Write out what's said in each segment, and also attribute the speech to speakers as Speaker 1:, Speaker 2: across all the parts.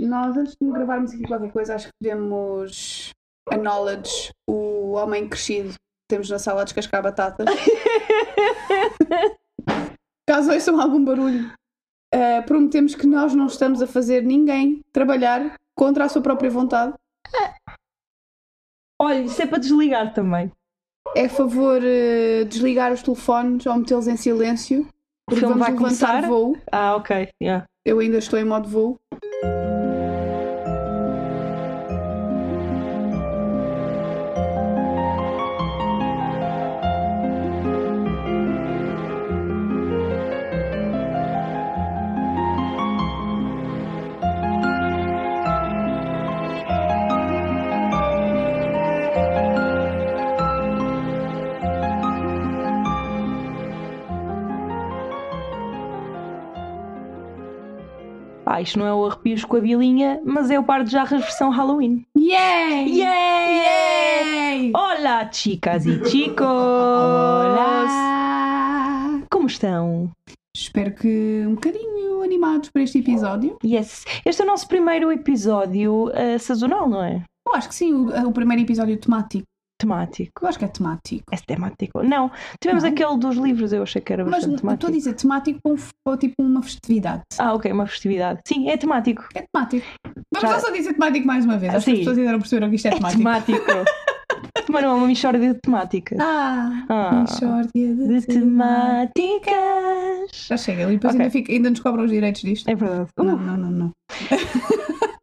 Speaker 1: Nós, antes de gravarmos aqui qualquer coisa, acho que devemos a knowledge, o homem crescido que temos na sala a descascar batatas. Caso ouçam algum barulho, eh, prometemos que nós não estamos a fazer ninguém trabalhar contra a sua própria vontade.
Speaker 2: Olha, isso é para desligar também.
Speaker 1: É a favor eh, desligar os telefones ou metê-los em silêncio.
Speaker 2: O
Speaker 1: Porque
Speaker 2: filme
Speaker 1: vamos
Speaker 2: vai
Speaker 1: levantar
Speaker 2: começar.
Speaker 1: voo.
Speaker 2: Ah, ok. yeah.
Speaker 1: Eu ainda estou em modo voo.
Speaker 2: Ah, isto não é o arrepios com a bilinha, mas é o par de jarras versão Halloween.
Speaker 1: Yay!
Speaker 2: Yay!
Speaker 1: Yay!
Speaker 2: Olá, chicas e chicos!
Speaker 1: Olá!
Speaker 2: Como estão?
Speaker 1: Espero que um bocadinho animados para este episódio.
Speaker 2: Yes, este é o nosso primeiro episódio eh, sazonal, não é?
Speaker 1: Eu acho que sim, o, o primeiro episódio temático.
Speaker 2: Temático.
Speaker 1: Eu acho que é temático.
Speaker 2: É temático. Não, tivemos
Speaker 1: Não? é?
Speaker 2: aquele dos livros, eu achei que era
Speaker 1: Mas
Speaker 2: bastante
Speaker 1: eu estou
Speaker 2: temático.
Speaker 1: a dizer temático para, um f- para, tipo uma festividade.
Speaker 2: Ah, ok, uma festividade. Sim, é temático.
Speaker 1: É temático. Vamos
Speaker 2: Já-
Speaker 1: lá só dizer temático mais uma vez. Acho que as
Speaker 2: Sim.
Speaker 1: pessoas ainda não perceberam que isto é temático.
Speaker 2: temático. Mas não é uma mistória de temáticas.
Speaker 1: Ah,
Speaker 2: Ah,
Speaker 1: Enxórdia de,
Speaker 2: de
Speaker 1: temático.
Speaker 2: temáticas.
Speaker 1: Já chega, e depois
Speaker 2: Ok.
Speaker 1: ainda, fica- ainda nos cobram os direitos disto.
Speaker 2: É verdade.
Speaker 1: Não, não, não, não.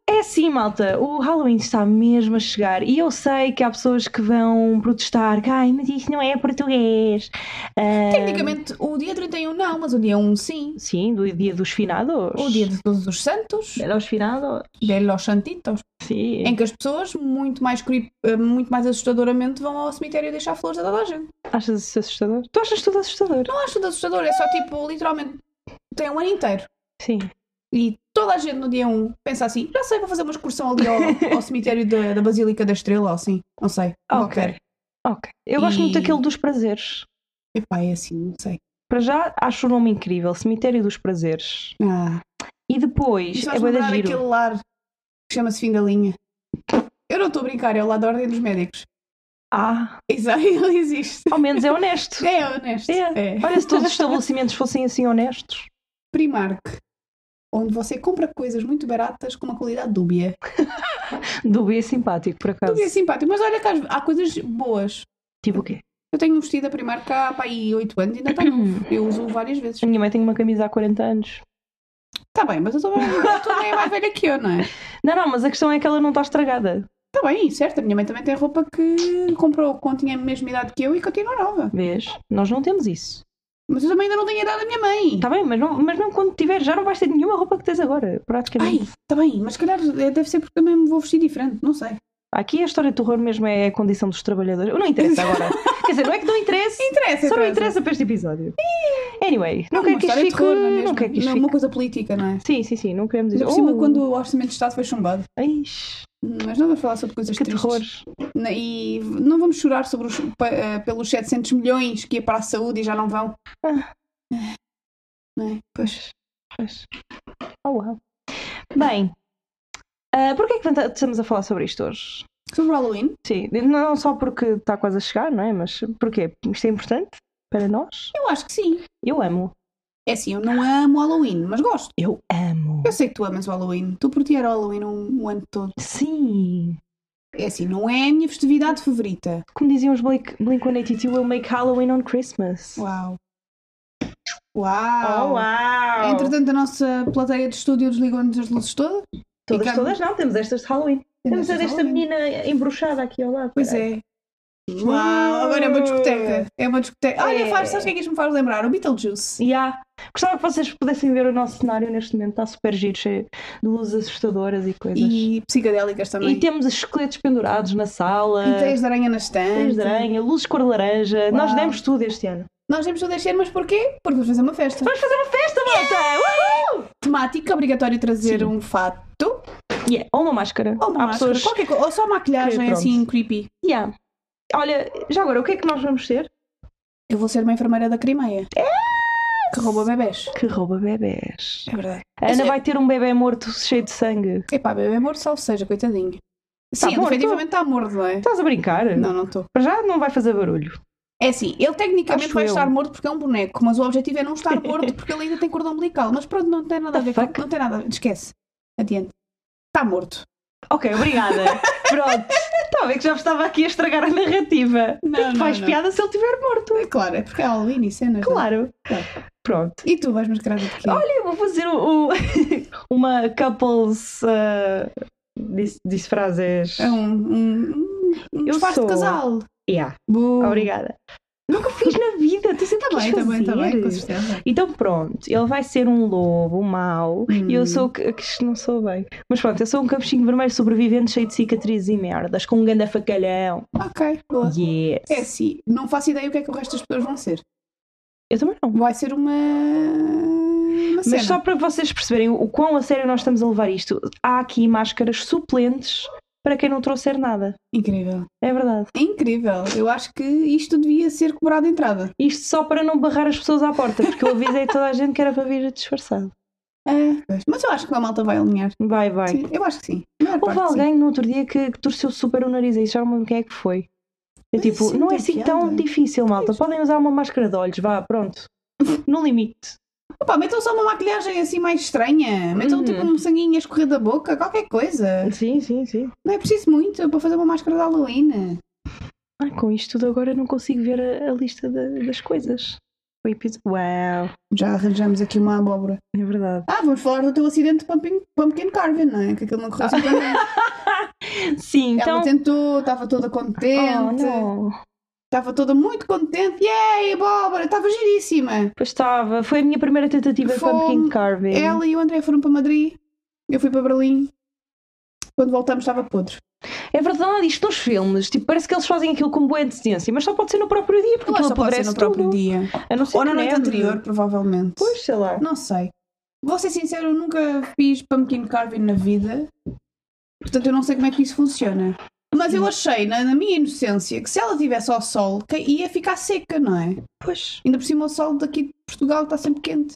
Speaker 2: É assim, malta, o Halloween está mesmo a chegar e eu sei que há pessoas que vão protestar que, ai, mas isto não é português. Ah,
Speaker 1: Tecnicamente, o dia 31 não, mas o dia 1 sim.
Speaker 2: Sim, do dia dos finados.
Speaker 1: O dia de todos os santos,
Speaker 2: dos finados.
Speaker 1: de los santitos.
Speaker 2: Sim.
Speaker 1: em que as pessoas muito mais, creep- eh, muito mais assustadoramente vão ao cemitério deixar flores a toda a gente.
Speaker 2: Achas isso assustador? Tu achas tudo assustador?
Speaker 1: Não acho tudo assustador, é só tipo, literalmente, tem um ano inteiro.
Speaker 2: Sim.
Speaker 1: E toda a gente no dia 1 pensa assim: já sei, vou fazer uma excursão ali ao, ao cemitério da, da Basílica da Estrela, ou assim, não sei.
Speaker 2: Ok.
Speaker 1: Qualquer.
Speaker 2: Ok. Eu gosto muito
Speaker 1: E-
Speaker 2: daquele dos prazeres.
Speaker 1: Epá, é assim, não sei.
Speaker 2: Para já, acho o nome incrível. Cemitério dos Prazeres.
Speaker 1: Ah.
Speaker 2: E depois,
Speaker 1: Isto
Speaker 2: é
Speaker 1: faz
Speaker 2: bué da
Speaker 1: lembrar
Speaker 2: giro.
Speaker 1: aquele lar que chama-se Fim da Linha. Eu não estou a brincar, é o lar da Ordem dos Médicos.
Speaker 2: Ah,
Speaker 1: Isso aí, ele existe.
Speaker 2: ao menos é honesto.
Speaker 1: É honesto.
Speaker 2: É. Olha, se todos os estabelecimentos fossem assim honestos.
Speaker 1: Primark, onde você compra coisas muito baratas com uma qualidade dúbia.
Speaker 2: Dubi é simpático, por acaso.
Speaker 1: Dúbia é simpático, mas olha que às- há coisas boas.
Speaker 2: Tipo o quê?
Speaker 1: Eu tenho um vestido da Primark há pá, aí 8 anos e ainda está novo. Eu uso várias vezes.
Speaker 2: A minha mãe tem uma camisa há 40 anos.
Speaker 1: Está bem, mas eu estou bem, eu tô bem mais velha que eu, não é?
Speaker 2: Não, não, mas a questão é que ela não está estragada.
Speaker 1: Está bem, certo. A minha mãe também tem roupa que comprou quando tinha a mesma idade que eu e continua nova.
Speaker 2: Vês? Nós não temos isso.
Speaker 1: Mas eu também ainda não tenho a idade da minha mãe.
Speaker 2: Está bem, mas não, mas não quando tiver, já não vais ter nenhuma roupa que tens agora,
Speaker 1: Ai,
Speaker 2: praticamente.
Speaker 1: está bem, mas se calhar eh, deve ser porque também me vou vestir diferente, não sei.
Speaker 2: Aqui a história de terror mesmo é a condição dos trabalhadores. Não interessa agora. Quer dizer, não é que não interessa,
Speaker 1: Interessa,
Speaker 2: só não interessa para este episódio. Anyway,
Speaker 1: Não,
Speaker 2: não, quero
Speaker 1: uma
Speaker 2: que isto
Speaker 1: história de
Speaker 2: fique.
Speaker 1: terror, não é mesmo?
Speaker 2: Não quero que isto
Speaker 1: Não,
Speaker 2: fique.
Speaker 1: uma coisa política, não é?
Speaker 2: Sim, sim, sim, não queremos
Speaker 1: Ainda
Speaker 2: dizer.
Speaker 1: por cima,
Speaker 2: "Oh,
Speaker 1: quando o orçamento de Estado foi chumbado.
Speaker 2: eish,
Speaker 1: Mas não vamos falar sobre coisas
Speaker 2: que
Speaker 1: tristes.
Speaker 2: terror.
Speaker 1: Na- E não vamos chorar sobre os, pa- eh, pelos 700 milhões que ia para a saúde e já não vão.
Speaker 2: Ah.
Speaker 1: Não é? Pois.
Speaker 2: Pois. Oh, wow. Bem, ah, porquê é que estamos a falar sobre isto hoje?
Speaker 1: Sobre o Halloween,
Speaker 2: Sim, não só porque está quase a chegar, não é? Mas porque isto é importante para nós.
Speaker 1: eu acho que sim.
Speaker 2: Eu amo.
Speaker 1: É assim, eu não amo o Halloween, mas gosto.
Speaker 2: Eu amo.
Speaker 1: Eu sei que tu amas o Halloween. Tu por ti era o Halloween um, um ano todo.
Speaker 2: Sim.
Speaker 1: É assim, não é a minha festividade favorita.
Speaker 2: Como diziam os Blink- Blink-182, we'll make Halloween on Christmas.
Speaker 1: Uau.
Speaker 2: Oh,
Speaker 1: Uau.
Speaker 2: uau!
Speaker 1: Entretanto, a nossa plateia de estúdio desligou-nos as luzes todas.
Speaker 2: todas,
Speaker 1: ficamos-
Speaker 2: todas não, temos estas de Halloween. Temos a desta menina embruxada aqui ao lado.
Speaker 1: Pois
Speaker 2: caralho.
Speaker 1: é. Uau, agora é uma discoteca. É uma discoteca. Olha,
Speaker 2: É.
Speaker 1: faz, sabes o que é que isto me faz lembrar? O Beetlejuice.
Speaker 2: Yeah. Gostava que vocês pudessem ver o nosso cenário neste momento. Está super giro, cheio de luzes assustadoras e coisas.
Speaker 1: E psicadélicas também.
Speaker 2: E temos os esqueletos pendurados na sala.
Speaker 1: E teias de aranha na estante.
Speaker 2: Tens de aranha, luzes cor de laranja.
Speaker 1: Uau.
Speaker 2: Nós demos tudo este ano.
Speaker 1: Nós temos de deixar, mas porquê? Porque vamos fazer uma festa.
Speaker 2: Vamos fazer uma festa, malta!
Speaker 1: Temática, obrigatório trazer
Speaker 2: Sim.
Speaker 1: um fato
Speaker 2: Uhul! Yeah, Ou uma máscara.
Speaker 1: ou uma
Speaker 2: Há
Speaker 1: máscara,
Speaker 2: pessoas...
Speaker 1: qualquer coisa. Ou só
Speaker 2: Que
Speaker 1: maquilhagem
Speaker 2: pronto.
Speaker 1: assim creepy.
Speaker 2: Yeah. Olha, já agora, o que é que nós vamos ser?
Speaker 1: Eu vou ser uma enfermeira da Crimeia.
Speaker 2: É.
Speaker 1: Que rouba bebés.
Speaker 2: que rouba bebés.
Speaker 1: É verdade.
Speaker 2: A Ana
Speaker 1: Esse-
Speaker 2: vai ter um bebê morto cheio de sangue.
Speaker 1: Epá, bebê morto, salvo seja, coitadinho. Sim,
Speaker 2: Tá morto. Tá.
Speaker 1: definitivamente está morto, não é?
Speaker 2: Estás a brincar?
Speaker 1: Não, não estou.
Speaker 2: Para já não vai fazer barulho.
Speaker 1: É assim, ele tecnicamente
Speaker 2: Acho
Speaker 1: vai
Speaker 2: eu.
Speaker 1: estar morto porque é um boneco, mas o objetivo é não estar morto porque ele ainda tem cordão umbilical. Mas pronto, não tem nada a
Speaker 2: The
Speaker 1: ver com.
Speaker 2: fuck?
Speaker 1: Não tem nada a ver. Esquece. Adiante. Está morto.
Speaker 2: Ok, obrigada. Pronto. Está a ver que já me estava aqui a estragar a narrativa.
Speaker 1: Não,
Speaker 2: Tanto
Speaker 1: não,
Speaker 2: faz
Speaker 1: não.
Speaker 2: piada se ele estiver morto.
Speaker 1: É claro, é porque é Halloween e cenas. não é?
Speaker 2: Claro.
Speaker 1: É.
Speaker 2: Pronto.
Speaker 1: E tu vais mascarar de quê?
Speaker 2: Olha, eu vou fazer o, o- uma couples. ah, disse, disse frases.
Speaker 1: É um, um, um um
Speaker 2: Eu
Speaker 1: disfarce
Speaker 2: sou-
Speaker 1: de casal.
Speaker 2: Yeah,
Speaker 1: Boa.
Speaker 2: obrigada. Nunca fiz na vida, tu sempre quis
Speaker 1: Também, também, também, tá com
Speaker 2: fazer.
Speaker 1: certeza.
Speaker 2: Então pronto, ele vai ser um lobo mau e eu
Speaker 1: Hum.
Speaker 2: sou que que isto não sou bem. Mas pronto, eu sou um capuchinho vermelho sobrevivente cheio de cicatrizes e merdas, com um ganda facalhão.
Speaker 1: Ok, boa.
Speaker 2: Yes.
Speaker 1: É assim, não faço ideia o que é que o resto das pessoas vão ser.
Speaker 2: Eu também não.
Speaker 1: Vai ser uma. uma cena.
Speaker 2: Mas só para vocês perceberem o quão a sério nós estamos a levar isto, há aqui máscaras suplentes para quem não trouxer nada.
Speaker 1: Incrível.
Speaker 2: É verdade.
Speaker 1: É incrível. Eu acho que isto devia ser cobrado a entrada.
Speaker 2: Isto só para não barrar as pessoas à porta, porque eu avisei toda a gente que era para vir disfarçado.
Speaker 1: É, pois. mas eu acho que a malta vai alinhar.
Speaker 2: Vai, vai.
Speaker 1: Sim, eu acho que sim. A maior
Speaker 2: Houve
Speaker 1: parte, sim.
Speaker 2: alguém no outro dia que, que torceu super o nariz e já não me lembro quem é que foi. Eu,
Speaker 1: Mas
Speaker 2: tipo,
Speaker 1: isso
Speaker 2: não
Speaker 1: não
Speaker 2: é
Speaker 1: tem
Speaker 2: assim
Speaker 1: piada.
Speaker 2: tão difícil, malta. Podem usar uma máscara de olhos, vá, pronto. No limite.
Speaker 1: Opa, metam só uma maquilhagem assim mais estranha. Metam
Speaker 2: Uhum.
Speaker 1: tipo um sanguinho a escorrer da boca, qualquer coisa.
Speaker 2: Sim, sim, sim.
Speaker 1: Não é preciso muito para fazer uma máscara de Halloween.
Speaker 2: Ai, com isto tudo agora eu não consigo ver a, a lista da- das coisas. O episódio. Uau!
Speaker 1: Já arranjamos aqui uma abóbora.
Speaker 2: É verdade.
Speaker 1: Ah, vamos falar do teu acidente de pumpkin, pumpkin carving, não é? Que aquilo não correu assim tão bem.
Speaker 2: Sim, Ah, então.
Speaker 1: Ela tentou, estava toda
Speaker 2: Oh,
Speaker 1: contente.
Speaker 2: não.
Speaker 1: Estava toda muito contente. Yay, abóbora! Estava giríssima.
Speaker 2: Pois estava. Foi a minha primeira tentativa de
Speaker 1: Foi-
Speaker 2: pumpkin carving.
Speaker 1: Ela e o André foram para Madrid. Eu fui para Berlim. Quando voltamos estava podre.
Speaker 2: É verdade, isto nos filmes, tipo, parece que eles fazem aquilo com boa antecedência, mas só pode ser no próprio dia,
Speaker 1: é
Speaker 2: porque aquilo Então apodrece tudo.
Speaker 1: dia.
Speaker 2: A não ser
Speaker 1: Ou na
Speaker 2: que
Speaker 1: noite
Speaker 2: neve.
Speaker 1: anterior, provavelmente.
Speaker 2: Pois, sei lá.
Speaker 1: Não sei. Vou ser sincero, eu nunca fiz pumpkin carving na vida. Portanto, eu não sei como é que isso funciona. Mas eu achei, na, na minha inocência, que se ela tivesse ao sol, que ia ficar seca, não é?
Speaker 2: Pois.
Speaker 1: Ainda por cima o sol daqui de Portugal está sempre quente.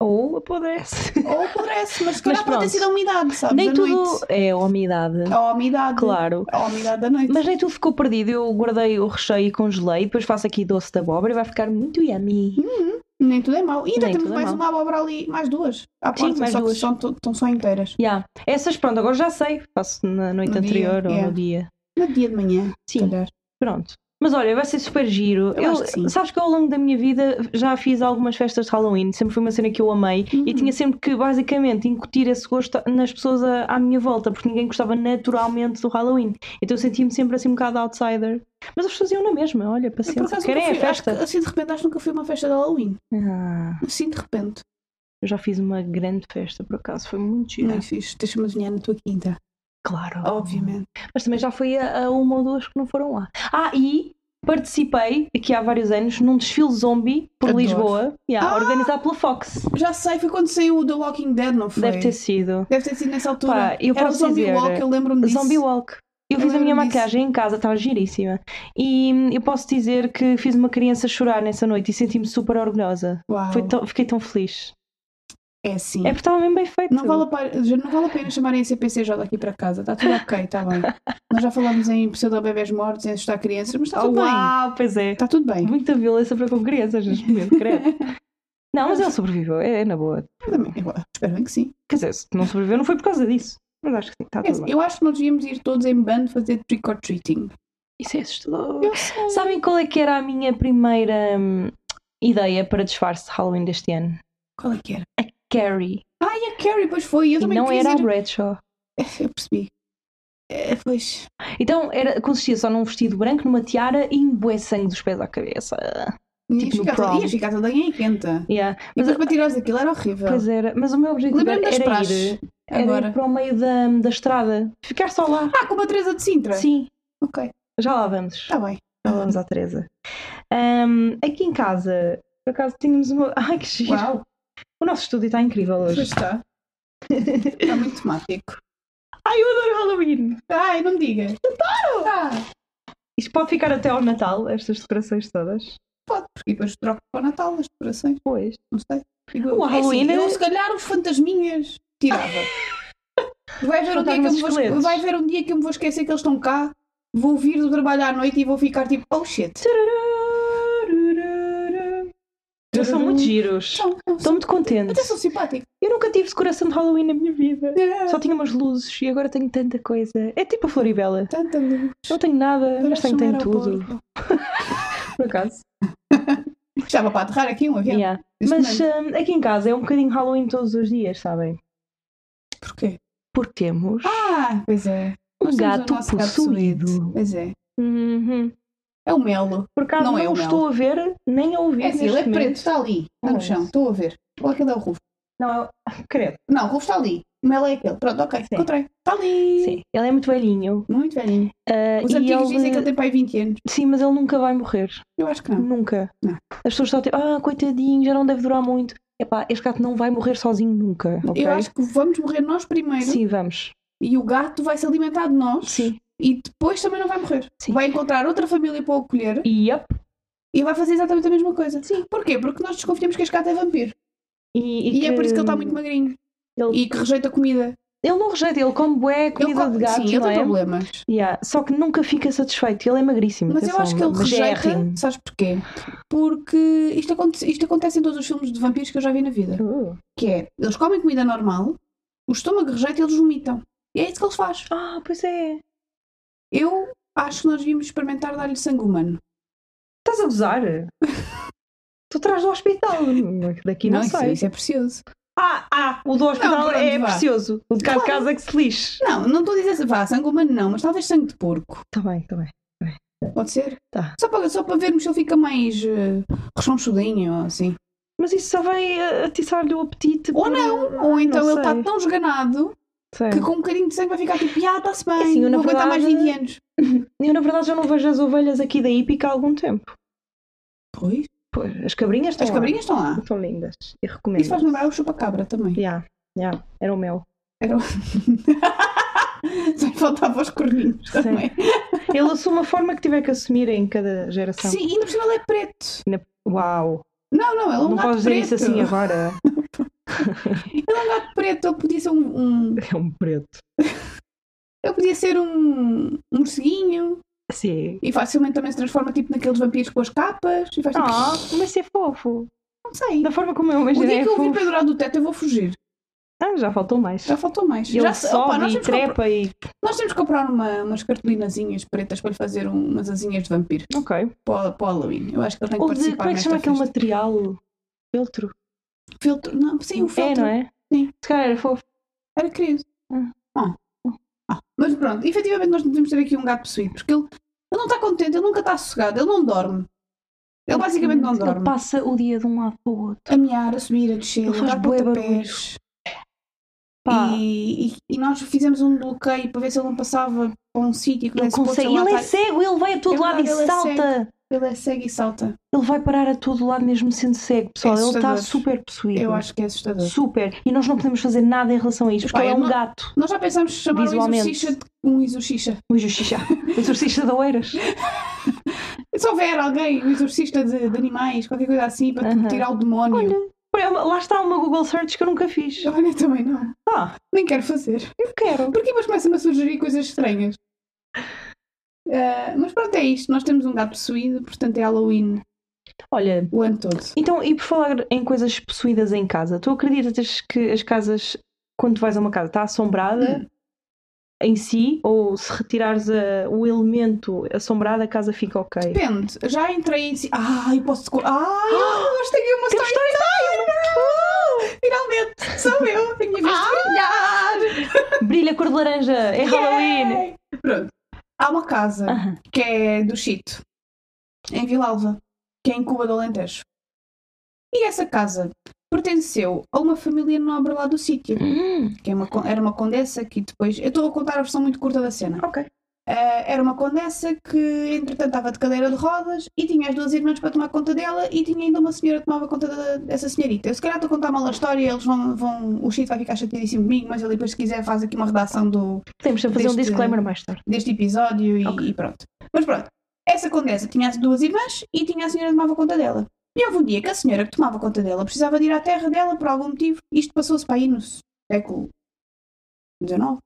Speaker 2: Ou apodrece.
Speaker 1: Ou apodrece, mas se calhar pode ter
Speaker 2: Mas pronto.
Speaker 1: sido a umidade, sabes?
Speaker 2: Nem
Speaker 1: à
Speaker 2: tudo
Speaker 1: noite.
Speaker 2: é a umidade,
Speaker 1: A umidade.
Speaker 2: claro.
Speaker 1: A umidade da noite.
Speaker 2: Mas nem tudo ficou perdido. Eu guardei o recheio e congelei, depois faço aqui doce de abóbora e vai ficar muito yummy.
Speaker 1: Nem tudo é mau. E ainda
Speaker 2: Nem
Speaker 1: temos
Speaker 2: tudo é
Speaker 1: mais
Speaker 2: mau.
Speaker 1: uma abóbora ali, mais duas. À
Speaker 2: Sim,
Speaker 1: porta,
Speaker 2: mais
Speaker 1: só
Speaker 2: duas.
Speaker 1: que são to- estão só inteiras.
Speaker 2: Yeah. Essas, pronto, agora já sei. Faço na noite
Speaker 1: No dia,
Speaker 2: anterior ou
Speaker 1: yeah.
Speaker 2: no dia.
Speaker 1: No dia de manhã, se
Speaker 2: Sim,
Speaker 1: calhar.
Speaker 2: pronto. Mas olha, vai ser super giro.
Speaker 1: Eu acho que sim.
Speaker 2: sabes que eu, ao longo da minha vida já fiz algumas festas de Halloween, sempre foi uma cena que eu amei e
Speaker 1: Uhum.
Speaker 2: tinha sempre que basicamente incutir esse gosto nas pessoas à, à minha volta, porque ninguém gostava naturalmente do Halloween. Então eu sentia-me sempre assim um bocado outsider. Mas eles faziam na mesma, olha,
Speaker 1: Eu, por
Speaker 2: paciência.
Speaker 1: acaso, nunca
Speaker 2: Querem a
Speaker 1: fui, acho que,
Speaker 2: festa?
Speaker 1: assim de repente, acho que nunca fui a uma festa de Halloween.
Speaker 2: Ah,
Speaker 1: Assim de repente.
Speaker 2: eu já fiz uma grande festa, por acaso, foi muito gira.
Speaker 1: Muito Oh, fixe. Deixa-me adivinhar na tua quinta.
Speaker 2: Claro.
Speaker 1: Obviamente.
Speaker 2: Mas também já fui a, a uma ou duas que não foram lá. Ah, e participei, aqui há vários anos, num desfile zombie por
Speaker 1: Adoro.
Speaker 2: Lisboa, yeah,
Speaker 1: Ah!
Speaker 2: organizado pela Fox.
Speaker 1: Já sei, foi quando saiu o The Walking Dead, não foi?
Speaker 2: Deve ter sido.
Speaker 1: Deve ter sido nessa altura.
Speaker 2: Pá, eu
Speaker 1: Era o
Speaker 2: posso
Speaker 1: Zombie
Speaker 2: dizer,
Speaker 1: Walk, eu lembro-me disso.
Speaker 2: Zombie Walk. Eu
Speaker 1: Eu
Speaker 2: fiz a minha
Speaker 1: lembro-me disso.
Speaker 2: maquilhagem em casa, estava giríssima. E hum, eu posso dizer que fiz uma criança chorar nessa noite e senti-me super orgulhosa.
Speaker 1: Uau.
Speaker 2: Foi tão- fiquei tão feliz.
Speaker 1: É assim.
Speaker 2: É porque estava mesmo bem feito.
Speaker 1: Não vale, a pena, já não vale a pena chamarem a CPCJ aqui para casa. Está tudo ok, está bem. Nós já falámos em pseudo-bebés mortos, em assustar crianças, mas está
Speaker 2: oh,
Speaker 1: tudo bem.
Speaker 2: uau, pois é.
Speaker 1: Está tudo bem.
Speaker 2: Muita violência para com crianças neste momento, credo. Não, mas ele sobreviveu, é, é na boa.
Speaker 1: Também, eu espero bem que sim.
Speaker 2: Quer dizer, se não sobreviveu não foi por causa disso. Mas acho que sim, está
Speaker 1: É
Speaker 2: tudo
Speaker 1: assim,
Speaker 2: bem.
Speaker 1: eu acho que nós devíamos ir todos em bando fazer trick-or-treating.
Speaker 2: Isso é assustador.
Speaker 1: Eu sei.
Speaker 2: Sabem qual é que era a minha primeira hum, ideia para disfarce de Halloween deste ano?
Speaker 1: Qual é que era?
Speaker 2: Carrie.
Speaker 1: Ai, Ah, a Carrie, pois foi. Eu
Speaker 2: e
Speaker 1: também
Speaker 2: não
Speaker 1: quis
Speaker 2: era a
Speaker 1: ir-
Speaker 2: Bradshaw.
Speaker 1: Eu percebi. É, pois.
Speaker 2: Então era, consistia só num vestido branco, numa tiara e um bué de sangue dos pés à cabeça.
Speaker 1: Ia
Speaker 2: Tipo no
Speaker 1: ficar,
Speaker 2: prom.
Speaker 1: toda, ia ficar toda em quenta.
Speaker 2: Yeah.
Speaker 1: E
Speaker 2: Mas,
Speaker 1: depois para tirares aquilo era horrível.
Speaker 2: pois era, mas o meu objetivo era,
Speaker 1: Lembrei-me Tá. das
Speaker 2: era
Speaker 1: praxes.
Speaker 2: ir, era ir
Speaker 1: Agora.
Speaker 2: para o meio da, hum, da estrada. Ficar só lá.
Speaker 1: Ah, como a Teresa de Sintra.
Speaker 2: Sim,
Speaker 1: Ok,
Speaker 2: já lá vamos.
Speaker 1: está bem.
Speaker 2: Já lá vamos à Teresa. Ahm, aqui em casa, por acaso tínhamos uma. Ai que giro!
Speaker 1: Uau,
Speaker 2: O nosso estúdio está incrível
Speaker 1: pois
Speaker 2: hoje.
Speaker 1: está. Está muito temático.
Speaker 2: Ai, eu adoro Halloween!
Speaker 1: Ai,
Speaker 2: Então.
Speaker 1: não me digas. Claro! Ah,
Speaker 2: Isto pode ficar até ao Natal, estas decorações todas.
Speaker 1: Pode, porque depois troco para o Natal as decorações,
Speaker 2: Pois.
Speaker 1: não sei. Digo,
Speaker 2: O
Speaker 1: eu. É
Speaker 2: Halloween
Speaker 1: assim, eu
Speaker 2: é-
Speaker 1: se calhar os fantasminhas tirava. Vai haver, um dia que eu me vou, esque-
Speaker 2: Fantasmas
Speaker 1: vai haver um dia que eu me vou esquecer que eles estão cá, vou vir do trabalho à noite e vou ficar tipo, oh shit.
Speaker 2: Eles são muito giros.
Speaker 1: São, são,
Speaker 2: Estou muito contente.
Speaker 1: até são simpáticos.
Speaker 2: Eu nunca tive decoração de Halloween na minha vida.
Speaker 1: É,
Speaker 2: Só tinha umas luzes e agora tenho tanta coisa. É tipo a Floribela.
Speaker 1: Tanta luz.
Speaker 2: Não tenho nada, mas tenho, tenho
Speaker 1: Parece um
Speaker 2: tudo.
Speaker 1: aeroporto.
Speaker 2: Por acaso.
Speaker 1: Estava para aterrar aqui um avião.
Speaker 2: Yeah.
Speaker 1: Isso
Speaker 2: Mas
Speaker 1: mesmo.
Speaker 2: hum, aqui em casa é um bocadinho Halloween todos os dias, sabem?
Speaker 1: porquê?
Speaker 2: Porque temos
Speaker 1: Ah, pois é.
Speaker 2: eh, um
Speaker 1: Nós temos o
Speaker 2: gato
Speaker 1: nosso gato
Speaker 2: possuído.
Speaker 1: possuído. Pois é.
Speaker 2: Uhum.
Speaker 1: É o Melo.
Speaker 2: Por acaso
Speaker 1: Não
Speaker 2: não,
Speaker 1: é o
Speaker 2: estou a ver nem a ouvir.
Speaker 1: É assim,
Speaker 2: neste
Speaker 1: ele é
Speaker 2: momento.
Speaker 1: preto, está ali. Está no
Speaker 2: Ah,
Speaker 1: chão, estou a ver. Qual é que é o Rufo?
Speaker 2: Não, é- credo.
Speaker 1: Não, o Rufo está ali. O Melo é aquele. Pronto, ok,
Speaker 2: Sim.
Speaker 1: encontrei. Está ali.
Speaker 2: Sim, ele é muito velhinho.
Speaker 1: Muito velhinho.
Speaker 2: Ah,
Speaker 1: Os
Speaker 2: e
Speaker 1: antigos
Speaker 2: ele-
Speaker 1: dizem que ele tem pai 20 anos.
Speaker 2: Sim, mas ele nunca vai morrer.
Speaker 1: Eu acho que não.
Speaker 2: Nunca.
Speaker 1: Não.
Speaker 2: As pessoas só têm, ah, coitadinho, já não deve durar muito. Epá, este gato não vai morrer sozinho nunca, ok?
Speaker 1: Eu acho que vamos morrer nós primeiro
Speaker 2: Sim, vamos.
Speaker 1: e o gato vai se alimentar de nós
Speaker 2: Sim.
Speaker 1: e depois também não vai morrer.
Speaker 2: Sim.
Speaker 1: Vai encontrar outra família para o acolher
Speaker 2: Yep.
Speaker 1: e vai fazer exatamente a mesma coisa. Sim. Porquê? Porque nós desconfiamos que este gato é vampiro.
Speaker 2: E,
Speaker 1: E,
Speaker 2: e
Speaker 1: é por isso que ele está muito magrinho.
Speaker 2: Ele,
Speaker 1: E que rejeita comida.
Speaker 2: ele não rejeita, ele come bué comida
Speaker 1: ele,
Speaker 2: de gato,
Speaker 1: sim, ele
Speaker 2: não
Speaker 1: tem
Speaker 2: é?
Speaker 1: problemas.
Speaker 2: Yeah, Só que nunca fica satisfeito. Ele é magríssimo.
Speaker 1: Mas eu
Speaker 2: atenção,
Speaker 1: acho que ele
Speaker 2: mas é
Speaker 1: rejeita,
Speaker 2: rim.
Speaker 1: sabes porquê? Porque isto acontece, isto acontece em todos os filmes de vampiros que eu já vi na vida.
Speaker 2: Uh.
Speaker 1: Que é, eles comem comida normal, o estômago rejeita e eles vomitam. E é isso que eles fazem.
Speaker 2: Ah, pois é.
Speaker 1: Eu acho que nós devíamos experimentar dar-lhe sangue humano.
Speaker 2: Estás a gozar? tu traz do hospital. Daqui não,
Speaker 1: isso,
Speaker 2: sai.
Speaker 1: isso é precioso.
Speaker 2: Ah, ah, o do
Speaker 1: Não,
Speaker 2: hospital
Speaker 1: pronto,
Speaker 2: é
Speaker 1: vá.
Speaker 2: precioso. O de cá de
Speaker 1: Claro.
Speaker 2: casa é que se lixe.
Speaker 1: Não, não estou a dizer assim, vá, sangue humano não, mas talvez sangue de porco.
Speaker 2: Está bem, está bem.
Speaker 1: Pode ser?
Speaker 2: Tá.
Speaker 1: Só para, só para vermos se ele fica mais eh, rechonchudinho ou assim.
Speaker 2: Mas isso só vai eh, atiçar-lhe o apetite.
Speaker 1: Ou
Speaker 2: por-
Speaker 1: não, ou então
Speaker 2: Ah, não
Speaker 1: ele está
Speaker 2: sei.
Speaker 1: tão esganado
Speaker 2: Sei.
Speaker 1: que com um bocadinho de sangue vai ficar tipo, ah, está-se bem,
Speaker 2: Assim, eu, na
Speaker 1: vou aguentar mais
Speaker 2: verdade-
Speaker 1: 20 anos.
Speaker 2: Eu, na verdade, já não vejo as ovelhas aqui da hípica há algum tempo.
Speaker 1: Pois,
Speaker 2: Pois, as cabrinhas estão
Speaker 1: as
Speaker 2: lá.
Speaker 1: cabrinhas estão lá.
Speaker 2: Estão lindas. E
Speaker 1: Isso
Speaker 2: recomendo.
Speaker 1: faz lembrar o chupa-cabra também.
Speaker 2: Já, já. Era o meu.
Speaker 1: Só faltava os corninhos
Speaker 2: Sim.
Speaker 1: também.
Speaker 2: Ele assume uma forma que tiver que assumir em cada geração.
Speaker 1: Sim, ainda por cima ele é preto.
Speaker 2: Uau.
Speaker 1: Não, não, ele é um
Speaker 2: não
Speaker 1: gato
Speaker 2: podes dizer
Speaker 1: preto.
Speaker 2: isso assim agora.
Speaker 1: Ele é um gato preto, ele podia ser um. um-
Speaker 2: É um preto.
Speaker 1: ele podia ser um, um morceguinho
Speaker 2: Sim.
Speaker 1: e facilmente também se transforma tipo naqueles vampiros com as capas e faz tipo.
Speaker 2: Ah, mas é fofo.
Speaker 1: Não sei.
Speaker 2: Da forma como eu
Speaker 1: O
Speaker 2: imaginei
Speaker 1: dia
Speaker 2: é
Speaker 1: que eu vir
Speaker 2: fofo.
Speaker 1: pendurado do teto eu vou fugir.
Speaker 2: Ah, já faltou mais.
Speaker 1: Já faltou mais.
Speaker 2: Ele
Speaker 1: Já se-
Speaker 2: sobe
Speaker 1: opa, nós,
Speaker 2: e
Speaker 1: temos que comprar-
Speaker 2: trepa e...
Speaker 1: nós temos que comprar uma- umas cartolinazinhas pretas para lhe fazer um- umas asinhas de vampiro
Speaker 2: Ok.
Speaker 1: para, o- para o Halloween. Eu acho que ele tem que
Speaker 2: Ou de...
Speaker 1: participar.
Speaker 2: Como é que se chama
Speaker 1: nesta
Speaker 2: aquele
Speaker 1: festa.
Speaker 2: material? Feltro.
Speaker 1: filtro? Não, sim, o filtro.
Speaker 2: É, não é?
Speaker 1: Sim.
Speaker 2: Se calhar era fofo.
Speaker 1: Era querido.
Speaker 2: Hum.
Speaker 1: Ah. Ah. Mas pronto, efetivamente nós devemos ter aqui um gato possuído, porque ele, ele não está contente, ele nunca está sossegado, ele não dorme. Ele basicamente não
Speaker 2: Ele
Speaker 1: dorme.
Speaker 2: passa o dia de um lado para o outro.
Speaker 1: A miar, a subir, a descer,
Speaker 2: Ele
Speaker 1: a
Speaker 2: faz
Speaker 1: dar
Speaker 2: bué
Speaker 1: pontapés.
Speaker 2: Pá.
Speaker 1: E, e, e nós fizemos um bloqueio para ver se ele não passava para um sítio que
Speaker 2: Ele
Speaker 1: não se
Speaker 2: consegue.
Speaker 1: pôde
Speaker 2: Ele é
Speaker 1: saltar.
Speaker 2: cego, ele vai a todo
Speaker 1: É
Speaker 2: lado
Speaker 1: verdade, ele
Speaker 2: e
Speaker 1: é
Speaker 2: salta.
Speaker 1: Ele é cego e salta.
Speaker 2: ele vai parar a todo lado mesmo sendo cego, pessoal.
Speaker 1: É
Speaker 2: ele está
Speaker 1: assustador.
Speaker 2: super possuído.
Speaker 1: Eu acho que é assustador.
Speaker 2: Super. E nós não podemos fazer nada em relação a isto,
Speaker 1: Pá,
Speaker 2: porque ele é
Speaker 1: eu
Speaker 2: um
Speaker 1: não-
Speaker 2: gato.
Speaker 1: Nós já pensámos chamar um
Speaker 2: Visualmente.
Speaker 1: exorcista de um exorcista.
Speaker 2: O exorcista. o exorcista da Oeiras.
Speaker 1: Se houver alguém, um exorcista de, de animais, qualquer coisa assim, para
Speaker 2: Aham.
Speaker 1: tirar o demónio.
Speaker 2: Olha, é uma- lá está uma Google search que eu nunca fiz.
Speaker 1: Olha, também não.
Speaker 2: Ah,
Speaker 1: Nem quero fazer.
Speaker 2: eu quero.
Speaker 1: Porque depois começam a surgir coisas estranhas. Ah, mas pronto, é isto. Nós temos um gato possuído, portanto é Halloween
Speaker 2: Olha,
Speaker 1: o ano todo.
Speaker 2: então, e por falar em coisas possuídas em casa, tu acreditas que as casas, quando tu vais a uma casa, está assombrada? Em si, ou se retirares a- o elemento assombrado, a casa fica ok.
Speaker 1: Depende, já entrei em si. Ai, posso. co- Ai, eu acho que tenho uma
Speaker 2: Tem
Speaker 1: história. time! Finalmente, sou eu, tenho visto brilhar!
Speaker 2: Brilha cor de laranja, é Halloween!
Speaker 1: Yay! Pronto, há uma casa
Speaker 2: Aham.
Speaker 1: que é do Chito, em Vila Alva, que é em Cuba do Alentejo. E essa casa pertenceu a uma família nobre lá do sítio.
Speaker 2: Hum.
Speaker 1: que é uma con- era uma condessa que depois. Eu estou a contar a versão muito curta da cena.
Speaker 2: Ok.
Speaker 1: Ah, era uma condessa que, entretanto, estava de cadeira de rodas e tinha as duas irmãs para tomar conta dela e tinha ainda uma senhora que tomava conta da- dessa senhorita. Eu, se calhar, estou a contar mal a história eles vão. vão o Chito vai ficar chateadíssimo comigo, mas ele depois, se quiser, faz aqui uma redação do,
Speaker 2: Podemos sempre fazer um
Speaker 1: Deste-
Speaker 2: disclaimer mais tarde.
Speaker 1: deste episódio e,
Speaker 2: Ok.
Speaker 1: e pronto. Mas pronto. Essa condessa tinha duas irmãs e tinha a senhora que tomava conta dela. E houve um dia que a senhora que tomava conta dela precisava de ir à terra dela por algum motivo. Isto passou-se para aí no século XIX?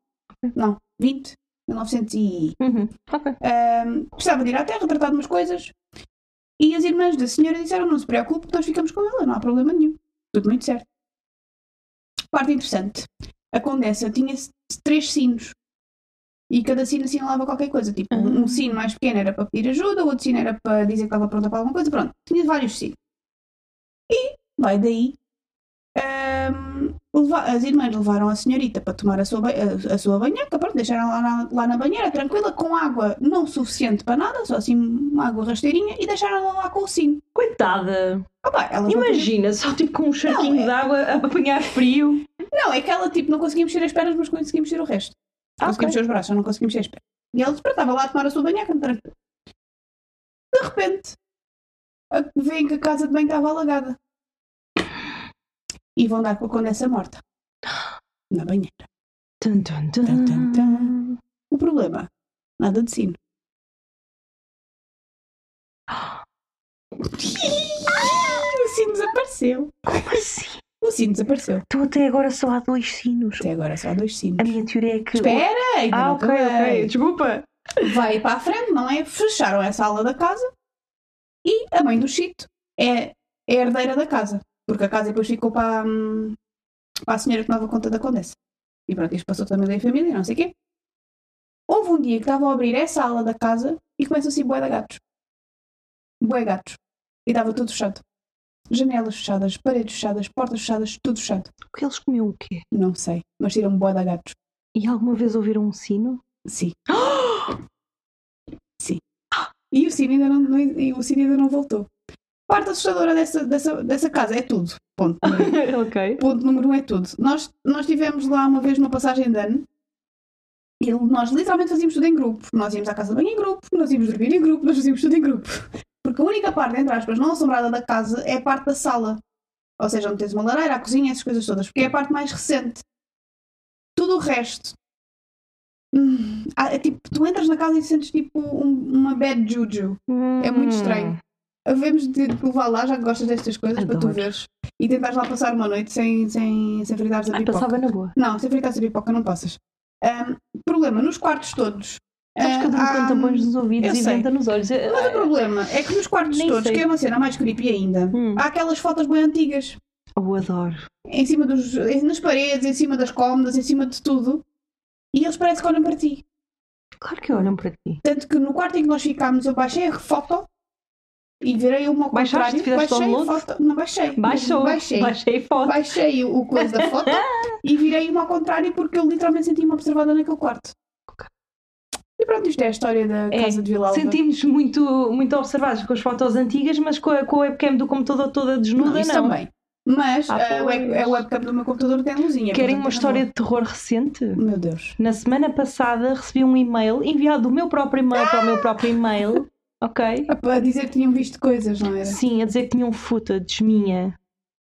Speaker 1: Não, XX. 1900 e...
Speaker 2: Uhum. Ok.
Speaker 1: Ahm, precisava de ir à terra tratar de umas coisas. E as irmãs da senhora disseram, não se preocupe, nós ficamos com ela, não há problema nenhum. Tudo muito certo. Parte interessante. A condessa tinha s- três sinos. E cada sino assinalava qualquer coisa. Tipo, um
Speaker 2: Ah.
Speaker 1: sino mais pequeno era para pedir ajuda, o outro sino era para dizer que estava pronta para alguma coisa. Pronto, tinha vários sinos. E, vai daí, ahm, leva- as irmãs levaram a senhorita para tomar a sua, ba- a, a sua banheca. Pronto, deixaram lá na, lá na banheira, tranquila, com água não suficiente para nada, só assim uma água rasteirinha, e deixaram-la lá com o sino. Ah,
Speaker 2: Coitada!
Speaker 1: Opa, elas não tinham-
Speaker 2: Imagina, só tipo com um charquinho
Speaker 1: Não, é-
Speaker 2: de água a apanhar frio.
Speaker 1: Não, é que ela tipo não conseguia mexer as pernas, mas conseguia mexer o resto.
Speaker 2: Ah,
Speaker 1: conseguia mexer os braços, só não conseguia mexer as pernas. E ela despertava lá a tomar a sua banheca, tranquilo. De repente, a- veem que a casa de banho estava alagada. E vão dar com a condessa morta. Na banheira.
Speaker 2: Tum, tum, tum.
Speaker 1: Tum, tum, tum. O problema, nada de sino. o sino desapareceu.
Speaker 2: Como assim?
Speaker 1: O sino desapareceu.
Speaker 2: Então até agora só há dois sinos.
Speaker 1: Até agora é só há dois sinos.
Speaker 2: A minha teoria é que.
Speaker 1: Espera, ainda
Speaker 2: Ah,
Speaker 1: não
Speaker 2: ok,
Speaker 1: acabei.
Speaker 2: ok. Desculpa.
Speaker 1: vai para a frente, não é? Fecharam essa ala da casa e a mãe do Chito é, é a herdeira da casa, porque a casa depois ficou para, hum, para a senhora que tomava conta da condessa. E pronto, isto passou também da família e não sei o quê. Houve um dia que estavam a abrir essa ala da casa e começam assim bué de gatos. Bué gatos. E estava tudo fechado. Janelas fechadas, paredes fechadas, portas fechadas, tudo fechado.
Speaker 2: Porque eles comiam o quê?
Speaker 1: Não sei, mas tiram bué de gatos.
Speaker 2: E alguma vez ouviram um sino?
Speaker 1: Sim. Sim. E o Cine ainda não, não- e o Cine ainda não voltou. Parte assustadora dessa, dessa, dessa casa é tudo. Ponto. número um.
Speaker 2: ok.
Speaker 1: Ponto número um é tudo. Nós, nós tivemos lá uma vez uma passagem de ano e nós literalmente fazíamos tudo em grupo. Nós íamos à casa de banho em grupo, nós íamos dormir em grupo, nós fazíamos tudo em grupo. Porque a única parte, entre aspas, não assombrada da casa é a parte da sala. Ou seja, onde tens uma lareira, a cozinha, essas coisas todas. Porque é a parte mais recente. Tudo o resto. hum, ah, é tipo, tu entras na casa e sentes tipo um- uma bad juju. É
Speaker 2: Hum.
Speaker 1: muito estranho. Havemos de te levar lá, já que gostas destas coisas, para tu
Speaker 2: Adoro.
Speaker 1: veres. E tentares lá passar uma noite sem, sem, sem fritares a
Speaker 2: Ah,
Speaker 1: pipoca.
Speaker 2: passava na boa.
Speaker 1: Não, sem fritares a pipoca não passas. Ahm, problema, nos quartos todos.
Speaker 2: Sabes que eu durmo
Speaker 1: ah,
Speaker 2: com
Speaker 1: há-
Speaker 2: tampões nos ouvidos
Speaker 1: eu
Speaker 2: e
Speaker 1: sei.
Speaker 2: venda nos olhos. Eu-
Speaker 1: Mas o problema é que nos quartos
Speaker 2: Nem
Speaker 1: todos,
Speaker 2: sei.
Speaker 1: que é uma cena mais creepy ainda,
Speaker 2: Hum.
Speaker 1: há aquelas fotos bem antigas.
Speaker 2: Ah, Eu adoro.
Speaker 1: Em cima dos. nas paredes, em cima das cômodas, em cima de tudo. E eles parecem que olham para ti.
Speaker 2: Claro que olham para ti.
Speaker 1: Tanto que no quarto em que nós ficámos, eu baixei a foto e virei uma ao
Speaker 2: Baixaste?
Speaker 1: contrário.
Speaker 2: Fizeste
Speaker 1: baixei a
Speaker 2: download?
Speaker 1: foto. Não, baixei.
Speaker 2: Baixou.
Speaker 1: Baixei.
Speaker 2: Baixei foto.
Speaker 1: Baixei o o coisa da foto e virei uma ao contrário porque eu literalmente senti-me observada naquele quarto.
Speaker 2: Ok.
Speaker 1: E pronto, isto é a história da
Speaker 2: É,
Speaker 1: casa de Vila Alva.
Speaker 2: Sentimos muito, muito observados com as fotos antigas, mas com a, com a webcam do computador toda desnuda, não.
Speaker 1: Não, isso também. Mas eh,
Speaker 2: Ah,
Speaker 1: a, web,
Speaker 2: pois.
Speaker 1: a é webcam do meu computador tem luzinha.
Speaker 2: Querem
Speaker 1: portanto,
Speaker 2: uma
Speaker 1: tem
Speaker 2: história de terror recente?
Speaker 1: razão. Meu Deus.
Speaker 2: Na semana passada recebi um e-mail enviado do meu próprio e-mail para o meu próprio e-mail, ok?
Speaker 1: A, a Ah, dizer que tinham visto coisas, não era?
Speaker 2: Sim, a dizer que tinham footage minha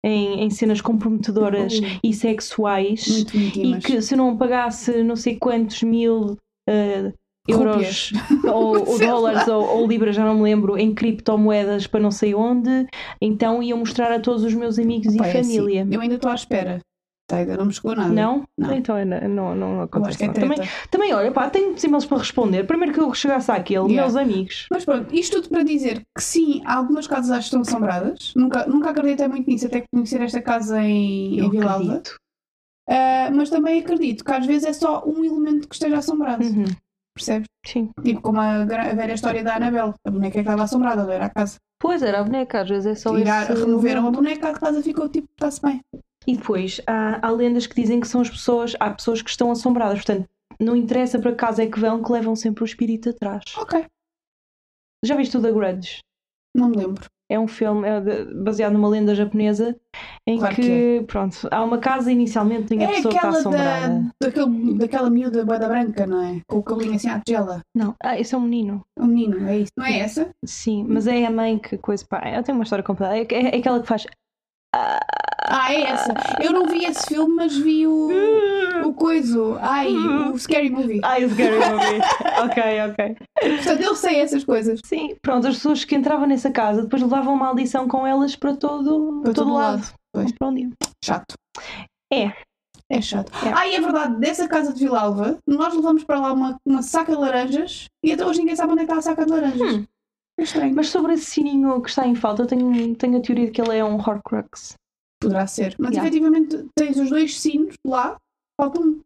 Speaker 2: em, em cenas comprometedoras
Speaker 1: Uh,
Speaker 2: e sexuais
Speaker 1: muito
Speaker 2: e
Speaker 1: íntimas.
Speaker 2: que se eu não pagasse não sei quantos mil eh, euros ou, ou
Speaker 1: Sei
Speaker 2: dólares ou, ou libras, já não me lembro, em criptomoedas para não sei onde, então iam mostrar a todos os meus amigos
Speaker 1: Pá,
Speaker 2: e
Speaker 1: é assim,
Speaker 2: família.
Speaker 1: eu ainda estou à espera. Tá, ainda não me chegou nada.
Speaker 2: Não?
Speaker 1: Não.
Speaker 2: Então é, não, não, não
Speaker 1: Eu acho
Speaker 2: acontece.
Speaker 1: que é
Speaker 2: nada.
Speaker 1: treta.
Speaker 2: também, também, olha, pá, tenho muitos e-mails para responder. Primeiro que eu chegasse àquele,
Speaker 1: Yeah.
Speaker 2: meus amigos.
Speaker 1: Mas pronto, isto tudo para dizer que sim, algumas casas acho que estão assombradas. Nunca, nunca acreditei muito nisso, até conhecer esta casa em, em
Speaker 2: Eu
Speaker 1: Vila Alva.
Speaker 2: acredito.
Speaker 1: Ah, mas também acredito que às vezes é só um elemento que esteja assombrado,
Speaker 2: Uhum.
Speaker 1: percebes?
Speaker 2: Sim.
Speaker 1: Tipo como a, gra- a velha história da Anabel, a boneca que estava assombrada, não era a casa.
Speaker 2: Pois era a boneca, às vezes é só
Speaker 1: Tirar, um
Speaker 2: esse-
Speaker 1: removeram a boneca, a casa ficou tipo, está-se bem.
Speaker 2: E depois há, há lendas que dizem que são as pessoas, há pessoas que estão assombradas, portanto, não interessa para que casa é que vão, que levam sempre o espírito atrás.
Speaker 1: Ok,
Speaker 2: Já viste o The Grudge?
Speaker 1: não me lembro.
Speaker 2: É um filme é de- baseado numa lenda japonesa em
Speaker 1: Claro
Speaker 2: que,
Speaker 1: que
Speaker 2: pronto, há uma casa inicialmente em que a
Speaker 1: é
Speaker 2: pessoa está
Speaker 1: aquela
Speaker 2: assombrada.
Speaker 1: da, daquele, daquela miúda boeda branca, não é? Com o cabelinho assim à tigela.
Speaker 2: Não, ah, esse é um menino.
Speaker 1: O menino, é isso. Não é essa?
Speaker 2: Sim, mas é a mãe que coisa. Pá, eu tenho uma história completa. É, é- é aquela que faz.
Speaker 1: Ah, é essa. Eu não vi esse filme, mas vi o. O coiso. Ai, o Scary Movie.
Speaker 2: Ah, esse Gary Movie. ok, ok.
Speaker 1: Portanto, eu sei essas coisas.
Speaker 2: Sim, pronto, as pessoas que entravam nessa casa depois levavam uma maldição com elas para todo,
Speaker 1: Para
Speaker 2: todo,
Speaker 1: todo
Speaker 2: lado.
Speaker 1: lado, pois.
Speaker 2: Para onde iam.
Speaker 1: Chato.
Speaker 2: É.
Speaker 1: É chato.
Speaker 2: É.
Speaker 1: Ai, é verdade, dessa casa de Vilalva, nós levamos para lá uma, uma saca de laranjas e até hoje ninguém sabe onde é que está a saca de laranjas.
Speaker 2: Hum.
Speaker 1: É estranho.
Speaker 2: Mas sobre esse sininho que está em falta, eu tenho, tenho a teoria de que ele é um Horcrux.
Speaker 1: Poderá ser. Mas
Speaker 2: Yeah.
Speaker 1: efetivamente tens os dois sinos lá, falta um.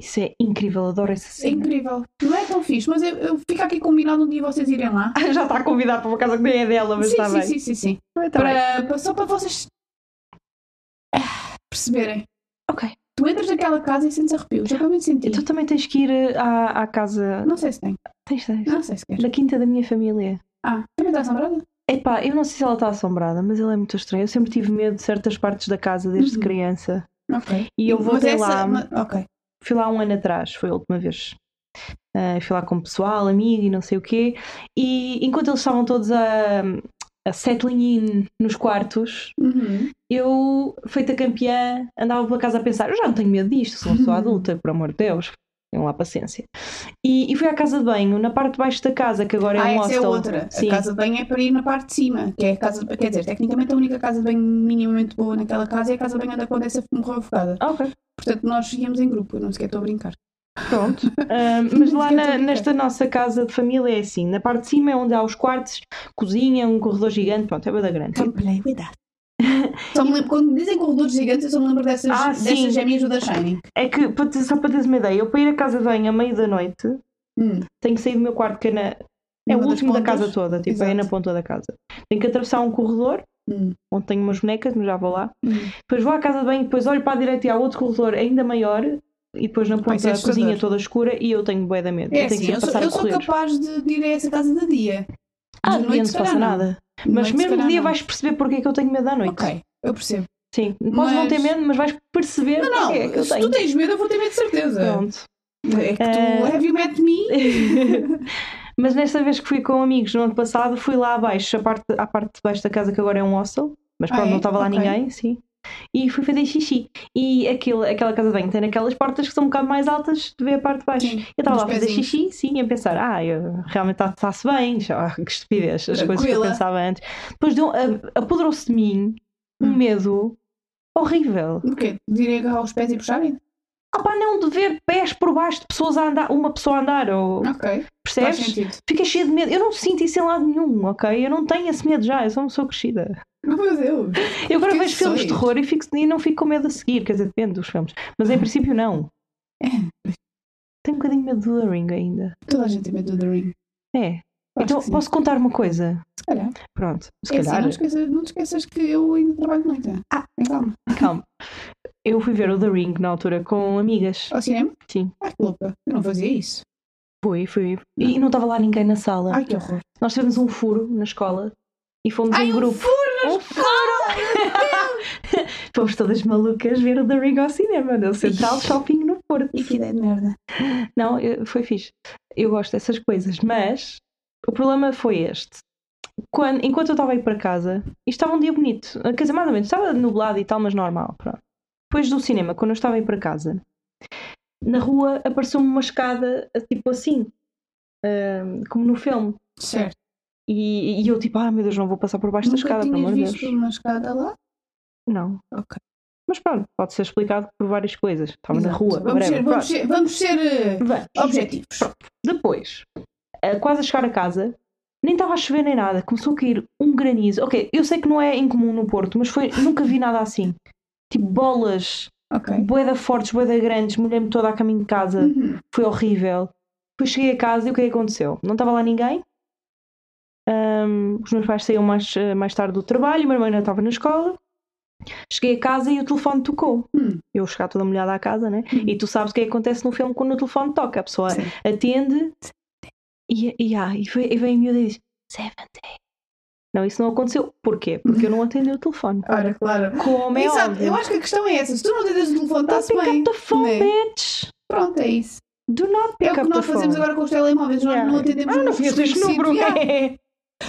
Speaker 2: Isso é incrível, adoro esse
Speaker 1: É
Speaker 2: sino.
Speaker 1: incrível. Não é tão fixe, mas eu, eu fico aqui combinado um dia vocês irem lá.
Speaker 2: Já está a convidar para uma casa que nem é dela, mas
Speaker 1: sim,
Speaker 2: está
Speaker 1: sim,
Speaker 2: bem. Então é
Speaker 1: sim, sim, sim.
Speaker 2: Está bem.
Speaker 1: Para- para- só para vocês ah, perceberem.
Speaker 2: Ok.
Speaker 1: Tu entras naquela casa e sentes arrepios. Eu também senti.
Speaker 2: Então também tens que ir eh, à, à casa.
Speaker 1: Não sei se tem.
Speaker 2: Tens, tens.
Speaker 1: Não sei se quer.
Speaker 2: Da quinta da minha família.
Speaker 1: Ah, também está assombrada?
Speaker 2: Epá, eu não sei se ela está assombrada, mas ela é muito estranha. Eu sempre tive medo de certas partes da casa desde
Speaker 1: Uhum.
Speaker 2: criança.
Speaker 1: Ok.
Speaker 2: E eu vou
Speaker 1: Mas
Speaker 2: até
Speaker 1: essa-
Speaker 2: lá.
Speaker 1: ma- Ok.
Speaker 2: Fui lá um ano atrás, foi a última vez. Ah, fui lá com o pessoal, amigo e não sei o quê. E enquanto eles estavam todos a, a settling in nos quartos,
Speaker 1: Uhum.
Speaker 2: eu, feita campeã, andava pela casa a pensar: eu já não tenho medo disto, sou uma pessoa adulta, por amor de Deus. Tenham lá paciência. E, e fui à casa de banho, na parte de baixo da casa, que agora é
Speaker 1: Ah,
Speaker 2: um
Speaker 1: essa é
Speaker 2: hostel.
Speaker 1: outra.
Speaker 2: Sim.
Speaker 1: A casa de banho é para ir na parte de cima, que é a casa de... Quer dizer, tecnicamente a única casa de banho minimamente boa naquela casa é a casa de banho onde acontece a morreu afogada.
Speaker 2: Ah, Ok,
Speaker 1: Portanto, nós íamos em grupo, eu não sequer estou a brincar.
Speaker 2: pronto. Ah, mas lá
Speaker 1: Fiquei toda
Speaker 2: na-
Speaker 1: brincar.
Speaker 2: nesta nossa casa de família é assim: na parte de cima é onde há os quartos, cozinha, um corredor gigante, pronto, é bada grande.
Speaker 1: Don't play with that. Só me lembro, quando dizem corredores gigantes, eu só me lembro dessas,
Speaker 2: Ah, sim.
Speaker 1: dessas gêmeas do The Shining.
Speaker 2: É que, para te- só para teres uma ideia, eu para ir à casa de banho a meio da noite,
Speaker 1: Hum.
Speaker 2: tenho que sair do meu quarto, que é, na, é
Speaker 1: Uma
Speaker 2: o
Speaker 1: das
Speaker 2: último da
Speaker 1: pontas.
Speaker 2: casa toda, tipo, é na
Speaker 1: Exato.
Speaker 2: ponta da casa. Tenho que atravessar um corredor,
Speaker 1: Hum.
Speaker 2: onde tenho umas bonecas, mas já vou lá.
Speaker 1: Hum.
Speaker 2: Depois vou à casa de banho, depois olho para a direita e há outro corredor ainda maior, e depois na ponta
Speaker 1: isso é
Speaker 2: da
Speaker 1: assustador.
Speaker 2: cozinha toda escura, e eu tenho bué da medo.
Speaker 1: É
Speaker 2: eu tenho
Speaker 1: assim,
Speaker 2: que
Speaker 1: eu
Speaker 2: sempre
Speaker 1: sou,
Speaker 2: passar
Speaker 1: eu sou
Speaker 2: corredores.
Speaker 1: capaz de, de ir a essa casa de dia.
Speaker 2: Ah,
Speaker 1: de
Speaker 2: de dia não
Speaker 1: noite,
Speaker 2: se
Speaker 1: se
Speaker 2: passa
Speaker 1: calhar, não.
Speaker 2: nada. Mas
Speaker 1: de noite, se
Speaker 2: mesmo de
Speaker 1: calhar,
Speaker 2: dia
Speaker 1: não.
Speaker 2: vais perceber porque é que eu tenho medo à noite.
Speaker 1: Ok, eu percebo.
Speaker 2: Sim, podes não ter
Speaker 1: Mas-
Speaker 2: medo, mas vais perceber
Speaker 1: Não,
Speaker 2: porque é que
Speaker 1: não,
Speaker 2: eu
Speaker 1: se tu
Speaker 2: tenho.
Speaker 1: tens medo, eu vou ter medo de certeza.
Speaker 2: Pronto.
Speaker 1: É que tu,
Speaker 2: Eh,
Speaker 1: have you met me?
Speaker 2: Mas nesta vez que fui com amigos no ano passado, fui lá abaixo, à parte, à parte de baixo da casa que agora é um hostel, mas
Speaker 1: Ah,
Speaker 2: pronto,
Speaker 1: é?
Speaker 2: não estava lá
Speaker 1: Ok.
Speaker 2: ninguém, sim. E fui fazer xixi. E aquele, aquela casa de banho tem aquelas portas que são um bocado mais altas de ver a parte de baixo.
Speaker 1: Sim,
Speaker 2: eu estava lá a
Speaker 1: dos
Speaker 2: fazer
Speaker 1: pezinhos.
Speaker 2: xixi, sim, e a pensar, ah, eu, realmente está- está-se bem, já, ah, que estupidez, as coisas que eu
Speaker 1: Tranquila.
Speaker 2: pensava antes. Depois deu- a- apoderou-se de mim um
Speaker 1: Hum.
Speaker 2: medo horrível.
Speaker 1: O quê? De ir agarrar os pés e puxarem?
Speaker 2: Ah pá, não de ver pés por baixo de pessoas a andar, uma pessoa a andar, ou
Speaker 1: Ok, Ah, faz
Speaker 2: percebes?
Speaker 1: sentido.
Speaker 2: Fica cheia de medo. Eu não sinto isso em lado nenhum, ok? Eu não tenho esse medo já, eu sou uma pessoa crescida.
Speaker 1: Oh, meu Deus.
Speaker 2: Eu agora
Speaker 1: Que
Speaker 2: vejo filmes de
Speaker 1: sonhos.
Speaker 2: terror e, fico, e não fico com medo a seguir, quer dizer, depende dos filmes. Mas
Speaker 1: Ah.
Speaker 2: em princípio não.
Speaker 1: É,
Speaker 2: Tenho um bocadinho de medo do The Ring ainda.
Speaker 1: Toda a gente tem medo do The Ring.
Speaker 2: É.
Speaker 1: Acho
Speaker 2: então
Speaker 1: que sim.
Speaker 2: posso contar uma coisa?
Speaker 1: Se calhar.
Speaker 2: Pronto, se
Speaker 1: É assim,
Speaker 2: calhar.
Speaker 1: não, te esqueças, não te esqueças que eu ainda trabalho de noite. Ah, calma.
Speaker 2: Calma. Eu fui ver o The Ring na altura com amigas.
Speaker 1: Ao cinema?
Speaker 2: Sim.
Speaker 1: Ai, que louca. Eu não fazia isso.
Speaker 2: Fui, fui. E não estava lá ninguém na sala.
Speaker 1: Ai, que horror.
Speaker 2: Nós tivemos um furo na escola e fomos
Speaker 1: Ai,
Speaker 2: em
Speaker 1: eu
Speaker 2: grupo.
Speaker 1: furo!
Speaker 2: Um furo! Fomos todas malucas ver o The Ring ao cinema, no Central Shopping no Porto.
Speaker 1: E que ideia de merda.
Speaker 2: Não, eu- foi fixe. Eu gosto dessas coisas, mas o problema foi este. Quando- enquanto eu estava a ir para casa, e estava um dia bonito, quer dizer, mais ou menos, estava nublado e tal, mas normal. Pronto. Depois do cinema, quando eu estava a ir para casa, na rua apareceu-me uma escada tipo assim, ahm, como no filme.
Speaker 1: Certo.
Speaker 2: E, e eu tipo, ah meu Deus, não vou passar por baixo
Speaker 1: Nunca
Speaker 2: da escada, pelo
Speaker 1: tinhas
Speaker 2: amor de
Speaker 1: visto
Speaker 2: Deus.
Speaker 1: uma escada lá?
Speaker 2: Não.
Speaker 1: Ok.
Speaker 2: Mas pronto, pode ser explicado por várias coisas. Estava na
Speaker 1: Exato.
Speaker 2: rua,
Speaker 1: Vamos
Speaker 2: whatever,
Speaker 1: ser, vamos
Speaker 2: pronto.
Speaker 1: ser, vamos ser eh,
Speaker 2: Vamos.
Speaker 1: objetivos.
Speaker 2: Depois, eh, quase a chegar a casa, nem estava a chover nem nada, começou a cair um granizo. Ok, eu sei que não é incomum no Porto, mas foi, nunca vi nada assim. Tipo bolas,
Speaker 1: Ok.
Speaker 2: boeda fortes, boeda grandes, mulher-me toda a caminho de casa,
Speaker 1: Uhum.
Speaker 2: foi horrível. Depois cheguei a casa e o que é que aconteceu? Não estava lá ninguém. Ahm, os meus pais saíram mais, eh, mais tarde do trabalho, o meu irmão ainda estava na escola. Cheguei a casa e o telefone tocou.
Speaker 1: Hum.
Speaker 2: Eu chegar toda molhada à casa, né?
Speaker 1: Hum.
Speaker 2: E tu sabes o que é que acontece no filme quando o telefone toca. A pessoa
Speaker 1: Sim.
Speaker 2: atende e, e, ah, e vem, e vem a miúda e diz 70. Não, isso não aconteceu. Porquê? Porque eu não atendi o telefone.
Speaker 1: Ora, claro.
Speaker 2: Como é
Speaker 1: Ah, Exato,
Speaker 2: óbvio.
Speaker 1: eu acho que a questão é essa. Se tu não tentas o telefone,
Speaker 2: Don't
Speaker 1: está-se
Speaker 2: pick
Speaker 1: bem.
Speaker 2: up the phone,
Speaker 1: né?
Speaker 2: bitch.
Speaker 1: Pronto, é isso.
Speaker 2: Do not pick
Speaker 1: É o que
Speaker 2: up
Speaker 1: nós
Speaker 2: the
Speaker 1: fazemos
Speaker 2: phone.
Speaker 1: agora com os telemóveis. Nós
Speaker 2: Yeah.
Speaker 1: não atendemos
Speaker 2: Ah,
Speaker 1: o
Speaker 2: não
Speaker 1: nosso
Speaker 2: conheço este número.
Speaker 1: Yeah.
Speaker 2: é.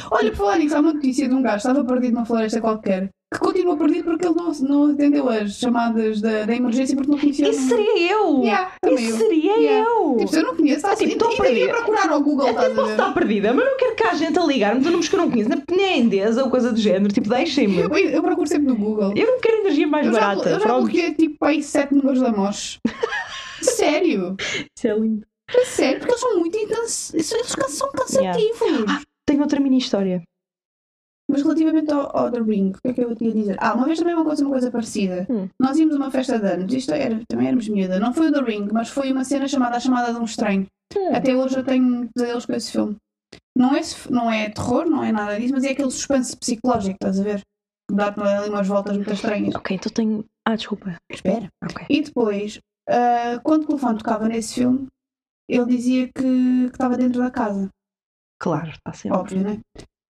Speaker 1: Olha, por falar nisso, há uma notícia de um gajo que estava perdido numa floresta qualquer que continua perdido porque ele não, não atendeu as chamadas da, da emergência porque não conhecia. o
Speaker 2: Isso
Speaker 1: número.
Speaker 2: seria eu!
Speaker 1: Yeah, também
Speaker 2: Isso
Speaker 1: eu.
Speaker 2: seria
Speaker 1: Yeah.
Speaker 2: eu!
Speaker 1: Tipo, se eu não conheço, está assim.
Speaker 2: tipo, estou
Speaker 1: Ainda iria
Speaker 2: perdida.
Speaker 1: procurar ao Google,
Speaker 2: Até
Speaker 1: estás a
Speaker 2: posso
Speaker 1: ver?
Speaker 2: estar perdida, mas não quero que há gente a ligar-me de números que eu não conheço, nem endesa ou coisa do género. Tipo, deixem-me.
Speaker 1: Eu, eu procuro sempre no Google.
Speaker 2: Eu não quero energia mais
Speaker 1: eu já,
Speaker 2: barata.
Speaker 1: eu já
Speaker 2: Pronto.
Speaker 1: bloqueei tipo aí sete números da MOS. Sério?
Speaker 2: Isso é lindo.
Speaker 1: É Sério? Porque eles são muito incansativos. Eles can- são cansativos.
Speaker 2: Tenho outra mini história.
Speaker 1: Mas relativamente ao, ao The Ring, o que é que eu tinha a dizer? Ah, uma vez também uma coisa, uma coisa parecida.
Speaker 2: Hum.
Speaker 1: Nós íamos a uma festa de anos, isto era, também éramos miúda. Não foi o The Ring, mas foi uma cena chamada A Chamada de um Estranho.
Speaker 2: É.
Speaker 1: Até hoje eu tenho pesadelos com esse filme. Não é, se- não é terror, não é nada disso, mas é aquele suspense psicológico, estás a ver? Que Dá-te ali umas voltas muito estranhas.
Speaker 2: Ok, então tenho. Ah, desculpa.
Speaker 1: Espera.
Speaker 2: Ok.
Speaker 1: E depois, ah, quando o telefone tocava nesse filme, ele dizia que que estava dentro da casa.
Speaker 2: Claro, tá assim, está sempre.
Speaker 1: óbvio, né?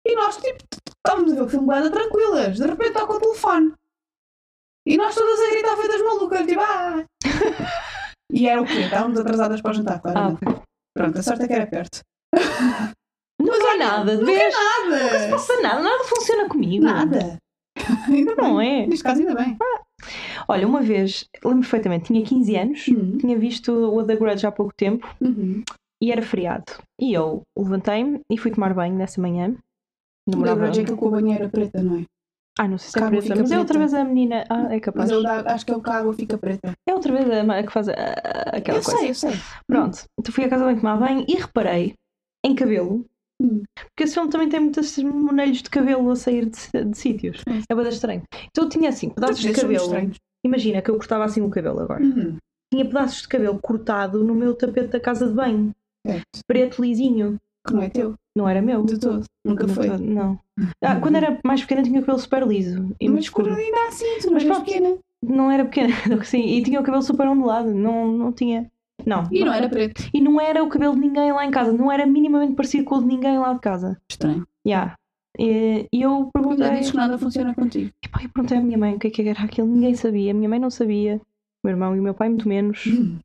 Speaker 1: E nós, tipo, estávamos a ver o filme Boeda tranquilas, de repente toca o telefone. E nós todas a gritar feitas malucas, tipo, ah! e era o quê? Estávamos atrasadas para o jantar, claro. né?
Speaker 2: Ah, ok.
Speaker 1: Pronto, a sorte é que era perto.
Speaker 2: Nunca
Speaker 1: olha,
Speaker 2: nada, vês?
Speaker 1: Nada!
Speaker 2: Passa nada, nada funciona comigo.
Speaker 1: Nada! ainda bem.
Speaker 2: Não é?
Speaker 1: Neste caso, ainda bem.
Speaker 2: Olha, uma vez, lembro perfeitamente, tinha 15 anos,
Speaker 1: Uhum.
Speaker 2: tinha visto o The Grudge há pouco tempo
Speaker 1: Uhum.
Speaker 2: e era feriado. E eu levantei-me e fui tomar banho nessa manhã. Namorava.
Speaker 1: Lembra-te aquilo é com a banheira preta, não é?
Speaker 2: Ah, não sei se
Speaker 1: Que a
Speaker 2: é
Speaker 1: água
Speaker 2: preta,
Speaker 1: fica
Speaker 2: mas é outra
Speaker 1: preta.
Speaker 2: vez a menina. Ah, é capaz.
Speaker 1: Mas eu dá- acho que é o que a água fica preta.
Speaker 2: É outra vez a ma- que faz a- a- aquela
Speaker 1: eu
Speaker 2: coisa.
Speaker 1: sei, eu sei.
Speaker 2: Pronto, então fui à casa bem tomar banho e reparei em cabelo.
Speaker 1: Hum.
Speaker 2: Porque esse filme também tem muitos monelhos de cabelo a sair de, de sítios.
Speaker 1: Hum.
Speaker 2: É bastante estranho. Então eu tinha assim, pedaços de
Speaker 1: Vocês são muito
Speaker 2: cabelo.
Speaker 1: estranhos.
Speaker 2: Imagina que eu cortava assim o cabelo agora.
Speaker 1: Uhum.
Speaker 2: Tinha pedaços de cabelo cortado no meu tapete da casa de banho.
Speaker 1: Certo.
Speaker 2: Preto lisinho.
Speaker 1: É, Que não é teu,
Speaker 2: Não era meu.
Speaker 1: de todo. Nunca
Speaker 2: Não
Speaker 1: foi. Uhum.
Speaker 2: tô- Não. Ah, quando era mais pequena tinha o cabelo super liso e muito
Speaker 1: Mas
Speaker 2: escuro.
Speaker 1: quando ainda assim, tu não
Speaker 2: Mas
Speaker 1: eras
Speaker 2: pronto.
Speaker 1: pequena.
Speaker 2: Não era pequena, sim. E tinha o cabelo super ondulado. Não, não tinha. Não.
Speaker 1: E não era preto.
Speaker 2: E não era o cabelo de ninguém lá em casa, não era minimamente parecido com o de ninguém lá de casa.
Speaker 1: Estranho.
Speaker 2: Yeah. E, e eu
Speaker 1: Ainda
Speaker 2: perguntei,
Speaker 1: dizes que nada funciona contigo.
Speaker 2: epá, eu perguntei à minha mãe o que é que era aquilo, ninguém sabia, a minha mãe não sabia, o meu irmão e o meu pai muito menos.
Speaker 1: Uhum.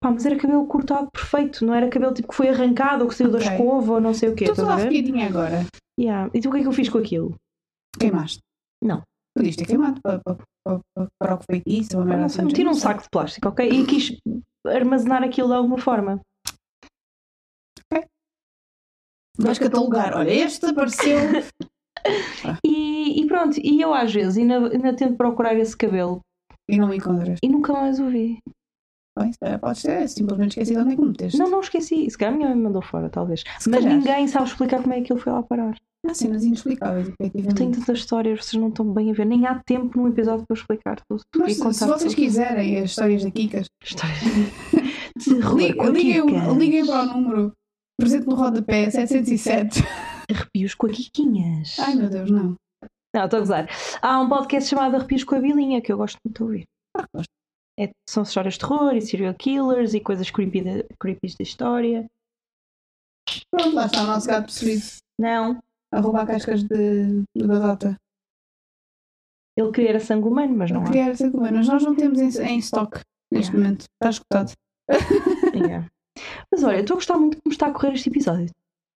Speaker 2: Pá, mas era cabelo cortado perfeito, não era cabelo tipo que foi arrancado ou que saiu da
Speaker 1: Ok. Então,
Speaker 2: escova ou não sei o quê,
Speaker 1: Estou
Speaker 2: é estás
Speaker 1: toda
Speaker 2: a ver?
Speaker 1: arrepiadinha agora.
Speaker 2: Yeah. E tu o que é que eu fiz com aquilo?
Speaker 1: Queimaste?
Speaker 2: Não.
Speaker 1: Podias ter queimado para, para, para, para, para o que foi isso. Ou assim
Speaker 2: Pá, não sei, meti num saco de plástico, ok? E quis armazenar aquilo de alguma forma.
Speaker 1: Vais catalogar. Olha, este apareceu.
Speaker 2: E, e pronto, e eu às vezes ainda, ainda tento procurar esse cabelo
Speaker 1: e não me encontras.
Speaker 2: e nunca mais o vi.
Speaker 1: Bem, é, podes ter simplesmente esquecido onde é que me meteste.
Speaker 2: Não, não esqueci. Se calhar a minha mãe me mandou fora, talvez.
Speaker 1: Se
Speaker 2: Mas
Speaker 1: calhar.
Speaker 2: ninguém sabe explicar como é que ele foi lá parar.
Speaker 1: Há cenas inexplicáveis,
Speaker 2: Eu tenho
Speaker 1: efetivamente.
Speaker 2: tantas histórias, vocês não estão bem a ver. Nem há tempo num episódio para eu explicar tudo.
Speaker 1: Mas
Speaker 2: e
Speaker 1: se,
Speaker 2: contar
Speaker 1: se vocês
Speaker 2: tudo.
Speaker 1: quiserem as histórias da Kikas,
Speaker 2: Histórias de terror
Speaker 1: li-
Speaker 2: com
Speaker 1: liguem,
Speaker 2: Kikas.
Speaker 1: liguem para o número presente no rodapé 707.
Speaker 2: Arrepios com a Kiquinhas.
Speaker 1: Ai meu Deus, não.
Speaker 2: Não, estou a gozar. Há um podcast chamado Arrepios com a Bilinha que eu gosto muito de ouvir.
Speaker 1: Ah, gosto.
Speaker 2: É- são histórias de terror e serial killers e coisas creepy da, creepies da história.
Speaker 1: Pronto, lá está o nosso gato possuído
Speaker 2: Não,
Speaker 1: a roubar cascas de, de batata.
Speaker 2: ele queria era sangue humano, mas não
Speaker 1: Não
Speaker 2: há.
Speaker 1: criar essa comida. Nós nós não temos em, em stock neste
Speaker 2: Yeah.
Speaker 1: momento. Está escutado.
Speaker 2: Yeah. é. Mas olha, eu estou a gostar muito de como está a correr este episódio.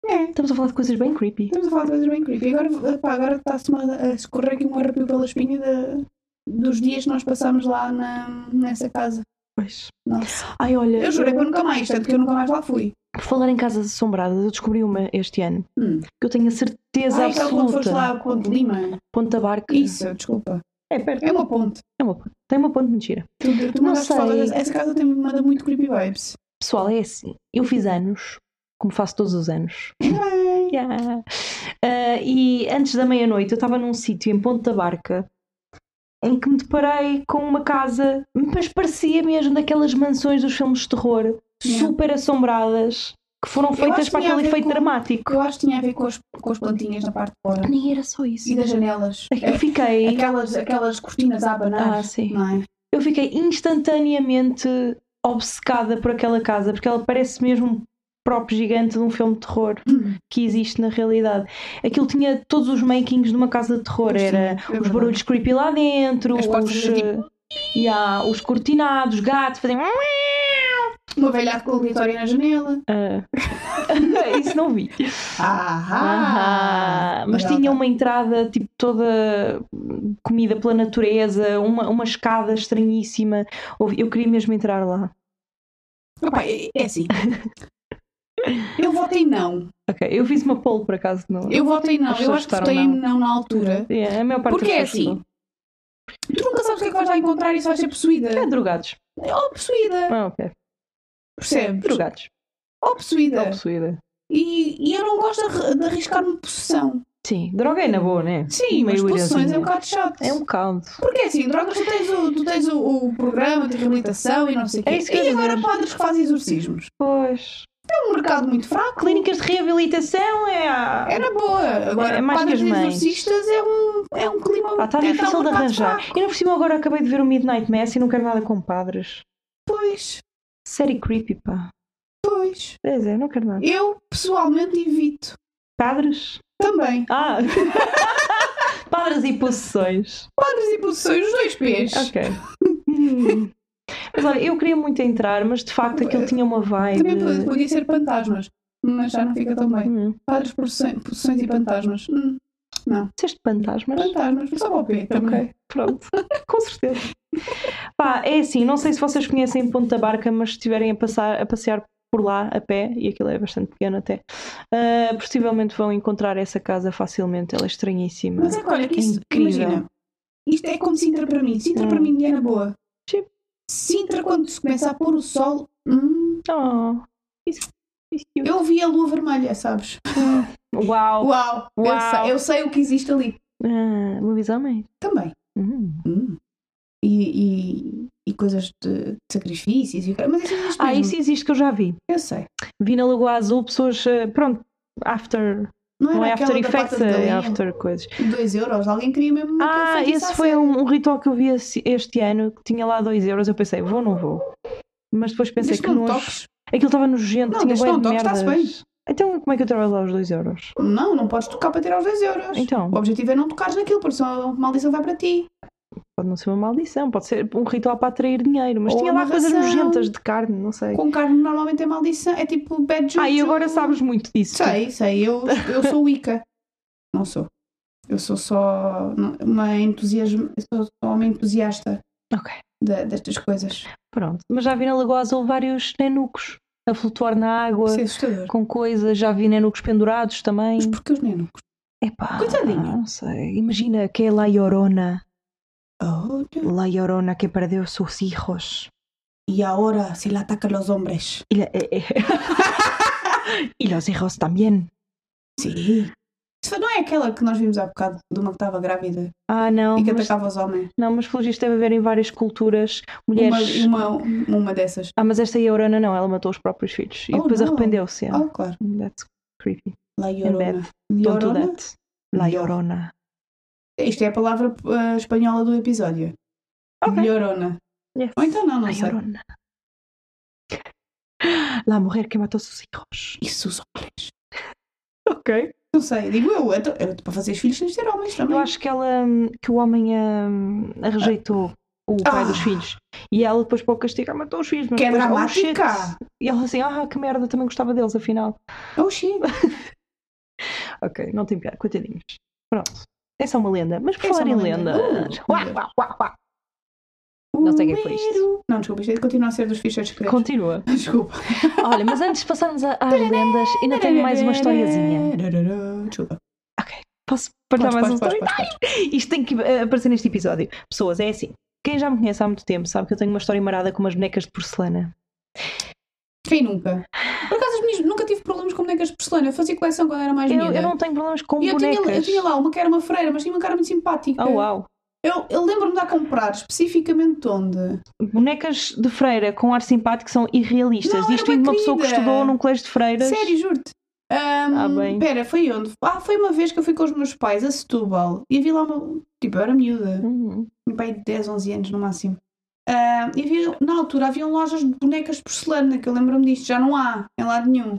Speaker 1: É.
Speaker 2: Estamos a falar de coisas bem creepy.
Speaker 1: Estamos a falar de coisas bem creepy. Agora, pá, agora está-se a escorrer aqui um arrepio pela espinha da- dos dias que nós passámos lá na, nessa casa.
Speaker 2: Pois.
Speaker 1: Nossa.
Speaker 2: Ai, olha,
Speaker 1: Eu jurei que eu nunca mais, tanto que eu nunca mais lá fui.
Speaker 2: por falar em casas assombradas, eu descobri uma este ano
Speaker 1: Hum.
Speaker 2: que eu tenho a certeza
Speaker 1: Ah, então quando foste
Speaker 2: absoluta.
Speaker 1: lá ao Ponte Lima.
Speaker 2: Ponta Barca.
Speaker 1: Isso, desculpa.
Speaker 2: É perto.
Speaker 1: É uma ponte.
Speaker 2: É uma ponte. Tem uma ponte mentira.
Speaker 1: Tu, tu
Speaker 2: Não
Speaker 1: mandaste
Speaker 2: sei.
Speaker 1: fotos. Essa casa tem, manda muito creepy vibes.
Speaker 2: Pessoal, é assim. Eu fiz anos, como faço todos os anos.
Speaker 1: Ai.
Speaker 2: Yeah. Ah, e antes da meia-noite eu estava num sítio em Ponta Barca em que me deparei com uma casa, mas parecia mesmo daquelas mansões dos filmes de terror,
Speaker 1: Yeah.
Speaker 2: super assombradas, que foram feitas
Speaker 1: acho que
Speaker 2: para
Speaker 1: tinha a
Speaker 2: aquele
Speaker 1: ver
Speaker 2: efeito
Speaker 1: com-
Speaker 2: dramático.
Speaker 1: Eu acho que tinha a ver com as, com as plantinhas na parte de fora.
Speaker 2: Nem era só isso.
Speaker 1: E das janelas. É,
Speaker 2: Eu fiquei.
Speaker 1: Aquelas, aquelas cortinas à banana.
Speaker 2: Ah, sim.
Speaker 1: Não é?
Speaker 2: Eu fiquei instantaneamente obcecada por aquela casa, porque ela parece mesmo um próprio gigante de um filme de terror
Speaker 1: Hum.
Speaker 2: que existe na realidade. Aquilo tinha todos os makings de uma casa de terror, era
Speaker 1: Sim, é
Speaker 2: os
Speaker 1: verdade.
Speaker 2: barulhos creepy lá dentro,
Speaker 1: As portas tipo
Speaker 2: os,
Speaker 1: faziam
Speaker 2: eh, yeah, os cortinados, os gatos faziam
Speaker 1: Uma velha com auditório na janela.
Speaker 2: Ah. Isso não vi.
Speaker 1: Ahá!
Speaker 2: Ah, mas tinha uma entrada tipo toda comida pela natureza, uma, uma escada estranhíssima. Houve- Eu queria mesmo entrar lá. um-
Speaker 1: Opa, é é assim. Eu votei não.
Speaker 2: Ok, eu fiz uma poll por acaso. Não.
Speaker 1: Eu votei não.
Speaker 2: As
Speaker 1: Eu
Speaker 2: pessoas
Speaker 1: acho que
Speaker 2: votaram
Speaker 1: votei em não na altura.
Speaker 2: Yeah, a maior parte
Speaker 1: Porque é
Speaker 2: das pessoas
Speaker 1: assim. Tu nunca sabes o que é que vais lá encontrar e se vais ser possuída.
Speaker 2: votam. É drogados.
Speaker 1: Ou possuída.
Speaker 2: Ah, ok.
Speaker 1: Percebes?
Speaker 2: Drogados.
Speaker 1: Ou
Speaker 2: Ou
Speaker 1: possuída.
Speaker 2: possuída.
Speaker 1: E, e eu não gosto de arri- de arriscar-me possessão.
Speaker 2: Sim, droga é na boa, né?
Speaker 1: Sim, mas
Speaker 2: Meio
Speaker 1: possessões é
Speaker 2: irazinha.
Speaker 1: um bocado chato.
Speaker 2: É um bocado.
Speaker 1: Porque assim, drogas, tu tens, o, tu tens o, o programa de reabilitação e não sei o quê.
Speaker 2: É isso que eu
Speaker 1: e
Speaker 2: ia
Speaker 1: agora
Speaker 2: dizer.
Speaker 1: padres que fazem exorcismos.
Speaker 2: Pois.
Speaker 1: É um mercado muito fraco.
Speaker 2: Clínicas de reabilitação é. a-
Speaker 1: Era boa. Agora,
Speaker 2: É mais que
Speaker 1: padres
Speaker 2: as
Speaker 1: e
Speaker 2: mães.
Speaker 1: exorcistas é um, é um clima
Speaker 2: Ah, está
Speaker 1: é, tá um
Speaker 2: difícil de
Speaker 1: mercado
Speaker 2: arranjar.
Speaker 1: fraco.
Speaker 2: E não por cima agora acabei de ver o Midnight Mass e não quero nada com padres.
Speaker 1: Pois,
Speaker 2: Série creepy, pá.
Speaker 1: pois.
Speaker 2: Pois é, não quero nada.
Speaker 1: Eu, pessoalmente, evito.
Speaker 2: Padres?
Speaker 1: Também.
Speaker 2: Ah! padres e possessões.
Speaker 1: Padres e possessões, os dois pés.
Speaker 2: Ok. Hum. mas olha, eu queria muito entrar, mas de facto aquilo tinha uma vibe.
Speaker 1: Também podia, podia ser fantasmas. Mas já não fica tão bem.
Speaker 2: Hum.
Speaker 1: Padres, possessões, possessões e fantasmas. Hum,
Speaker 2: Disseste fantasmas?
Speaker 1: fantasmas. Só para o pé também.
Speaker 2: Ok, pronto. Com certeza. Pá, é assim, não sei se vocês conhecem Ponte da Barca, mas se estiverem a, passar, a passear por lá a pé, e aquilo é bastante pequeno até, ah, possivelmente vão encontrar essa casa facilmente. Ela é estranhíssima.
Speaker 1: Mas é que olha, que isto,
Speaker 2: Incrível.
Speaker 1: imagina, isto é como Sintra para mim. Sintra
Speaker 2: Hum.
Speaker 1: para mim é na boa.
Speaker 2: Sim.
Speaker 1: Sintra, quando se começa a pôr o sol, hum,
Speaker 2: Oh, isso, isso cute.
Speaker 1: eu vi a lua vermelha, sabes?
Speaker 2: Uau!
Speaker 1: Uau! eu
Speaker 2: Uau.
Speaker 1: sei- Eu, sei, o que existe ali.
Speaker 2: Ah, lobisomem?
Speaker 1: Também.
Speaker 2: Hum.
Speaker 1: Hum. E, e- e coisas de, de sacrifícios e o que- Mas isso existe
Speaker 2: Ah,
Speaker 1: mesmo.
Speaker 2: isso existe que eu já vi.
Speaker 1: Eu sei.
Speaker 2: Vi na Lagoa Azul pessoas, ah, pronto, after.
Speaker 1: Não era
Speaker 2: Não é
Speaker 1: aquela
Speaker 2: after
Speaker 1: da pata
Speaker 2: effects,
Speaker 1: de
Speaker 2: é
Speaker 1: galinha,
Speaker 2: after coisas.
Speaker 1: de 2 euros. Alguém queria mesmo aquele
Speaker 2: Ah,
Speaker 1: feitiço
Speaker 2: esse
Speaker 1: à
Speaker 2: foi
Speaker 1: séria.
Speaker 2: um, um ritual que eu vi esse- este ano, que tinha lá 2 euros. Eu pensei, vou ou não vou? Mas depois pensei
Speaker 1: Desde
Speaker 2: que
Speaker 1: não
Speaker 2: não. é-
Speaker 1: toques.
Speaker 2: Aquilo estava nojento,
Speaker 1: Não,
Speaker 2: tinha
Speaker 1: desde que
Speaker 2: bué
Speaker 1: não
Speaker 2: de
Speaker 1: toques,
Speaker 2: merdas.
Speaker 1: está-se
Speaker 2: Então, como é que eu trabalho lá os 2 euros?
Speaker 1: Não, não podes tocar para tirar os 10 euros.
Speaker 2: Então,
Speaker 1: O objetivo é não tocares naquilo, porque senão a maldição vai para ti.
Speaker 2: pode não ser uma maldição, pode ser um ritual para atrair dinheiro, mas
Speaker 1: Ou
Speaker 2: tinha
Speaker 1: uma
Speaker 2: lá coisas
Speaker 1: ração.
Speaker 2: nojentas de carne, não sei.
Speaker 1: Com carne normalmente é maldição, é tipo bad juju.
Speaker 2: Ah, e agora sabes muito disso.
Speaker 1: Sei, sei, eu, eu sou Wicca. Não sou. Eu sou só uma entusiasma, sou só uma entusiasta
Speaker 2: Ok.
Speaker 1: de- destas coisas.
Speaker 2: Pronto, mas já vi na Lagoa Azul vários nenucos a flutuar na água
Speaker 1: Isso é assustador.
Speaker 2: com coisas, já vi nenucos pendurados também.
Speaker 1: Mas porquê os nenucos?
Speaker 2: Epá,
Speaker 1: Coitadinho.
Speaker 2: não sei. Imagina que é La Llorona,
Speaker 1: Olha.
Speaker 2: La Llorona que perdeu seus hijos.
Speaker 1: E agora se la ataca los hombres.
Speaker 2: E, la- eh, eh. E los hijos também.
Speaker 1: Sim. Isso não é aquela que nós vimos há bocado, de uma que estava grávida
Speaker 2: Ah, não,
Speaker 1: e que
Speaker 2: mas,
Speaker 1: atacava os homens?
Speaker 2: não, mas pelo visto deve haver em várias culturas
Speaker 1: Uma,
Speaker 2: mulheres.
Speaker 1: uma, uma dessas.
Speaker 2: Ah, mas esta Llorona não, ela matou os próprios filhos e
Speaker 1: Oh,
Speaker 2: depois
Speaker 1: não.
Speaker 2: arrependeu-se. yeah.
Speaker 1: Ah, claro.
Speaker 2: That's creepy.
Speaker 1: La
Speaker 2: And
Speaker 1: Llorona.
Speaker 2: Don't do
Speaker 1: Llorona?
Speaker 2: that. La Llorona.
Speaker 1: Isto é a palavra eh, espanhola do episódio.
Speaker 2: Ok.
Speaker 1: Llorona.
Speaker 2: Yes.
Speaker 1: Ou então não, não
Speaker 2: La
Speaker 1: sei.
Speaker 2: Llorona. La mujer que matou seus hijos.
Speaker 1: Isso os homens.
Speaker 2: Ok.
Speaker 1: Não sei, digo eu. Então, eu para fazer os filhos tens de ter homens também.
Speaker 2: Eu acho que ela hum, que o homem hum, a, rejeitou o pai
Speaker 1: Ah.
Speaker 2: dos filhos. E ela depois para o castigar matou os filhos. mas
Speaker 1: Que é
Speaker 2: depois, oh,
Speaker 1: dramática.
Speaker 2: shit. e ela assim, ah, que merda, também gostava deles, afinal.
Speaker 1: Oh, shit.
Speaker 2: Ok, não tem piada, coitadinhos. Pronto. É só uma lenda. Mas por
Speaker 1: É só
Speaker 2: falar em
Speaker 1: uma lenda.
Speaker 2: lendas.
Speaker 1: Uh,
Speaker 2: Uá, uá, uá, uá. Não sei o que é que foi isto.
Speaker 1: Não, desculpa, isto continua a ser dos fichas secretos.
Speaker 2: Continua.
Speaker 1: Desculpa.
Speaker 2: Olha, mas antes de passarmos a- às lendas, ainda tenho mais uma historiazinha.
Speaker 1: Desculpa.
Speaker 2: Posso partilhar mais
Speaker 1: Podes,
Speaker 2: uma
Speaker 1: podes,
Speaker 2: história?
Speaker 1: podes, podes,
Speaker 2: Isto tem que eh, aparecer neste episódio. Pessoas, é assim. Quem já me conhece há muito tempo sabe que eu tenho uma história marada com umas bonecas de porcelana.
Speaker 1: podes. Quem nunca? Por acaso, as minhas- nunca tive problemas com bonecas de porcelana. Eu fazia coleção quando era mais
Speaker 2: Eu,
Speaker 1: miúda.
Speaker 2: eu não tenho problemas com
Speaker 1: E eu tinha,
Speaker 2: bonecas.
Speaker 1: eu tinha lá uma que era uma freira, mas tinha uma cara muito simpática.
Speaker 2: Oh, uau.
Speaker 1: Eu, eu lembro-me de a comprar, especificamente onde?
Speaker 2: Bonecas de freira com ar simpático são irrealistas.
Speaker 1: Não,
Speaker 2: Isto
Speaker 1: era
Speaker 2: vem de
Speaker 1: uma
Speaker 2: uma pessoa que
Speaker 1: querida.
Speaker 2: estudou num colégio de freiras.
Speaker 1: Sério, juro-te.
Speaker 2: Ah, bem.
Speaker 1: Espera, foi onde? Ah, foi uma vez que eu fui com os meus pais a Setúbal e havia lá uma. Tipo, eu era miúda,
Speaker 2: Hum,
Speaker 1: meu pai de 10, 11 anos no máximo. Ah, e havia, na altura haviam lojas de bonecas de porcelana, que eu lembro-me disto, já não há em lado nenhum.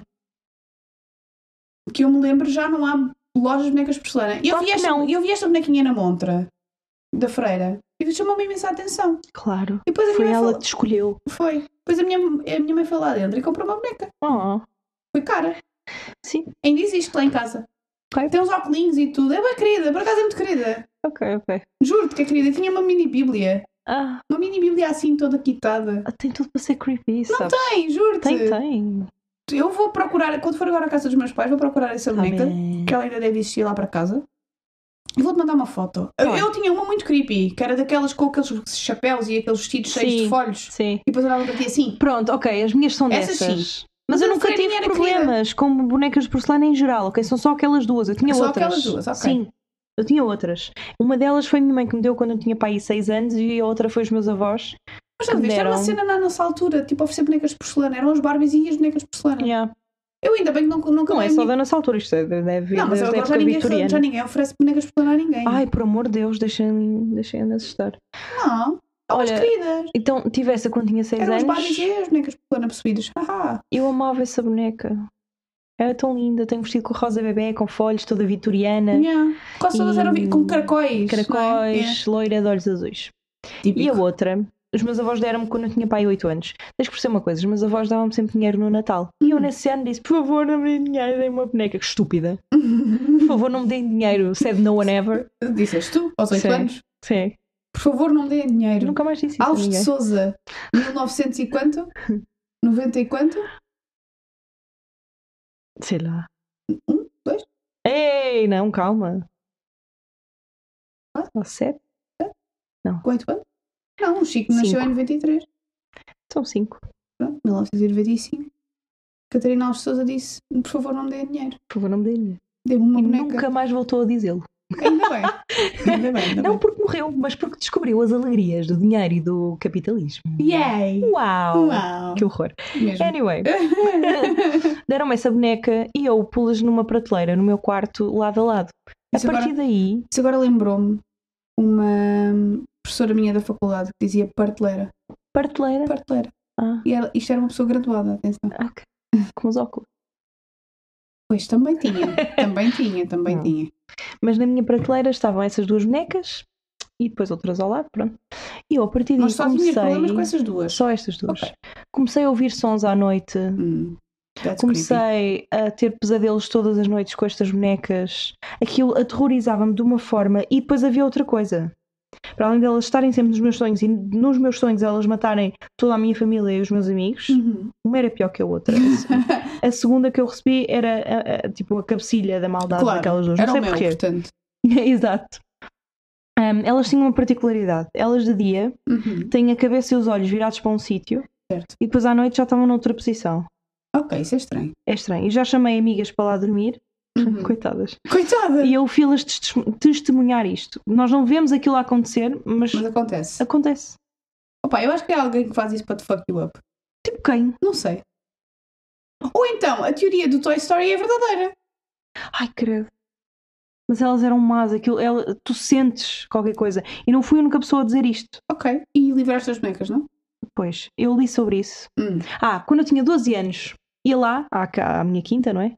Speaker 1: Que eu me lembro, já não há lojas de bonecas de porcelana. E eu,
Speaker 2: Claro
Speaker 1: vi
Speaker 2: que
Speaker 1: esta,
Speaker 2: não.
Speaker 1: eu vi esta bonequinha na montra, da freira, e chamou-me imensa atenção.
Speaker 2: claro.
Speaker 1: E depois a
Speaker 2: Foi
Speaker 1: minha mãe
Speaker 2: ela
Speaker 1: falou-
Speaker 2: que te escolheu.
Speaker 1: Foi. Depois a minha, a minha mãe foi lá dentro e comprou uma boneca.
Speaker 2: Oh,
Speaker 1: Foi cara.
Speaker 2: sim,
Speaker 1: Ainda existe lá em casa.
Speaker 2: Ok.
Speaker 1: Tem uns óculos e tudo. É bem querida, por acaso é muito querida.
Speaker 2: ok, ok.
Speaker 1: Juro-te que é querida. Tinha uma mini bíblia.
Speaker 2: Ah,
Speaker 1: Uma mini bíblia assim toda quitada.
Speaker 2: tem tudo para ser creepy,
Speaker 1: Não
Speaker 2: sabes?
Speaker 1: Tem, juro-te.
Speaker 2: Tem, tem.
Speaker 1: Eu vou procurar, quando for agora à casa dos meus pais, vou procurar essa
Speaker 2: Tá
Speaker 1: boneca.
Speaker 2: bem.
Speaker 1: que ela ainda deve existir lá para casa. E vou-te mandar uma foto. Eu,
Speaker 2: Tá.
Speaker 1: eu tinha uma muito creepy, que era daquelas com aqueles chapéus e aqueles vestidos cheios
Speaker 2: Sim.
Speaker 1: de folhos.
Speaker 2: Sim.
Speaker 1: E depois andava para ti assim.
Speaker 2: Pronto, ok, as minhas são
Speaker 1: Essas sim.
Speaker 2: dessas.
Speaker 1: Mas
Speaker 2: Mas, eu
Speaker 1: a
Speaker 2: nunca
Speaker 1: Freirinha
Speaker 2: tive
Speaker 1: era querida.
Speaker 2: problemas com bonecas de porcelana em geral, ok? São só aquelas duas, eu tinha
Speaker 1: Só
Speaker 2: outras.
Speaker 1: aquelas duas, ok.
Speaker 2: Sim, eu tinha outras. Uma delas foi a minha mãe que me deu quando eu tinha pai 6 anos e a outra foi os meus avós.
Speaker 1: Mas já
Speaker 2: Que
Speaker 1: viste, era uma
Speaker 2: deram.
Speaker 1: cena na nossa altura, tipo oferecer bonecas de porcelana. Eram as Barbies e as bonecas de porcelana.
Speaker 2: Yeah.
Speaker 1: Eu ainda bem que nunca, nunca
Speaker 2: Não é
Speaker 1: dei a
Speaker 2: só
Speaker 1: minha-
Speaker 2: da nossa altura, isto é, deve vir
Speaker 1: Não, mas
Speaker 2: desde a
Speaker 1: agora já
Speaker 2: época
Speaker 1: ninguém,
Speaker 2: vitoriana.
Speaker 1: já ninguém oferece bonecas de porcelana a ninguém.
Speaker 2: Ai, por amor de Deus, deixem-me deixem assustar.
Speaker 1: Não. Há umas
Speaker 2: Olha,
Speaker 1: queridas.
Speaker 2: Então, tive essa quando tinha 6
Speaker 1: Eram as
Speaker 2: anos.
Speaker 1: Barbies e as bonecas de porcelana possuídas. Haha.
Speaker 2: Eu amava essa boneca. Era tão linda, tenho vestido com rosa bebê, com folhos, toda vitoriana,
Speaker 1: Yeah. Quase todas
Speaker 2: É. E-
Speaker 1: eram vi- com caracóis. não é?
Speaker 2: caracóis, loira de olhos azuis.
Speaker 1: Yeah.
Speaker 2: E a
Speaker 1: Típico.
Speaker 2: outra, os meus avós deram-me quando eu tinha pai 8 anos. Deixa por ser uma coisa, os meus avós davam-me sempre dinheiro no Natal. E eu
Speaker 1: Hum.
Speaker 2: nesse ano disse, por favor, não me deem dinheiro, dei uma boneca. Que estúpida. Por favor, não me deem dinheiro. Said no one ever.
Speaker 1: Disseste tu, aos 8
Speaker 2: Sim.
Speaker 1: anos.
Speaker 2: Sim.
Speaker 1: Por favor, não me deem dinheiro.
Speaker 2: Nunca mais disse isso a
Speaker 1: Alves de
Speaker 2: ninguém.
Speaker 1: Souza, 1900 e quanto? 90 e quanto?
Speaker 2: Sei lá.
Speaker 1: Um, dois?
Speaker 2: Ei, não, calma.
Speaker 1: Ah?
Speaker 2: Ou sete?
Speaker 1: Quanto quanto? Não, o Chico nasceu
Speaker 2: Cinco.
Speaker 1: em 93.
Speaker 2: São cinco.
Speaker 1: Pronto, 1995. Catarina Alves de Souza disse: por favor, não me deem dinheiro.
Speaker 2: Por favor, não me deem dinheiro.
Speaker 1: Dê-me uma
Speaker 2: E
Speaker 1: boneca.
Speaker 2: nunca mais voltou a dizê-lo.
Speaker 1: Ainda bem. Ainda Tá bem, ainda
Speaker 2: Não porque morreu, mas porque descobriu as alegrias do dinheiro e do capitalismo.
Speaker 1: bem. Yay!
Speaker 2: Uau!
Speaker 1: é. Uau!
Speaker 2: Que É, horror.
Speaker 1: Mesmo.
Speaker 2: Anyway, deram-me essa boneca e eu pulas numa prateleira no meu quarto, lado a lado. A
Speaker 1: Isso agora-
Speaker 2: partir daí,
Speaker 1: Isso agora lembrou-me uma professora minha da faculdade que dizia parteleira.
Speaker 2: prateleira.
Speaker 1: Parteleira.
Speaker 2: Ah,
Speaker 1: E ela, isto era uma pessoa graduada, atenção.
Speaker 2: ok. Com os óculos.
Speaker 1: Pois também tinha, também tinha, também
Speaker 2: Não.
Speaker 1: tinha.
Speaker 2: Mas na minha prateleira estavam essas duas bonecas e depois outras ao lado, pronto. E eu a partir daí
Speaker 1: Nós só tínhamos problemas com
Speaker 2: comecei.
Speaker 1: essas duas.
Speaker 2: Só estas duas.
Speaker 1: Ok.
Speaker 2: Comecei a ouvir sons à noite.
Speaker 1: Hum, that's creepy.
Speaker 2: Comecei a ter pesadelos todas as noites com estas bonecas. Aquilo aterrorizava-me de uma forma. E depois havia outra coisa. Para além delas estarem sempre nos meus sonhos e nos meus sonhos elas matarem toda a minha família e os meus amigos,
Speaker 1: Uhum.
Speaker 2: uma era pior que a outra. A se- A segunda que eu recebi era a- a- tipo a cabecilha da maldade
Speaker 1: Claro,
Speaker 2: daquelas duas.
Speaker 1: Era
Speaker 2: Não
Speaker 1: o
Speaker 2: sei
Speaker 1: meu,
Speaker 2: porquê.
Speaker 1: portanto.
Speaker 2: Exato. Ahm, elas tinham uma particularidade. Elas de dia
Speaker 1: Uhum.
Speaker 2: têm a cabeça e os olhos virados para um sítio
Speaker 1: Certo.
Speaker 2: e depois à noite já estavam noutra posição.
Speaker 1: Ok, isso é estranho.
Speaker 2: É estranho. E já chamei amigas para lá dormir,
Speaker 1: Uhum.
Speaker 2: coitadas.
Speaker 1: Coitada!
Speaker 2: E eu fui-las testes- testemunhar isto. Nós não vemos aquilo a acontecer, mas
Speaker 1: Mas acontece.
Speaker 2: acontece.
Speaker 1: Opa, eu acho que é alguém que faz isso para te fuck you up.
Speaker 2: Tipo quem?
Speaker 1: Não sei. Ou então, a teoria do Toy Story é verdadeira.
Speaker 2: Ai, credo. Mas elas eram más, aquilo, ela- tu sentes qualquer coisa. E não fui a única pessoa a dizer isto.
Speaker 1: Ok. E livraste as bonecas, não?
Speaker 2: Pois, eu li sobre isso.
Speaker 1: Hum.
Speaker 2: Ah, quando eu tinha 12 anos, ia lá à, ca- à minha quinta, não é?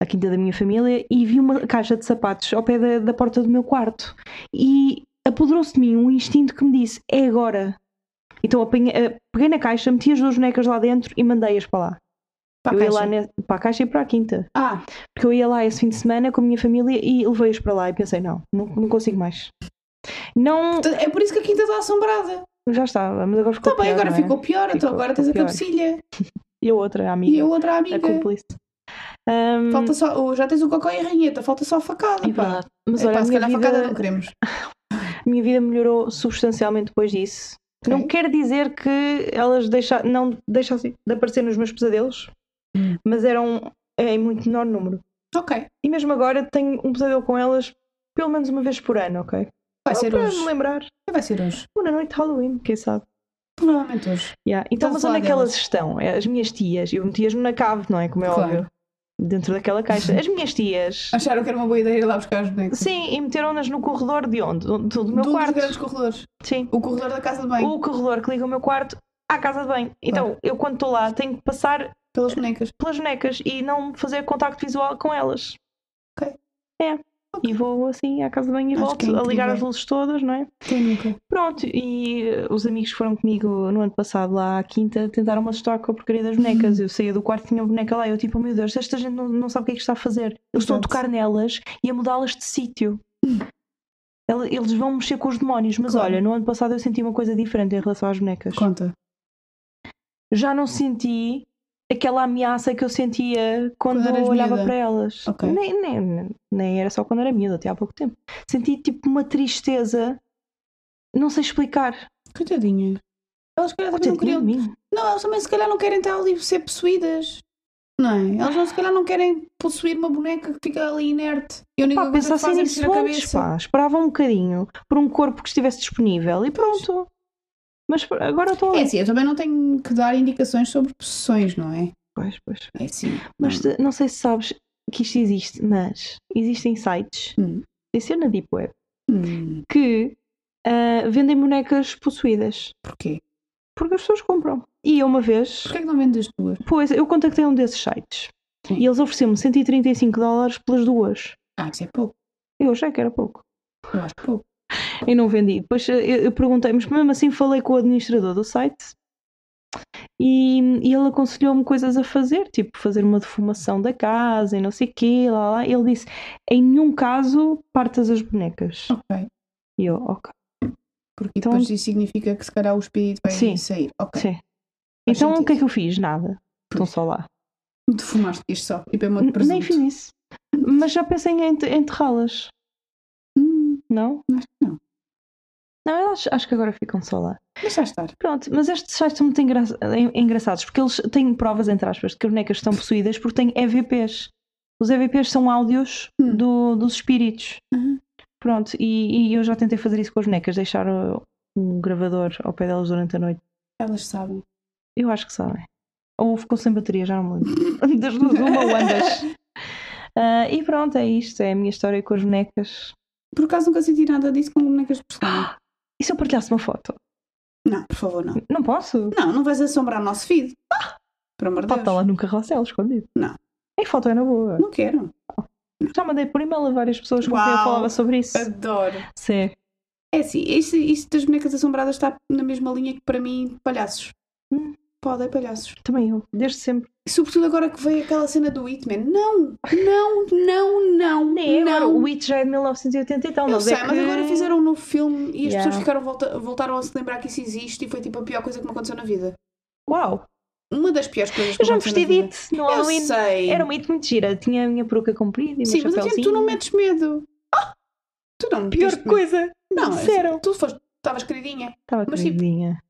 Speaker 2: A quinta da minha família, e vi uma caixa de sapatos ao pé da, da porta do meu quarto. E apoderou-se de mim um instinto que me disse: é agora. Então apanhei- eh, peguei na caixa, meti as duas bonecas lá dentro e mandei-as para lá.
Speaker 1: Para
Speaker 2: eu
Speaker 1: a
Speaker 2: ia lá
Speaker 1: caixa.
Speaker 2: ne- para a caixa e para a quinta.
Speaker 1: Ah,
Speaker 2: Porque eu ia lá esse fim de semana com a minha família e levei-os para lá. E pensei: não, não, não consigo mais. Não,
Speaker 1: portanto, é por isso que a quinta está assombrada.
Speaker 2: já estava, mas agora ficou.
Speaker 1: Está Tá bem,
Speaker 2: pior,
Speaker 1: agora
Speaker 2: não é?
Speaker 1: ficou pior. Então
Speaker 2: Ficou-
Speaker 1: agora tens a
Speaker 2: ficou pior.
Speaker 1: cabecilha
Speaker 2: E a outra, a
Speaker 1: e a
Speaker 2: amiga,
Speaker 1: outra
Speaker 2: a
Speaker 1: amiga.
Speaker 2: cúmplice. É Ahm,
Speaker 1: Falta só, oh, já tens o cocó e a ranheta, falta só a facada.
Speaker 2: É
Speaker 1: pá.
Speaker 2: verdade. Mas
Speaker 1: Epá,
Speaker 2: olha, a
Speaker 1: se
Speaker 2: minha
Speaker 1: calhar um. a facada não
Speaker 2: vida,
Speaker 1: queremos.
Speaker 2: a minha vida melhorou substancialmente depois disso.
Speaker 1: Ok.
Speaker 2: Não quer dizer que elas deixa, não deixassem de aparecer nos meus pesadelos,
Speaker 1: Hum.
Speaker 2: mas eram é em muito menor número.
Speaker 1: Ok,
Speaker 2: E mesmo agora tenho um pesadelo com elas pelo menos uma vez por ano, ok?
Speaker 1: vai
Speaker 2: Só
Speaker 1: ser
Speaker 2: para
Speaker 1: hoje.
Speaker 2: me lembrar.
Speaker 1: Vai ser hoje.
Speaker 2: Ou na noite de Halloween, quem sabe.
Speaker 1: Provavelmente hoje.
Speaker 2: Yeah. Então,
Speaker 1: Estás
Speaker 2: mas
Speaker 1: a
Speaker 2: onde
Speaker 1: falar
Speaker 2: é que elas estão? É, As minhas tias, eu meti-as na cave, não é? Como é
Speaker 1: Claro.
Speaker 2: óbvio. Dentro daquela caixa. As minhas tias.
Speaker 1: Acharam que era uma boa ideia ir lá buscar os bonecos.
Speaker 2: Sim, e meteram-nas no corredor de onde? Do, do meu
Speaker 1: de um
Speaker 2: quarto.
Speaker 1: dos grandes corredores.
Speaker 2: Sim.
Speaker 1: O corredor da casa de banho.
Speaker 2: o corredor que liga o meu quarto à casa de banho. Então, eu quando estou lá, tenho que passar
Speaker 1: Pelas bonecas.
Speaker 2: pelas bonecas e não fazer contacto visual com elas.
Speaker 1: Ok.
Speaker 2: É. E vou assim à casa de banho e
Speaker 1: Acho que é
Speaker 2: volto a ligar
Speaker 1: incrível.
Speaker 2: as luzes todas, não é?
Speaker 1: Quem nunca?
Speaker 2: Pronto, e eh, os amigos que foram comigo no ano passado lá à quinta tentaram uma história com a porcaria das
Speaker 1: Hum.
Speaker 2: bonecas. Eu saía do quarto e tinha uma boneca lá. Eu tipo, oh, meu Deus, esta gente não, não sabe o que é que está a fazer. Eles estão a
Speaker 1: Exato.
Speaker 2: tocar nelas e a mudá-las de sítio. Ela- Eles vão mexer com os demónios, mas
Speaker 1: Claro.
Speaker 2: olha, no ano passado eu senti uma coisa diferente em relação às bonecas.
Speaker 1: Conta.
Speaker 2: Já não senti aquela ameaça que eu sentia quando,
Speaker 1: Quando eras
Speaker 2: olhava
Speaker 1: miúda.
Speaker 2: para elas.
Speaker 1: Ok.
Speaker 2: Nem, nem, nem era só quando era miúda, até há pouco tempo. Senti tipo uma tristeza, não sei explicar.
Speaker 1: Coitadinhas. Elas se calhar também não
Speaker 2: Tadinha
Speaker 1: queriam.
Speaker 2: de mim.
Speaker 1: Não, elas também se calhar não querem estar ali ser possuídas. Não é? Elas não se calhar não querem possuir uma boneca que fica ali inerte. E a única
Speaker 2: Pá,
Speaker 1: coisa que
Speaker 2: pensassem
Speaker 1: fazem é mexer
Speaker 2: nisso
Speaker 1: a
Speaker 2: antes,
Speaker 1: cabeça.
Speaker 2: pá. Esperavam um bocadinho por um corpo que estivesse disponível e pronto. Mas pr- agora estão
Speaker 1: É
Speaker 2: ali.
Speaker 1: assim, eu também não tenho que dar indicações sobre possessões, não é?
Speaker 2: Pois, pois.
Speaker 1: É assim.
Speaker 2: Mas
Speaker 1: não.
Speaker 2: te- não sei se sabes que isto existe, mas existem sites,
Speaker 1: Hum.
Speaker 2: tem ser na Deep Web,
Speaker 1: Hum,
Speaker 2: que ah, vendem bonecas possuídas.
Speaker 1: porquê?
Speaker 2: Porque as pessoas compram. E eu uma vez,
Speaker 1: Porquê é que não vendes as tuas?
Speaker 2: pois, eu contactei um desses sites
Speaker 1: Sim.
Speaker 2: e eles ofereceram-me 135 dólares pelas duas.
Speaker 1: Ah, isso é pouco.
Speaker 2: Eu achei que era pouco.
Speaker 1: Eu acho pouco.
Speaker 2: E não vendi. Depois eh, eu, eu perguntei, mas mesmo assim falei com o administrador do site e, e ele aconselhou-me coisas a fazer, tipo fazer uma defumação da casa e não sei o quê, lá, lá. Ele disse, em nenhum caso partas as bonecas.
Speaker 1: Ok.
Speaker 2: E eu, ok.
Speaker 1: Porque
Speaker 2: Então-
Speaker 1: depois isso significa que se calhar o espírito vai
Speaker 2: Sim.
Speaker 1: sair. Ok.
Speaker 2: Sim. Então o
Speaker 1: sentido.
Speaker 2: que é que eu fiz? Nada. Estão só lá.
Speaker 1: Defumaste isto só. Tipo, é
Speaker 2: N-
Speaker 1: muito
Speaker 2: Nem
Speaker 1: presente.
Speaker 2: fiz isso. Mas já pensei em ent- enterrá-las,
Speaker 1: Hum,
Speaker 2: não?
Speaker 1: acho que não.
Speaker 2: Não, eu acho, acho que agora ficam só lá.
Speaker 1: Deixa estar.
Speaker 2: Pronto, mas estes sites são muito engra- en- engraçados porque eles têm provas, entre aspas, de que bonecas estão possuídas porque têm EVPs. Os EVPs são áudios
Speaker 1: Hum.
Speaker 2: do- dos espíritos.
Speaker 1: Uhum.
Speaker 2: Pronto, e, e eu já tentei fazer isso com as bonecas, deixar uh, um gravador ao pé delas durante a noite.
Speaker 1: Elas sabem.
Speaker 2: Eu acho que sabem. Ou ficou sem bateria, já não me lembro. Das duas, uma ou ambas. Ah, e pronto, é isto. É a minha história com as bonecas.
Speaker 1: Por acaso nunca senti nada disso com bonecas de personagem.
Speaker 2: E se eu partilhasse uma foto?
Speaker 1: Não, por favor, não.
Speaker 2: Não posso?
Speaker 1: Não, não vais assombrar o nosso feed. Ah, Por amor de
Speaker 2: Pode estar
Speaker 1: Deus.
Speaker 2: lá num carrossel escondido.
Speaker 1: Não.
Speaker 2: Em foto é na boa.
Speaker 1: Não quero.
Speaker 2: Já mandei por e-mail a várias pessoas com quem eu
Speaker 1: Uau. É.
Speaker 2: falava sobre isso.
Speaker 1: Adoro.
Speaker 2: Sim.
Speaker 1: É assim, isto, isto das bonecas assombradas está na mesma linha que para mim palhaços.
Speaker 2: Hum.
Speaker 1: Podem palhaços.
Speaker 2: Também eu, desde sempre.
Speaker 1: E sobretudo agora que veio aquela cena do Hitman. Não, não, não, não.
Speaker 2: Nem é
Speaker 1: não.
Speaker 2: agora, o It já é de 1980 e tal.
Speaker 1: Eu
Speaker 2: mas
Speaker 1: sei,
Speaker 2: é
Speaker 1: mas
Speaker 2: que-
Speaker 1: agora fizeram um novo filme e as
Speaker 2: Yeah.
Speaker 1: pessoas ficaram, volta- voltaram a se lembrar que isso existe e foi tipo a pior coisa que me aconteceu na vida.
Speaker 2: Uau!
Speaker 1: Uma das piores coisas que
Speaker 2: Eu já me
Speaker 1: aconteceu
Speaker 2: vesti
Speaker 1: na
Speaker 2: de
Speaker 1: vida.
Speaker 2: It no
Speaker 1: Eu
Speaker 2: Halloween.
Speaker 1: sei.
Speaker 2: Era uma It muito gira. Tinha a minha peruca comprida e o meu
Speaker 1: Sim, mas eu
Speaker 2: chapéuzinho.
Speaker 1: digo, tu não metes medo. Ah, Tu não me
Speaker 2: Pior
Speaker 1: meteste medo.
Speaker 2: coisa.
Speaker 1: Não, é assim,
Speaker 2: Não, disseram.
Speaker 1: tu foste, estavas queridinha.
Speaker 2: Estava
Speaker 1: Mas, tipo,
Speaker 2: queridinha.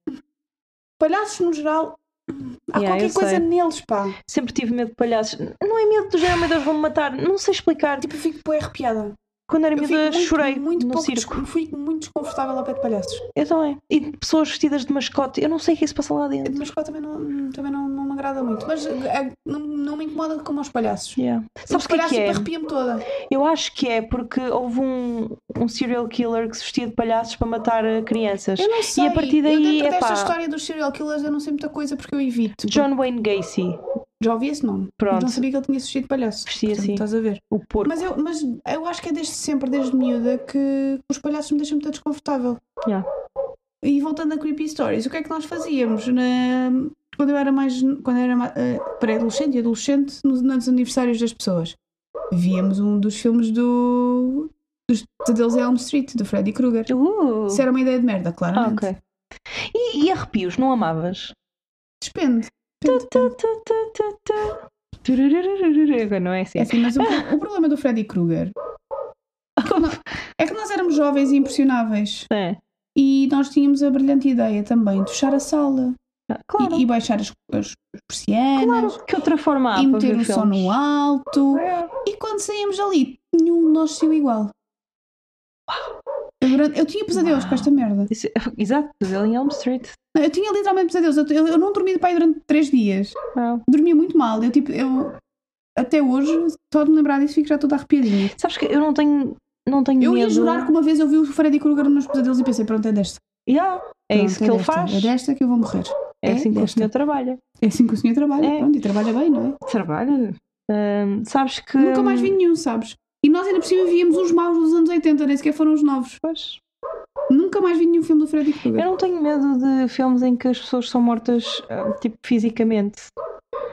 Speaker 1: Palhaços no geral, hum, há
Speaker 2: Yeah, eu
Speaker 1: qualquer coisa
Speaker 2: sei.
Speaker 1: neles, pá.
Speaker 2: Sempre tive medo de palhaços. Não é medo do género, meu Deus, vão-me matar. Não sei explicar. Tipo,
Speaker 1: Tipo, eu fico bem arrepiada.
Speaker 2: quando era
Speaker 1: Eu fico
Speaker 2: miúda,
Speaker 1: muito,
Speaker 2: chorei
Speaker 1: muito
Speaker 2: no
Speaker 1: pouco
Speaker 2: circo.
Speaker 1: des- Fico muito desconfortável ao pé de palhaços.
Speaker 2: Eu também. E de pessoas vestidas de mascote. Eu não sei o que é que se passa lá dentro.
Speaker 1: Mas pá, também, não, também não, não me agrada muito. Mas eh, não, não me incomoda como aos palhaços.
Speaker 2: Yeah. Sabes
Speaker 1: os
Speaker 2: o que é
Speaker 1: palhaços
Speaker 2: que é?
Speaker 1: tipo, arrepiam-me toda.
Speaker 2: Eu acho que é porque houve um, um serial killer que se vestia de palhaços para matar eh, crianças.
Speaker 1: Eu não sei.
Speaker 2: a partir daí,
Speaker 1: eu dentro
Speaker 2: epá.
Speaker 1: desta história dos serial killers, eu não sei muita coisa porque eu evito.
Speaker 2: John Wayne Gacy,
Speaker 1: Já ouvi esse nome.
Speaker 2: Pronto.
Speaker 1: Não sabia que ele tinha surgido de palhaço.
Speaker 2: Vestia
Speaker 1: Portanto,
Speaker 2: assim.
Speaker 1: Estás a ver.
Speaker 2: o porco.
Speaker 1: Mas eu, mas eu acho que é desde sempre, desde miúda, que os palhaços me deixam muito desconfortável.
Speaker 2: Yeah.
Speaker 1: E voltando a Creepy Stories, o que é que nós fazíamos na... quando eu era mais. quando eu era ma- eh, pré-adolescente e adolescente, nos, nos aniversários das pessoas? Víamos um dos filmes do. dos Pesadelos em Elm Street, do Freddy Krueger.
Speaker 2: Uh!
Speaker 1: Isso é era uma ideia de merda,
Speaker 2: Ah,
Speaker 1: claramente.
Speaker 2: ok. E, e arrepios, não amavas?
Speaker 1: Depende. Depende, depende.
Speaker 2: Tu, tu, tu, tu, tu. Turururururu. Agora não é assim.
Speaker 1: É assim, mas o, pro- o problema do Freddy Krueger é que nó- é que nós éramos jovens e impressionáveis.
Speaker 2: É.
Speaker 1: E nós tínhamos a brilhante ideia também de fechar a sala
Speaker 2: Ah, Claro,
Speaker 1: e, e baixar as, as persianas
Speaker 2: claro. Que outra forma há
Speaker 1: É, e
Speaker 2: Ah, para
Speaker 1: meter
Speaker 2: ver
Speaker 1: o som
Speaker 2: filmes?
Speaker 1: no alto.
Speaker 2: É.
Speaker 1: E quando saímos dali, nenhum de nós saiu igual. Eu, durante- eu tinha pesadelos
Speaker 2: Uau.
Speaker 1: com esta merda.
Speaker 2: Isso- Exato, Brazil em Elm Street.
Speaker 1: Não, Eu tinha literalmente pesadelos. Eu, eu- eu não dormi de pai durante três dias.
Speaker 2: Ah.
Speaker 1: Dormia muito mal. Eu, tipo, eu até hoje, só de me lembrar disso, fico já toda arrepiadinha.
Speaker 2: Sabes que eu não tenho, não tenho
Speaker 1: Eu
Speaker 2: medo.
Speaker 1: ia jurar que uma vez eu vi o Freddy Krueger nos pesadelos e pensei, pronto, é desta.
Speaker 2: Yeah, É
Speaker 1: Pronto,
Speaker 2: isso que ele
Speaker 1: desta.
Speaker 2: faz.
Speaker 1: É desta que eu vou morrer.
Speaker 2: É assim que o
Speaker 1: desta.
Speaker 2: senhor trabalha.
Speaker 1: É assim que o senhor trabalha,
Speaker 2: É.
Speaker 1: pronto, e trabalha bem, não é?
Speaker 2: Trabalha? Ahm, sabes que.
Speaker 1: Nunca mais vi nenhum, sabes? E nós ainda por cima víamos os maus dos anos 80, nem sequer foram os novos.
Speaker 2: Pois.
Speaker 1: Nunca mais vi nenhum filme do Freddy Krueger.
Speaker 2: Eu não tenho medo de filmes em que as pessoas são mortas, ah, tipo, fisicamente.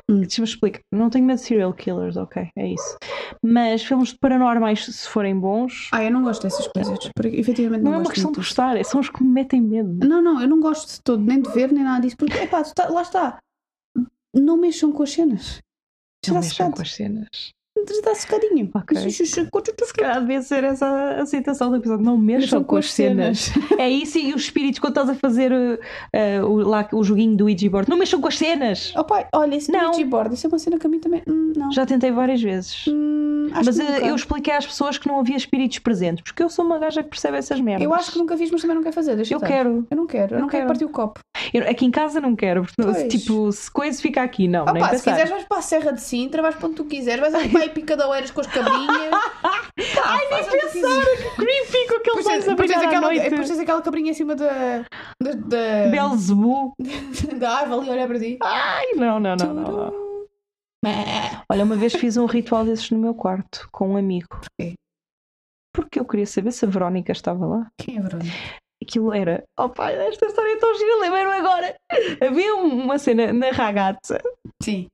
Speaker 1: Hum.
Speaker 2: Deixa-me explicar. Não tenho medo de serial killers, ok, é isso. Mas filmes de paranormais, se forem bons,
Speaker 1: Ah, eu não gosto dessas coisas. Porque, efetivamente não,
Speaker 2: não é uma
Speaker 1: gosto
Speaker 2: questão de
Speaker 1: muito.
Speaker 2: gostar, é- são os que me metem medo.
Speaker 1: Não, não, eu não gosto de todo, nem de ver, nem nada disso, porque, epá, tu tá- lá está. Não mexam com as cenas.
Speaker 2: Não
Speaker 1: Já se
Speaker 2: mexam com
Speaker 1: dá
Speaker 2: as cenas.
Speaker 1: secadinho.
Speaker 2: Ok. Então, Se calhar devia ser essa a citação do episódio. Não mexam com as cenas. É isso e os espíritos quando estás a fazer uh, uh, o, lá, o joguinho do Ouija board. Não mexam com as cenas!
Speaker 1: Opa, olha, esse
Speaker 2: Não.
Speaker 1: Ouija board, isso é uma cena que a mim também. hum, não.
Speaker 2: Já tentei várias vezes.
Speaker 1: Hum, acho
Speaker 2: mas
Speaker 1: que
Speaker 2: uh,
Speaker 1: nunca.
Speaker 2: eu expliquei às pessoas que não havia espíritos presentes, porque eu sou uma gaja que percebe essas merdas.
Speaker 1: Eu acho que nunca fiz, mas também não quero fazer. Deixa
Speaker 2: Eu
Speaker 1: estar.
Speaker 2: quero.
Speaker 1: Eu não quero, eu,
Speaker 2: Eu
Speaker 1: não quero
Speaker 2: quero.
Speaker 1: partir o copo.
Speaker 2: Eu- aqui em casa não quero, porque
Speaker 1: Pois.
Speaker 2: tipo, se coisa fica aqui, não, nem
Speaker 1: Opa, se
Speaker 2: pensar.
Speaker 1: quiseres, vais para a Serra de Sintra, vais para onde tu quiseres, vais a pai picadoueiras com as cabrinhas. Ai, nem pensar!
Speaker 2: Creepy com
Speaker 1: Depois
Speaker 2: aquele
Speaker 1: tens,
Speaker 2: mais a
Speaker 1: depois, tens
Speaker 2: brilhar à
Speaker 1: é, aquela, é.
Speaker 2: noite.
Speaker 1: depois tens aquela cabrinha em cima da. da. da,
Speaker 2: Belzebu.
Speaker 1: da árvore e olhar para ti.
Speaker 2: Ai, não, não, não, não, não. Olha, uma vez fiz um ritual desses no meu quarto com um amigo.
Speaker 1: Porquê?
Speaker 2: Porque eu queria saber se a Verónica estava lá.
Speaker 1: Quem é Bruno?
Speaker 2: aquilo era. Oh pai, esta história é tão gira, lembro-me agora. Havia um- uma cena na Ragazza,
Speaker 1: Sim.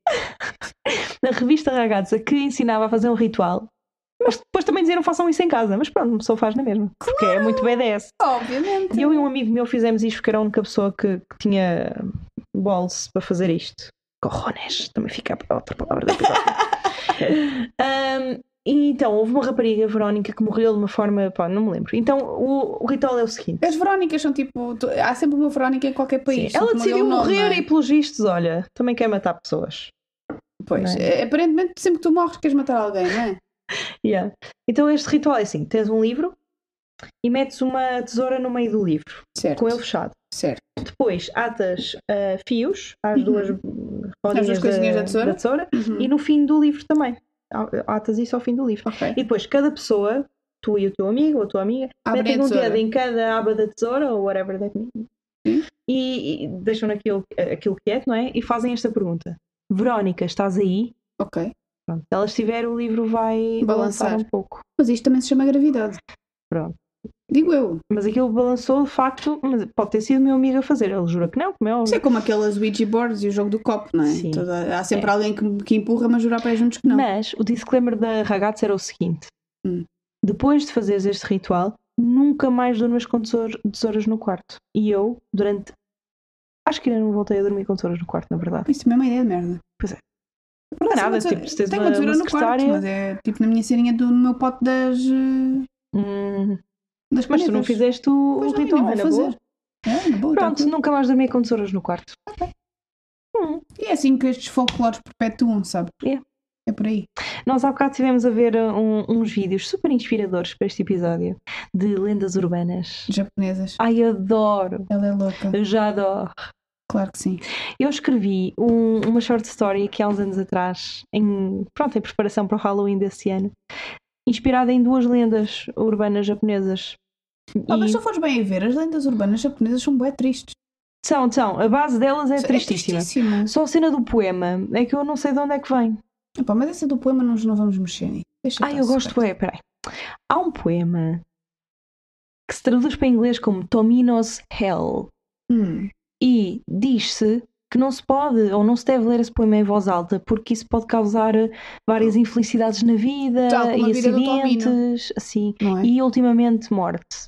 Speaker 2: na revista Ragazza, que ensinava a fazer um ritual. Mas depois também diziam façam isso em casa. Mas pronto, uma pessoa faz na mesma. Porque é muito BDS.
Speaker 1: Obviamente.
Speaker 2: E eu e um amigo meu fizemos isto porque era a única pessoa que, que tinha balls para fazer isto. Corrones, também fica a outra palavra do episódio. Ahm, e então, houve uma rapariga, Verónica, que morreu de uma forma. Pá, não me lembro. Então, o, o ritual é o seguinte.
Speaker 1: As Verónicas são tipo. tu- Há sempre uma Verónica em qualquer país.
Speaker 2: Sim, Ela
Speaker 1: só que
Speaker 2: decidiu
Speaker 1: mudou o nome,
Speaker 2: morrer
Speaker 1: não é?
Speaker 2: e, pelos vistos, olha, também quer matar pessoas.
Speaker 1: Pois.
Speaker 2: não é?
Speaker 1: eh, Aparentemente, sempre que tu morres, queres matar alguém, não é?
Speaker 2: Yeah. Então, este ritual é assim: tens um livro e metes uma tesoura no meio do livro,
Speaker 1: Certo.
Speaker 2: com ele fechado.
Speaker 1: Certo.
Speaker 2: Depois, atas ah, fios às
Speaker 1: Uhum.
Speaker 2: duas rodinhas
Speaker 1: Às duas coisinhas da tesoura.
Speaker 2: e
Speaker 1: Uhum.
Speaker 2: no fim do livro também. A- Atas isso ao fim do livro.
Speaker 1: Ok.
Speaker 2: E depois, cada pessoa, tu e o teu amigo ou a tua amiga,
Speaker 1: Abrem
Speaker 2: metem
Speaker 1: a
Speaker 2: um
Speaker 1: tesoura.
Speaker 2: dedo em cada aba da tesoura ou whatever that means.
Speaker 1: Sim.
Speaker 2: E, e deixam aquilo, aquilo quieto, não é? E fazem esta pergunta: Verónica, estás aí?
Speaker 1: Ok.
Speaker 2: Pronto, se ela estiver, o livro vai
Speaker 1: Balançar.
Speaker 2: balançar um pouco.
Speaker 1: Mas isto também se chama gravidade.
Speaker 2: Pronto.
Speaker 1: Digo eu.
Speaker 2: Mas aquilo balançou de facto, mas pode ter sido o meu amigo a fazer. Ele jura que não, como é
Speaker 1: Isso é
Speaker 2: óbvio.
Speaker 1: como aquelas Ouija boards e o jogo do copo, não é?
Speaker 2: Sim.
Speaker 1: Toda- há sempre alguém que, que empurra, mas jurar para juntos que não.
Speaker 2: Mas o disclaimer da ragazza era o seguinte:
Speaker 1: Hum.
Speaker 2: depois de fazeres este ritual, nunca mais durmas com tesouro- tesouras no quarto. E eu, durante. Acho que ainda não voltei a dormir com tesouras no quarto, na verdade.
Speaker 1: Isso também é uma ideia de merda.
Speaker 2: Pois é.
Speaker 1: Por
Speaker 2: Não é
Speaker 1: acaso,
Speaker 2: nada,
Speaker 1: uma tesoura-
Speaker 2: tipo, se tens
Speaker 1: tenho
Speaker 2: uma-
Speaker 1: uma tesoura
Speaker 2: uma
Speaker 1: no quarto,
Speaker 2: secretária-
Speaker 1: mas é tipo na minha serinha do no meu pote das, eh,
Speaker 2: Hum,
Speaker 1: das
Speaker 2: mas tu não
Speaker 1: canetas.
Speaker 2: fizeste o,
Speaker 1: Pois
Speaker 2: o
Speaker 1: não,
Speaker 2: ritual,
Speaker 1: eu não
Speaker 2: é
Speaker 1: vou
Speaker 2: na boa.
Speaker 1: fazer. É, na boa,
Speaker 2: Pronto,
Speaker 1: tranquilo.
Speaker 2: nunca mais dormi com tesouras no quarto.
Speaker 1: E é assim que estes folclores perpetuam, sabe?
Speaker 2: É.
Speaker 1: É por aí.
Speaker 2: Nós há bocado estivemos a ver uh, um- uns vídeos super inspiradores para este episódio de lendas urbanas.
Speaker 1: Japonesas.
Speaker 2: Ai, adoro!
Speaker 1: Ela é louca.
Speaker 2: Eu já adoro.
Speaker 1: Claro que sim.
Speaker 2: Eu escrevi um- uma short story aqui há uns anos atrás, em, pronto, em preparação para o Halloween desse ano, inspirada em duas lendas urbanas japonesas.
Speaker 1: Ah, mas
Speaker 2: E
Speaker 1: se tu fores bem a ver, as lendas urbanas japonesas são bué tristes.
Speaker 2: são, são, a base delas é tristíssima.
Speaker 1: tristíssima.
Speaker 2: Só a cena do poema é que eu não sei de onde é que vem.
Speaker 1: Epá, mas essa do poema nós não vamos mexer nisso. Deixa
Speaker 2: Ai,
Speaker 1: estar,
Speaker 2: eu gosto,
Speaker 1: super.
Speaker 2: é, peraí. Há um poema que se traduz para inglês como Tomino's Hell
Speaker 1: Hum.
Speaker 2: e diz-se que não se pode ou não se deve ler esse poema em voz alta porque isso pode causar eh, várias infelicidades na vida
Speaker 1: Tal como a
Speaker 2: e
Speaker 1: vida do
Speaker 2: acidentes, assim,
Speaker 1: Não é?
Speaker 2: e ultimamente morte.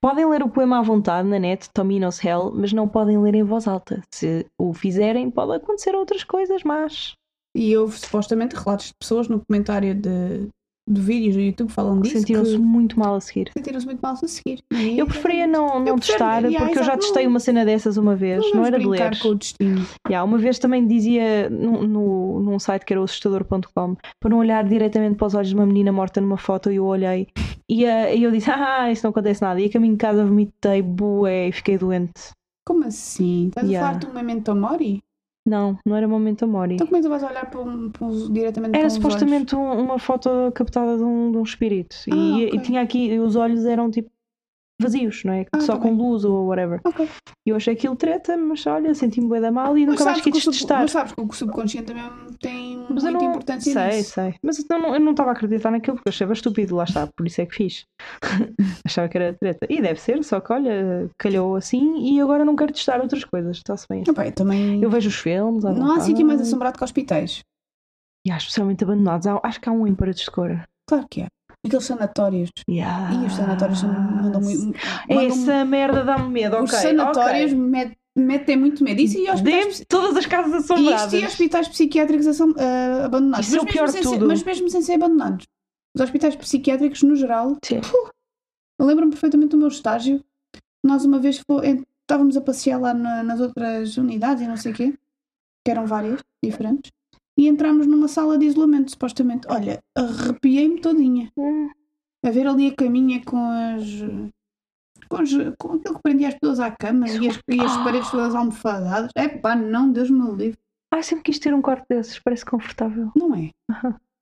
Speaker 2: Podem ler o poema à vontade na net, Tomino's Hell, mas não podem ler em voz alta. Se o fizerem, pode acontecer outras coisas más.
Speaker 1: E houve supostamente relatos de pessoas no comentário de, de vídeos do YouTube falando disso.
Speaker 2: Sentiram-se
Speaker 1: que
Speaker 2: muito mal a seguir.
Speaker 1: sentiram-se muito mal a seguir.
Speaker 2: Eu preferia não, não
Speaker 1: prefiro-
Speaker 2: testar,
Speaker 1: yeah,
Speaker 2: porque eu já
Speaker 1: exato,
Speaker 2: testei
Speaker 1: não-
Speaker 2: uma cena dessas uma vez, não,
Speaker 1: vamos
Speaker 2: era de
Speaker 1: brincar
Speaker 2: ler.
Speaker 1: com o destino.
Speaker 2: Yeah, uma vez também dizia num, no- num site que era o assustador.com para não olhar diretamente para os olhos de uma menina morta numa foto e eu olhei e ah, e eu disse, ah, isso não acontece nada. E a caminho de casa vomitei, bué, e fiquei doente.
Speaker 1: Como assim? Estás
Speaker 2: Yeah.
Speaker 1: a falar de um memento mori?
Speaker 2: Não, não era momento mori.
Speaker 1: Então como é que tu vais olhar para um, para um- diretamente para
Speaker 2: Era
Speaker 1: uns
Speaker 2: supostamente um- uma foto captada de um, de um espírito
Speaker 1: Ah,
Speaker 2: e,
Speaker 1: ok.
Speaker 2: e tinha aqui, e os olhos eram tipo vazios, não é?
Speaker 1: Ah,
Speaker 2: Só
Speaker 1: tá
Speaker 2: com
Speaker 1: bem.
Speaker 2: luz ou whatever.
Speaker 1: Ok.
Speaker 2: E eu achei aquilo treta, mas olha, senti-me bué da mal e
Speaker 1: Mas
Speaker 2: nunca mais
Speaker 1: sabes, que o
Speaker 2: quis
Speaker 1: sub-
Speaker 2: testar.
Speaker 1: mas sabes que o subconsciente também tem
Speaker 2: Mas
Speaker 1: muita
Speaker 2: eu não
Speaker 1: importância
Speaker 2: sei,
Speaker 1: nisso.
Speaker 2: sei. Mas eu não eu não estava a acreditar naquilo porque achava estúpido, lá está, por isso é que fiz. Achava que era treta. E deve ser, só que olha, calhou assim e agora não quero testar outras coisas, está-se bem.
Speaker 1: Ah, bem, também...
Speaker 2: Eu vejo os filmes. à
Speaker 1: Não há sítio mais
Speaker 2: vontade.
Speaker 1: assombrado que hospitais.
Speaker 2: E há especialmente abandonados. Há- acho que há um em Paredes de Coura.
Speaker 1: Claro que é. Aqueles sanatórios.
Speaker 2: Yeah.
Speaker 1: E os sanatórios são-
Speaker 2: Ah,
Speaker 1: mandam muito. mandam-
Speaker 2: Essa merda dá-me medo, É ok.
Speaker 1: Os sanatórios
Speaker 2: ok.
Speaker 1: met- metem muito medo. Isso e hospitais.
Speaker 2: Dentro de todas as casas
Speaker 1: E
Speaker 2: assombradas.
Speaker 1: isto e hospitais psiquiátricos assom- ah, abandonados.
Speaker 2: Isso é o
Speaker 1: mesmo
Speaker 2: pior de
Speaker 1: sem
Speaker 2: tudo.
Speaker 1: Ser, mas mesmo sem ser abandonados. Os hospitais psiquiátricos, no geral,
Speaker 2: Sim.
Speaker 1: eu lembro-me perfeitamente do meu estágio. Nós uma vez fo- en- estávamos a passear lá na- nas outras unidades e não sei o quê, que eram várias, diferentes, e entramos numa sala de isolamento, supostamente. Olha, arrepiei-me todinha.
Speaker 2: Hum,
Speaker 1: a ver ali a caminha com as. com, as, com aquilo que prendia as pessoas à cama e as, e as
Speaker 2: Ah.
Speaker 1: paredes todas almofadadas. É pá, não, Deus me livre.
Speaker 2: Ai, sempre quis ter um quarto desses, parece confortável.
Speaker 1: Não é?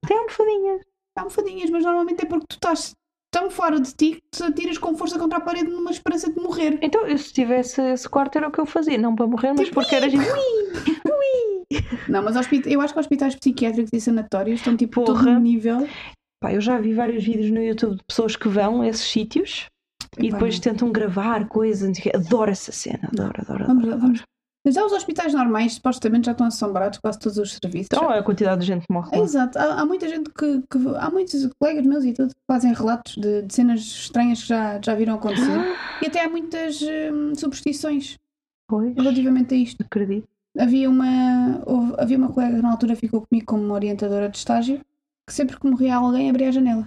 Speaker 2: Tem almofadinhas.
Speaker 1: Há almofadinhas, mas normalmente é porque tu estás tão fora de ti que te atiras com força contra a parede numa esperança de morrer.
Speaker 2: Então, eu se tivesse esse quarto era o que eu fazia. Não para morrer, mas porque era gente.
Speaker 1: Não, mas hospita- eu acho que hospitais psiquiátricos e sanatórios estão tipo todo
Speaker 2: Porra.
Speaker 1: um nível.
Speaker 2: Pá, eu já vi vários vídeos no YouTube de pessoas que vão a esses sítios e
Speaker 1: Epá,
Speaker 2: depois
Speaker 1: não.
Speaker 2: tentam gravar coisas. não sei o quê. Adoro essa cena, adoro, adoro. adoro.
Speaker 1: Vamos, vamos. Mas já os hospitais normais supostamente já estão assombrados quase todos os serviços.
Speaker 2: Então, olha a quantidade de gente que morre.
Speaker 1: É,
Speaker 2: lá.
Speaker 1: Exato, há, há muita gente que, que- Há muitos colegas meus e tudo que fazem relatos de, de cenas estranhas que já, já viram acontecer. E até há muitas hum, superstições
Speaker 2: Pois,
Speaker 1: relativamente a isto.
Speaker 2: acredito.
Speaker 1: Havia uma, houve- havia uma colega que na altura ficou comigo como orientadora de estágio que sempre que morria alguém abria a janela.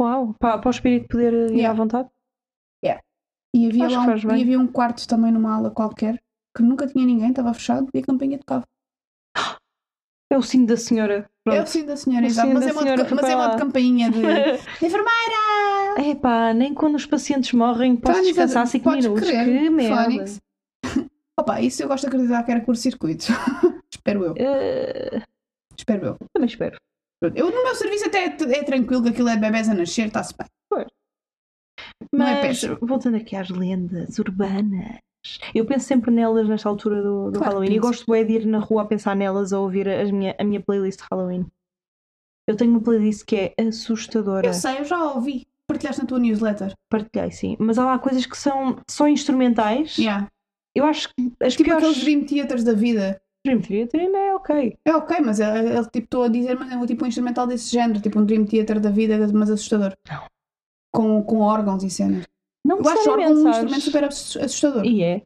Speaker 2: Uau, para, para o espírito poder eh, ir
Speaker 1: Yeah.
Speaker 2: à vontade.
Speaker 1: E havia,
Speaker 2: Acho
Speaker 1: lá
Speaker 2: que
Speaker 1: um,
Speaker 2: faz bem.
Speaker 1: e havia um quarto também numa ala qualquer que nunca tinha ninguém, estava fechado e a campainha tocava.
Speaker 2: É o sino da senhora.
Speaker 1: É o
Speaker 2: Pronto.
Speaker 1: sim da senhora,
Speaker 2: O
Speaker 1: exato.
Speaker 2: sim
Speaker 1: Mas,
Speaker 2: da
Speaker 1: é, uma
Speaker 2: senhora,
Speaker 1: de,
Speaker 2: foi
Speaker 1: mas é
Speaker 2: para
Speaker 1: uma
Speaker 2: lá.
Speaker 1: de campainha de. de enfermeira!
Speaker 2: É pá, nem quando os pacientes morrem posso
Speaker 1: Fónix,
Speaker 2: descansar 5
Speaker 1: podes
Speaker 2: minutos.
Speaker 1: crer,
Speaker 2: Que merda.
Speaker 1: Fónix. Opa, isso eu gosto de acreditar que era curto-circuito. espero eu,
Speaker 2: Eh,
Speaker 1: espero eu.
Speaker 2: também espero.
Speaker 1: Pronto, Eu no meu serviço até é, é tranquilo que aquilo é bebés a nascer, está-se bem. Não é
Speaker 2: Mas
Speaker 1: péssimo.
Speaker 2: voltando aqui às lendas urbanas. Eu penso sempre nelas nesta altura do,
Speaker 1: Claro
Speaker 2: do
Speaker 1: que
Speaker 2: Halloween. E
Speaker 1: penso.
Speaker 2: gosto bem de ir na rua a pensar nelas a ouvir as minha, a minha playlist de Halloween. Eu tenho uma playlist que é assustadora.
Speaker 1: Eu sei, eu já ouvi. Partilhaste na tua newsletter.
Speaker 2: Partilhei, sim. Mas há lá coisas que são só instrumentais.
Speaker 1: Yeah.
Speaker 2: Eu acho que as
Speaker 1: Tipo
Speaker 2: piores.
Speaker 1: aqueles Dream Theaters da vida.
Speaker 2: Dream Theater ainda é ok.
Speaker 1: É ok, mas é, é, tipo, estou a dizer, mas é um tipo um instrumental desse género, tipo um Dream Theater da vida, mas assustador.
Speaker 2: Não.
Speaker 1: Com, com órgãos e cenas.
Speaker 2: Não
Speaker 1: Eu acho órgão
Speaker 2: necessariamente,
Speaker 1: um
Speaker 2: sabes?
Speaker 1: instrumento super assus- assustador.
Speaker 2: E é.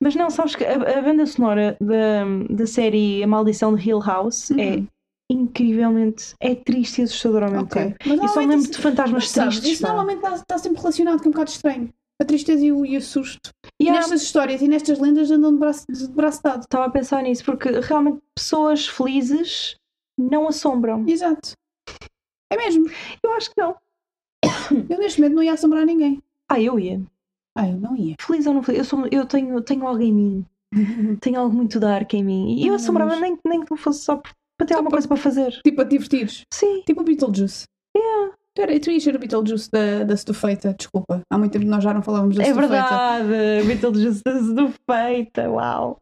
Speaker 2: Mas não, sabes que a, a banda sonora da, da série A Maldição de Hill House é
Speaker 1: Uhum.
Speaker 2: incrivelmente. É triste e assustadora ao mesmo
Speaker 1: Ok.
Speaker 2: tempo.
Speaker 1: Mas
Speaker 2: E só me
Speaker 1: normalmente
Speaker 2: lembro
Speaker 1: isso-
Speaker 2: de fantasmas
Speaker 1: mas sabes,
Speaker 2: tristes. é?
Speaker 1: Isso
Speaker 2: pá.
Speaker 1: normalmente está, está sempre relacionado com um bocado estranho. A tristeza e o, e o susto.
Speaker 2: E
Speaker 1: E
Speaker 2: há-
Speaker 1: nestas histórias e nestas lendas andam de braço, de braço dado.
Speaker 2: Estava a pensar nisso, porque realmente pessoas felizes não assombram.
Speaker 1: Exato. É mesmo.
Speaker 2: Eu acho que não.
Speaker 1: Eu neste momento não ia assombrar ninguém.
Speaker 2: Ah, Hum. eu ia.
Speaker 1: Ah, eu não ia.
Speaker 2: Feliz ou não feliz, eu, sou, eu tenho, tenho algo em mim. Tenho algo muito dark em mim. E eu
Speaker 1: Ah,
Speaker 2: assombrava
Speaker 1: mas-
Speaker 2: nem, nem que não fosse só por- para ter
Speaker 1: Só
Speaker 2: alguma
Speaker 1: para-
Speaker 2: coisa para fazer.
Speaker 1: tipo a divertires.
Speaker 2: Sim.
Speaker 1: Tipo o Beetlejuice. Espera, tu ias ser o Beetlejuice da, da Stufeita, desculpa. Há muito tempo nós já não falávamos da
Speaker 2: É
Speaker 1: Stufeita.
Speaker 2: verdade, Beetlejuice do feita, uau.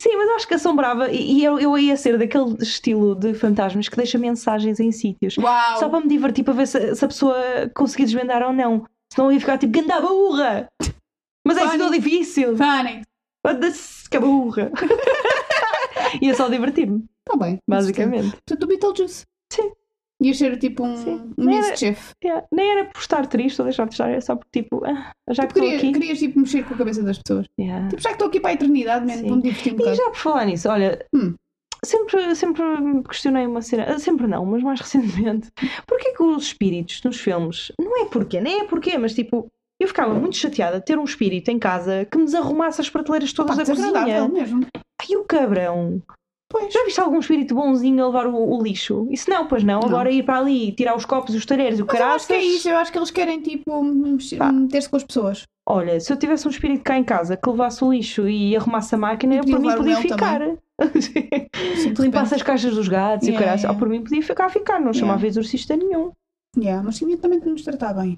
Speaker 2: Sim, mas eu acho que assombrava e e eu, eu ia ser daquele estilo de fantasmas que deixa mensagens em sítios.
Speaker 1: Uau!
Speaker 2: Só para me divertir, para ver se, se a pessoa conseguia desvendar ou não. Senão eu ia ficar tipo, ganda burra! Mas é isso tão difícil!
Speaker 1: Pânico.
Speaker 2: Foda-se, que burra! ia só divertir-me,
Speaker 1: Está Tá bem.
Speaker 2: basicamente.
Speaker 1: Portanto, o Beetlejuice.
Speaker 2: Sim.
Speaker 1: Ias ser tipo um,
Speaker 2: Sim.
Speaker 1: um
Speaker 2: Era-
Speaker 1: mischief.
Speaker 2: Yeah. Nem era por estar triste ou deixar de estar, era só porque tipo, ah, já que
Speaker 1: Tipo,
Speaker 2: estou
Speaker 1: querias,
Speaker 2: aqui.
Speaker 1: querias tipo mexer com a cabeça das pessoas.
Speaker 2: Yeah.
Speaker 1: Tipo, já que estou aqui para a eternidade, mesmo,
Speaker 2: Sim.
Speaker 1: para me divertir um
Speaker 2: E
Speaker 1: bocado.
Speaker 2: já por falar nisso, olha,
Speaker 1: Hum.
Speaker 2: sempre, sempre me questionei uma cena, ah, sempre não, mas mais recentemente, porquê que os espíritos nos filmes, não é porquê, nem é porquê, mas tipo, eu ficava muito chateada de ter um espírito em casa que me desarrumasse as prateleiras todas
Speaker 1: Pá,
Speaker 2: da
Speaker 1: é desagradável
Speaker 2: cozinha.
Speaker 1: mesmo.
Speaker 2: Ai, o cabrão!
Speaker 1: Pois.
Speaker 2: Já viste algum espírito bonzinho a levar o, o lixo? Isso não, pois não,
Speaker 1: Não.
Speaker 2: agora ir para ali, tirar os copos, os talheres, o
Speaker 1: Mas eu acho que é
Speaker 2: caraças.
Speaker 1: isso, eu acho que eles querem tipo mexer-
Speaker 2: Pá.
Speaker 1: meter-se com as pessoas.
Speaker 2: Olha, se eu tivesse um espírito cá em casa que levasse o lixo e arrumasse a máquina,
Speaker 1: E
Speaker 2: eu
Speaker 1: podia
Speaker 2: por mim
Speaker 1: levar o
Speaker 2: podia
Speaker 1: Mel
Speaker 2: ficar.
Speaker 1: também.
Speaker 2: Tu limpasse as caixas dos gatos e o
Speaker 1: Yeah,
Speaker 2: caralho.
Speaker 1: yeah.
Speaker 2: Ou por mim podia ficar a ficar, não chamava exorcista nenhum.
Speaker 1: Yeah, mas tinha também de nos tratar bem.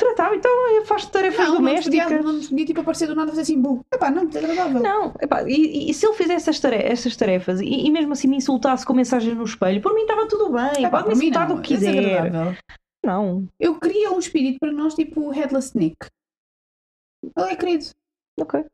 Speaker 2: tratava, então eu faço tarefas
Speaker 1: Não, não nos
Speaker 2: domésticas.
Speaker 1: podia, não nos podia tipo, aparecer do nada e fazer assim, bu. Epá, não, desagradável.
Speaker 2: Não, epá, e, e se ele fizesse estas tarefas, estas tarefas e, e mesmo assim me insultasse com mensagem no espelho, por mim estava tudo bem,
Speaker 1: Epá,
Speaker 2: pode me
Speaker 1: para mim
Speaker 2: insultar
Speaker 1: não, é
Speaker 2: do que quiser.
Speaker 1: desagradável.
Speaker 2: Não,
Speaker 1: Eu queria um espírito para nós, tipo Headless Nick. Ele é querido.
Speaker 2: ok.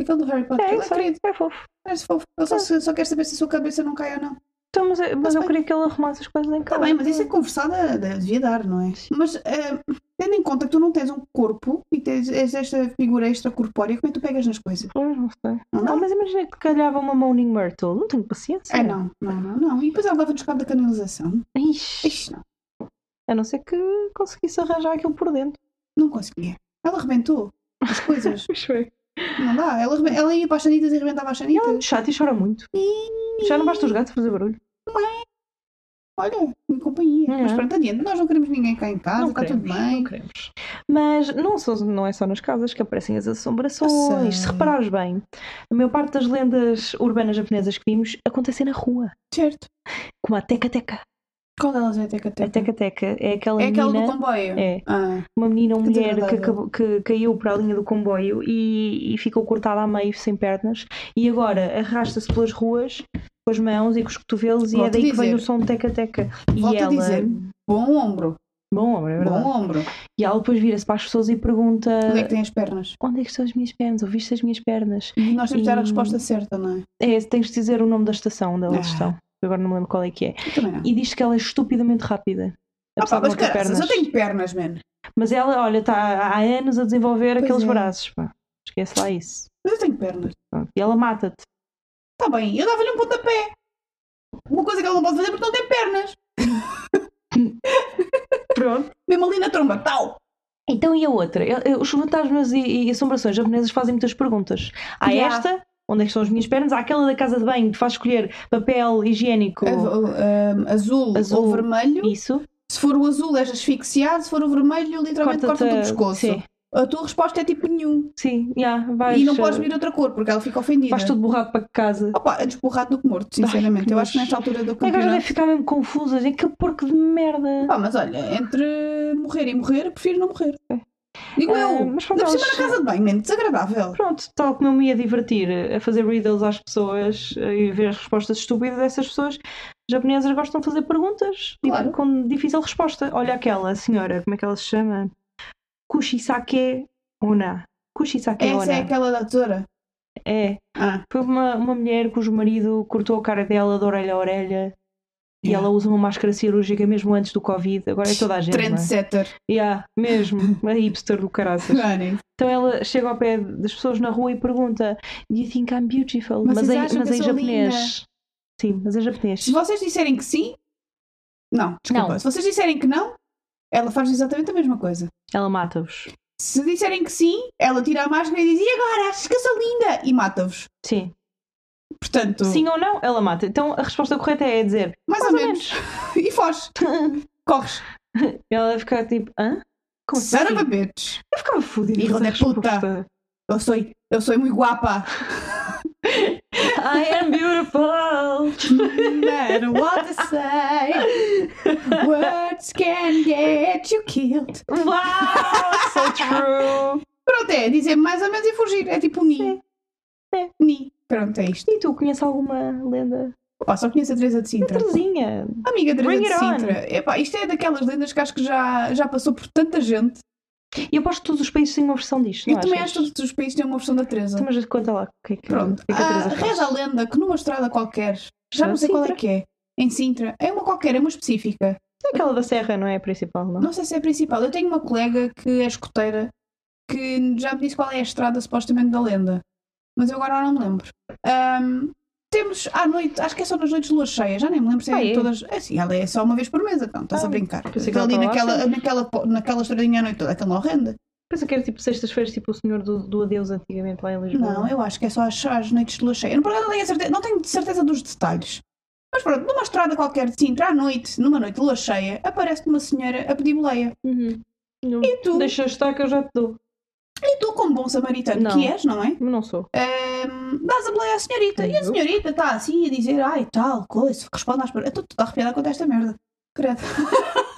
Speaker 1: Aquele do Harry Potter.
Speaker 2: É,
Speaker 1: ele é
Speaker 2: isso
Speaker 1: querido.
Speaker 2: é fofo.
Speaker 1: Parece fofo. Ele só, só quer saber se a sua cabeça não cai ou não.
Speaker 2: Então, mas, mas
Speaker 1: Tá
Speaker 2: eu
Speaker 1: bem.
Speaker 2: queria que ele arrumasse as coisas em casa.
Speaker 1: Está bem, mas isso é conversada, devia dar, não é? Mas eh, tendo em conta que tu não tens um corpo e tens, és esta figura extracorpórea, como é que tu pegas nas coisas?
Speaker 2: Pois, não sei.
Speaker 1: Não dá?
Speaker 2: Ah, mas imagina que calhava uma Moaning Myrtle. Não tenho paciência.
Speaker 1: Ah, não, não, não, não. E depois ela leva-nos cabo da canalização.
Speaker 2: Ixi,
Speaker 1: Ixi, não,
Speaker 2: a não ser que conseguisse arranjar aquilo por dentro.
Speaker 1: não conseguia. Ela arrebentou as coisas.
Speaker 2: Pois bem.
Speaker 1: não dá. Ela, arrebe- ela ia para as sanitas e arrebentava as
Speaker 2: E ela é
Speaker 1: sanitas.
Speaker 2: muito chata e chora muito. Já não basta os gatos fazer barulho.
Speaker 1: Olha, em companhia.
Speaker 2: Não.
Speaker 1: Mas pronto, adiante. Nós não queremos ninguém cá em casa,
Speaker 2: É. não
Speaker 1: Ah, está tudo
Speaker 2: queremos,
Speaker 1: bem.
Speaker 2: não queremos. Mas não, só- não é só nas casas que aparecem as
Speaker 1: Eu sei.
Speaker 2: assombrações. Se reparares bem, a maior parte das lendas urbanas japonesas que vimos acontecem na rua.
Speaker 1: Certo.
Speaker 2: Como a Teca-Teca.
Speaker 1: Qual delas é a teca
Speaker 2: A Teca-Teca é aquela
Speaker 1: É aquela do
Speaker 2: menina...
Speaker 1: comboio.
Speaker 2: É,
Speaker 1: Ah,
Speaker 2: uma menina, uma
Speaker 1: Que
Speaker 2: mulher que,
Speaker 1: desagradável.
Speaker 2: acabou- que caiu para a linha do comboio e, e ficou cortada a meio sem pernas e agora arrasta-se pelas ruas com as mãos e com os cotovelos e é
Speaker 1: Volto a
Speaker 2: daí que vem
Speaker 1: dizer.
Speaker 2: o som de teca-teca. E
Speaker 1: Volto a
Speaker 2: ela.
Speaker 1: dizer. bom ombro.
Speaker 2: Bom homem, é verdade.
Speaker 1: Bom ombro.
Speaker 2: E ela depois vira-se para as pessoas e pergunta:
Speaker 1: Onde é que tem as pernas?
Speaker 2: Onde é que estão as minhas pernas? Ouviste as minhas pernas?
Speaker 1: E nós temos de dar a
Speaker 2: E-
Speaker 1: resposta certa, não é?
Speaker 2: É, tens de dizer o nome da estação onde elas
Speaker 1: Ah.
Speaker 2: estão. Eu Agora não me lembro qual é que é.
Speaker 1: Eu também não.
Speaker 2: E diz que ela é estupidamente rápida.
Speaker 1: Ah,
Speaker 2: Apesar
Speaker 1: pá, mas
Speaker 2: de não ter
Speaker 1: caraças,
Speaker 2: pernas.
Speaker 1: eu tenho pernas, man.
Speaker 2: Mas ela, olha, está há anos a desenvolver
Speaker 1: Pois
Speaker 2: aqueles
Speaker 1: é.
Speaker 2: braços. Pá. Esquece lá isso.
Speaker 1: Mas eu tenho pernas.
Speaker 2: Pronto. E ela mata-te.
Speaker 1: Está bem, eu dava-lhe um pontapé. Uma coisa que ela não pode fazer porque não tem pernas.
Speaker 2: Pronto.
Speaker 1: Mesmo ali na tromba, tal.
Speaker 2: Então e a outra? Eu- eu- os fantasmas e, e assombrações japonesas fazem muitas perguntas. Há
Speaker 1: Yeah.
Speaker 2: esta, onde é que estão as minhas pernas? Há aquela da casa de banho que faz escolher papel higiênico.
Speaker 1: Ah, ah, azul,
Speaker 2: Azul.
Speaker 1: ou vermelho.
Speaker 2: Isso.
Speaker 1: Se for o azul, és asfixiado. Se for o vermelho, literalmente corta-te o
Speaker 2: Corta-te-
Speaker 1: pescoço.
Speaker 2: Sim,
Speaker 1: A tua resposta é tipo nenhum.
Speaker 2: sim. Yeah, vais,
Speaker 1: e não podes né?
Speaker 2: eh,
Speaker 1: vir outra cor, porque ela fica ofendida.
Speaker 2: Vais todo borrado para casa.
Speaker 1: Opa, antes borrado do que morto, sinceramente.
Speaker 2: Ai,
Speaker 1: eu acho que
Speaker 2: mas-
Speaker 1: nesta altura do
Speaker 2: Agora deve
Speaker 1: campeonato...
Speaker 2: ficar mesmo confusa. gente. Que porco de merda.
Speaker 1: Pá, mas olha, entre morrer e morrer, prefiro não morrer. Digo
Speaker 2: Ah,
Speaker 1: eu.
Speaker 2: mas pronto,
Speaker 1: Ainda por cima
Speaker 2: elas-
Speaker 1: na casa de banho, man, desagradável.
Speaker 2: Pronto, tal como eu me ia divertir eh, a fazer riddles às pessoas eh, e ver as respostas estúpidas dessas pessoas, os japoneses gostam de fazer perguntas tipo,
Speaker 1: Claro.
Speaker 2: com difícil resposta. Olha aquela senhora, como é que ela se chama? Kushisake Ona. Kushisake
Speaker 1: Essa
Speaker 2: Ona.
Speaker 1: é aquela da tesoura.
Speaker 2: É.
Speaker 1: Ah,
Speaker 2: Foi uma, uma mulher cujo marido cortou a cara dela de orelha a orelha e
Speaker 1: yeah.
Speaker 2: ela é usa uma máscara cirúrgica mesmo antes do Covid. Agora é toda a gente. não é?
Speaker 1: Trendsetter.
Speaker 2: Yeah, mesmo. Uma hipster do caraças.
Speaker 1: Honey.
Speaker 2: Então ela chega ao pé das pessoas na rua e pergunta: Do you think I'm beautiful?
Speaker 1: Mas vocês
Speaker 2: em,
Speaker 1: acham
Speaker 2: mas
Speaker 1: que
Speaker 2: em
Speaker 1: eu sou
Speaker 2: japonês. Sim, mas em japonês.
Speaker 1: Se vocês disserem que sim, não, desculpa.
Speaker 2: Não.
Speaker 1: Se vocês disserem que não, ela faz exatamente a mesma coisa.
Speaker 2: Ela mata-vos.
Speaker 1: Se disserem que sim, ela tira a máscara e diz: E agora? Achas que eu sou linda? E mata-vos.
Speaker 2: Sim.
Speaker 1: Portanto,
Speaker 2: Sim ou não, ela mata. Então a resposta correta é dizer:
Speaker 1: mais,
Speaker 2: Mais
Speaker 1: ou menos. E foge. Corres.
Speaker 2: E ela fica tipo: Hã? Como assim?
Speaker 1: Son of a bitch.
Speaker 2: Eu ficava fodida.
Speaker 1: Filho
Speaker 2: com
Speaker 1: da
Speaker 2: essa
Speaker 1: puta.
Speaker 2: resposta.
Speaker 1: Eu sou, eu sou um muito guapa.
Speaker 2: I am beautiful.
Speaker 1: No matter what to say, words can get you killed.
Speaker 2: Wow, so true.
Speaker 1: Pronto, é dizer mais ou menos e fugir. É tipo ni.
Speaker 2: É. É.
Speaker 1: Ni. Pronto, é isto.
Speaker 2: E tu conheces alguma lenda?
Speaker 1: Pá, só conheço a Teresa de Sintra.
Speaker 2: Terezinha.
Speaker 1: Amiga Teresa
Speaker 2: Bring
Speaker 1: de
Speaker 2: it on.
Speaker 1: Sintra. Epá, isto é daquelas lendas que acho que já, já passou por tanta gente.
Speaker 2: E eu aposto que todos os países têm uma versão disto.
Speaker 1: Eu
Speaker 2: não
Speaker 1: também
Speaker 2: achas?
Speaker 1: acho que todos os países têm uma versão da Teresa.
Speaker 2: Então, Mas conta lá o que é que,
Speaker 1: Pronto.
Speaker 2: o que, é que a
Speaker 1: Ah,
Speaker 2: Teresa faz.
Speaker 1: reza a lenda que numa estrada qualquer, já não sei qual é que é, em Sintra, é uma qualquer, é uma específica.
Speaker 2: É Aquela da Serra não é a principal, não?
Speaker 1: Não sei se é a principal. Eu tenho uma colega que é escoteira que já me disse qual é a estrada supostamente da lenda. Mas eu agora não me lembro. Ahm, temos à noite, acho que é só nas noites de lua cheia, já nem me lembro se é,
Speaker 2: Ah,
Speaker 1: em
Speaker 2: é?
Speaker 1: todas. É assim, ela é só uma vez por mês, então estás a
Speaker 2: Ah,
Speaker 1: brincar.
Speaker 2: pensei que
Speaker 1: Está ali
Speaker 2: ela estava lá
Speaker 1: naquela, naquela, po- naquela estradinha à noite toda, aquela horrenda.
Speaker 2: Pensa que era tipo sextas-feiras, tipo o senhor do, do adeus antigamente lá em Lisboa.
Speaker 1: Não, eu acho que é só às, às noites de lua cheia. Eu, por acaso, não tenho, a certeza, não tenho certeza dos detalhes. Mas pronto, numa estrada qualquer de Sintra à noite, numa noite de lua cheia, aparece-te uma senhora a pedir boleia.
Speaker 2: Uhum. Não.
Speaker 1: E tu,
Speaker 2: Deixa estar que eu já te dou.
Speaker 1: e tu como bom samaritano
Speaker 2: Não.
Speaker 1: que és, não é?
Speaker 2: Mas não sou.
Speaker 1: Ahm, dás a boleia à senhorita e a
Speaker 2: Uhum.
Speaker 1: senhorita está assim a dizer ai tal coisa, responde às perguntas. Eu estou toda arrepiada com esta merda. Credo.
Speaker 2: Ela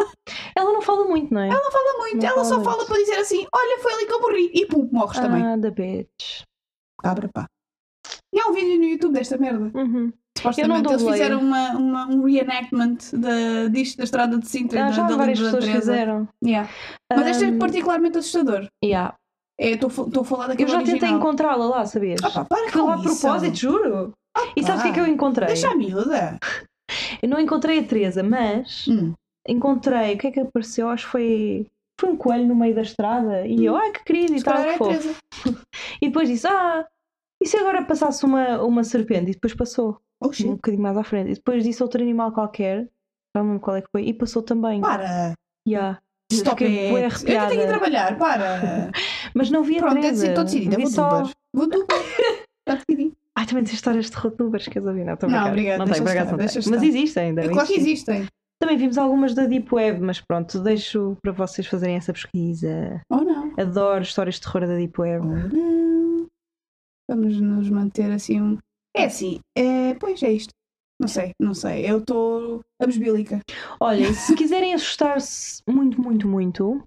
Speaker 2: ela não fala muito, não é?
Speaker 1: Ela não fala muito,
Speaker 2: Não
Speaker 1: ela só
Speaker 2: fala
Speaker 1: fala
Speaker 2: muito.
Speaker 1: para dizer assim: olha, foi ali que eu morri. E pum, morres também.
Speaker 2: Ah, da bitch.
Speaker 1: Cabra, pá. E há um vídeo no YouTube desta merda.
Speaker 2: Uhum.
Speaker 1: Supostamente
Speaker 2: dou
Speaker 1: eles
Speaker 2: boleia.
Speaker 1: fizeram uma, uma- um reenactment da, disto da estrada de Sintra.
Speaker 2: Ah,
Speaker 1: da,
Speaker 2: já
Speaker 1: da
Speaker 2: várias
Speaker 1: Livre da
Speaker 2: pessoas
Speaker 1: Teresa.
Speaker 2: fizeram.
Speaker 1: Yeah. Mas este é
Speaker 2: Ahm,
Speaker 1: particularmente assustador.
Speaker 2: yeah.
Speaker 1: É, Estou a falar
Speaker 2: Eu
Speaker 1: daquele
Speaker 2: já
Speaker 1: original.
Speaker 2: tentei encontrá-la lá, sabias?
Speaker 1: Ah, pá, para
Speaker 2: Fui
Speaker 1: então. com
Speaker 2: lá a
Speaker 1: isso.
Speaker 2: propósito, juro. E sabes o que é que eu encontrei?
Speaker 1: Deixa a miúda.
Speaker 2: Eu não encontrei a Teresa, mas
Speaker 1: Hum.
Speaker 2: encontrei. O que é que apareceu? Acho que foi. Foi um coelho no meio da estrada. E eu, ai que querido e
Speaker 1: Se
Speaker 2: tal.
Speaker 1: calhar é
Speaker 2: que
Speaker 1: a
Speaker 2: fofo.
Speaker 1: Teresa.
Speaker 2: E depois disse, ah, e se agora passasse uma, uma serpente? E depois passou,
Speaker 1: Oh,
Speaker 2: um
Speaker 1: shit.
Speaker 2: bocadinho mais à frente. E depois disse outro animal qualquer, já não me lembro qual é que foi, e passou também.
Speaker 1: Para.
Speaker 2: Yeah. Eu
Speaker 1: Ah, Stop
Speaker 2: fiquei
Speaker 1: it.
Speaker 2: é bué
Speaker 1: Eu ainda tenho que
Speaker 2: arrepiada.
Speaker 1: trabalhar. Para.
Speaker 2: Mas não vi a
Speaker 1: Pronto, é
Speaker 2: Teresa.
Speaker 1: decidido. Estou decidida.
Speaker 2: Vi
Speaker 1: Vou
Speaker 2: só...
Speaker 1: dubar. Vou dubar. Está decidido.
Speaker 2: Ai, também tens histórias de rotubers, queres ouvir? Não, estou a
Speaker 1: Não,
Speaker 2: brincar.
Speaker 1: obrigada,
Speaker 2: Não
Speaker 1: deixa
Speaker 2: tenho, por acaso
Speaker 1: estar,
Speaker 2: não tenho.
Speaker 1: deixa
Speaker 2: Mas
Speaker 1: estar.
Speaker 2: existem, devem
Speaker 1: Claro que
Speaker 2: existir.
Speaker 1: existem.
Speaker 2: Também vimos algumas da Deep Web, mas pronto, deixo para vocês fazerem essa pesquisa.
Speaker 1: Ou não.
Speaker 2: Adoro histórias de terror da Deep Web.
Speaker 1: Ou não. um Vamos nos manter assim. um- É assim. É... Pois é isto. Não sei, não sei. Eu estou absbílica.
Speaker 2: Olha, e se quiserem assustar-se muito, muito, muito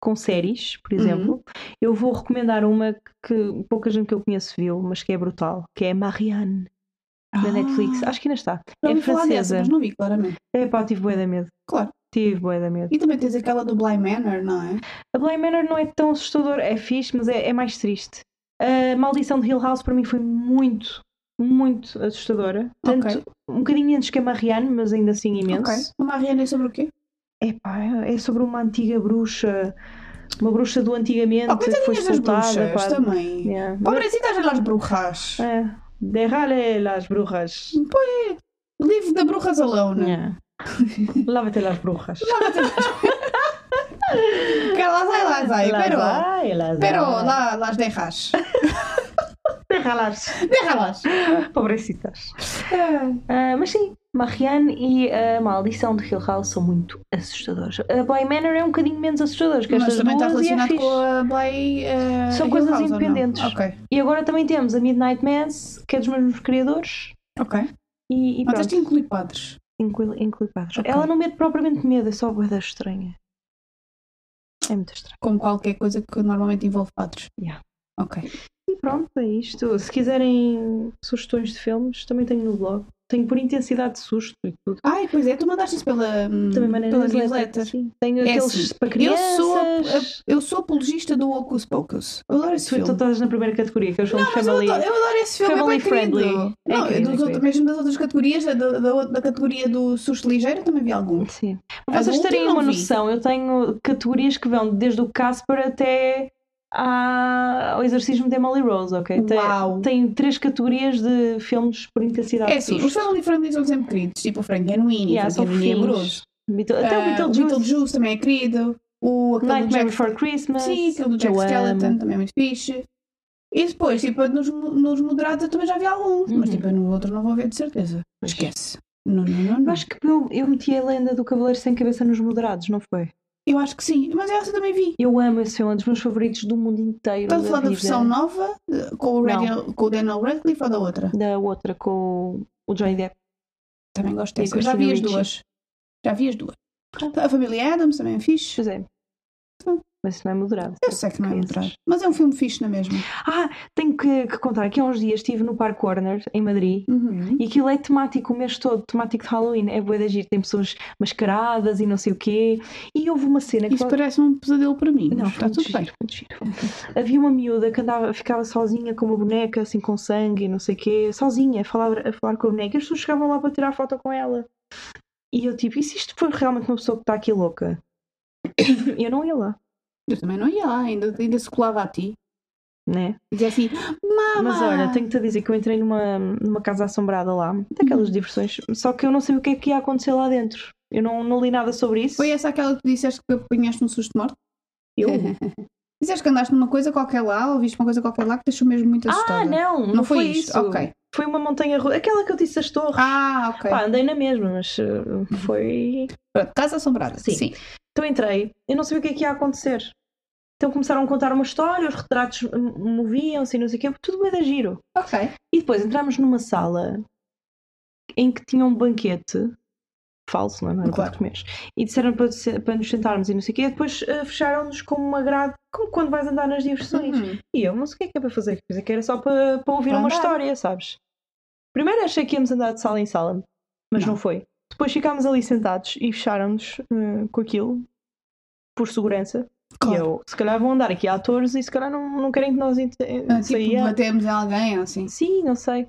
Speaker 2: com séries, por
Speaker 1: Uhum.
Speaker 2: exemplo, eu vou recomendar uma que pouca gente que eu conheço viu, mas que é brutal, que é Marianne, da Netflix. Acho que ainda está.
Speaker 1: Já
Speaker 2: é
Speaker 1: ouvi Ah, falar dessa,
Speaker 2: francesa.
Speaker 1: mas não vi claramente.
Speaker 2: É pá, tive boia da medo.
Speaker 1: Claro.
Speaker 2: Tive boia da medo.
Speaker 1: E também tens aquela do Bly Manor, não é?
Speaker 2: A Bly Manor não é tão assustador, é fixe, mas é, é mais triste. A Maldição de Hill House para mim foi muito, muito assustadora. Tanto,
Speaker 1: Ok.
Speaker 2: um bocadinho antes que a Marianne, mas ainda assim imenso.
Speaker 1: Ok. Uma arrenda é sobre o quê?
Speaker 2: Epá, é sobre uma antiga bruxa, uma bruxa do antigamente
Speaker 1: Oh,
Speaker 2: que foi
Speaker 1: coitadinhas das
Speaker 2: soltada.
Speaker 1: bruxas também. assim
Speaker 2: Yeah.
Speaker 1: Pobrecitas das brujas.
Speaker 2: É. Derrale las brujas.
Speaker 1: Livre da brujas alone.
Speaker 2: Yeah. Lávate las brujas.
Speaker 1: Que las hay, las hay.
Speaker 2: Las
Speaker 1: Pero,
Speaker 2: hay, las
Speaker 1: pero
Speaker 2: hay.
Speaker 1: la, las dejas.
Speaker 2: Derralas.
Speaker 1: Déjalas.
Speaker 2: Pobrecitas.
Speaker 1: Ai.
Speaker 2: Ah, mas sim, Marianne e a Maldição de Hill House são muito assustadoras. A Bly Manor é um bocadinho menos assustadora que
Speaker 1: Mas
Speaker 2: estas
Speaker 1: também está
Speaker 2: duas e é
Speaker 1: relacionado
Speaker 2: fixe.
Speaker 1: com a Bly. eh,
Speaker 2: São
Speaker 1: Hill
Speaker 2: coisas
Speaker 1: House, ou não?
Speaker 2: independentes.
Speaker 1: Ok.
Speaker 2: E agora também temos a Midnight Mass, que é dos mesmos criadores.
Speaker 1: Ok.
Speaker 2: E, e
Speaker 1: Mas
Speaker 2: pronto.
Speaker 1: tens de incluir padres.
Speaker 2: Inclui, inclui quadros.
Speaker 1: Ok.
Speaker 2: Ela não mete propriamente medo, é só boeda estranha. É muito estranho.
Speaker 1: Como qualquer coisa que normalmente envolve padres.
Speaker 2: Yeah.
Speaker 1: Ok.
Speaker 2: E pronto, é isto. Se quiserem sugestões de filmes, também tenho no blog. Tenho por intensidade de susto e tudo.
Speaker 1: Ai, pois é, tu mandaste isso pela, hum,
Speaker 2: Também maneira
Speaker 1: pela
Speaker 2: newsletter,
Speaker 1: newsletter.
Speaker 2: sim. Tenho
Speaker 1: É
Speaker 2: aqueles para
Speaker 1: Eu
Speaker 2: crianças.
Speaker 1: sou, a- eu sou apologista do Hocus Pocus. Eu adoro esse
Speaker 2: Tu, tu
Speaker 1: filme.
Speaker 2: estás na primeira categoria, que é os filmes
Speaker 1: Mas eu
Speaker 2: family.
Speaker 1: adoro, eu adoro esse filme, é
Speaker 2: Family
Speaker 1: bem querido.
Speaker 2: friendly. É
Speaker 1: não,
Speaker 2: querido, é
Speaker 1: dos outros-
Speaker 2: querido.
Speaker 1: mesmo das outras categorias, da, da- da outra- da categoria do susto ligeiro, eu também vi algum.
Speaker 2: Sim.
Speaker 1: Adulto
Speaker 2: Para vocês terem
Speaker 1: não
Speaker 2: uma
Speaker 1: vi.
Speaker 2: noção, eu tenho categorias que vão desde o Casper até à- ao exorcismo de Emily Rose, ok? Tem-
Speaker 1: Uau!
Speaker 2: Tem três categorias de filmes por intensidade
Speaker 1: É
Speaker 2: de
Speaker 1: assim,
Speaker 2: susto.
Speaker 1: os family friendly são sempre queridos, tipo o Frankenweenie,
Speaker 2: Yeah,
Speaker 1: yeah,
Speaker 2: são
Speaker 1: Frankenweenie
Speaker 2: fins.
Speaker 1: amoroso.
Speaker 2: Beatle- Até
Speaker 1: Ah,
Speaker 2: o Beetlejuice.
Speaker 1: Beetlejuice também é querido. O, aquele do
Speaker 2: Nightmare
Speaker 1: Jack-
Speaker 2: Before Christmas.
Speaker 1: Sim, aquele do Jack
Speaker 2: eu amo.
Speaker 1: Skeleton também é muito fixe. E depois, tipo, nos, nos moderados eu também já vi algum, mas
Speaker 2: Uhum.
Speaker 1: tipo, no outro não vou ver de certeza.
Speaker 2: Pois.
Speaker 1: Esquece. Não, não, não, não.
Speaker 2: Eu acho que eu, eu meti a lenda do Cavaleiro Sem Cabeça nos moderados, não foi?
Speaker 1: Eu acho que sim, mas essa eu também vi.
Speaker 2: Eu amo esse filme, é um dos meus favoritos do mundo inteiro.
Speaker 1: Estás a
Speaker 2: da
Speaker 1: falar da
Speaker 2: vida.
Speaker 1: versão nova eh, com o, Radio, com o Daniel Radcliffe ou da outra?
Speaker 2: Da outra, com o Johnny Depp.
Speaker 1: Também gosto
Speaker 2: E a
Speaker 1: dessa. Eu Já vi
Speaker 2: Christina
Speaker 1: as
Speaker 2: Ricci.
Speaker 1: duas. Já vi as duas. A família Adams também é fixe.
Speaker 2: José. Mas isso não é moderado.
Speaker 1: Eu sei que não é
Speaker 2: Crianças.
Speaker 1: moderado. Mas é um filme fixe, não é mesmo?
Speaker 2: Ah, tenho que, que contar que há uns dias estive no Park Warner, em Madrid,
Speaker 1: Uhum.
Speaker 2: E aquilo é temático o mês todo, temático de Halloween. É boa de agir, tem pessoas mascaradas e não sei o quê. E houve uma cena que.
Speaker 1: Isso parece um pesadelo para mim.
Speaker 2: É Não,
Speaker 1: Não, está
Speaker 2: foi muito
Speaker 1: tudo bem.
Speaker 2: giro, muito giro. Havia uma miúda que andava, ficava sozinha com uma boneca, assim com sangue e não sei o quê, sozinha, a falar, a falar com a boneca. E as pessoas chegavam lá para tirar foto com ela. E eu, tipo, e se isto for realmente uma pessoa que está aqui louca? Eu não ia lá,
Speaker 1: Eu também não ia lá, ainda, ainda se colava a ti.
Speaker 2: né?
Speaker 1: Dizia assim, mama!
Speaker 2: Mas olha, tenho-te a dizer que eu entrei numa, numa casa assombrada lá, daquelas diversões, só que eu não sabia o que é que ia acontecer lá dentro. Eu não, não li nada sobre isso.
Speaker 1: Foi essa aquela que tu disseste que apanhaste um susto de morte?
Speaker 2: Eu? "Ah,
Speaker 1: Disseste que andaste numa coisa qualquer lá, ou viste uma coisa qualquer lá que te deixou mesmo muito assustada.
Speaker 2: Ah, não, não,
Speaker 1: Não
Speaker 2: foi,
Speaker 1: foi
Speaker 2: isso.
Speaker 1: isto? Ok.
Speaker 2: Foi uma montanha russa. Aquela que eu disse as torres.
Speaker 1: Ah, ok. Uhum.
Speaker 2: Pá, andei na mesma, mas eh, foi.
Speaker 1: Pronto, Casa assombrada.
Speaker 2: Sim.
Speaker 1: Sim.
Speaker 2: Então entrei, eu não sabia o que é que ia acontecer. Então começaram a contar uma história, os retratos m- moviam-se e não sei o quê, tudo bem da giro.
Speaker 1: Ok.
Speaker 2: E depois entramos numa sala em que tinha um banquete falso, não é? Não era
Speaker 1: Claro.
Speaker 2: claro. comeres. E disseram para, se- para nos sentarmos e não sei o quê, e depois eh, fecharam-nos como uma grade, como quando vais andar nas diversões.
Speaker 1: Uhum.
Speaker 2: E eu, mas o que é que é para fazer? Pois é que era só para, para ouvir
Speaker 1: Para
Speaker 2: uma
Speaker 1: andar.
Speaker 2: história, sabes? Primeiro achei que íamos andar de sala em sala, mas não,
Speaker 1: Não.
Speaker 2: foi. Depois ficámos ali sentados e fecharam-nos eh, com aquilo, por segurança. E
Speaker 1: Claro.
Speaker 2: eu, se calhar vão andar aqui atores e se calhar não, não querem que nós inte-
Speaker 1: Ah, tipo,
Speaker 2: saiamos.
Speaker 1: batemos em alguém ou assim.
Speaker 2: Sim, não sei.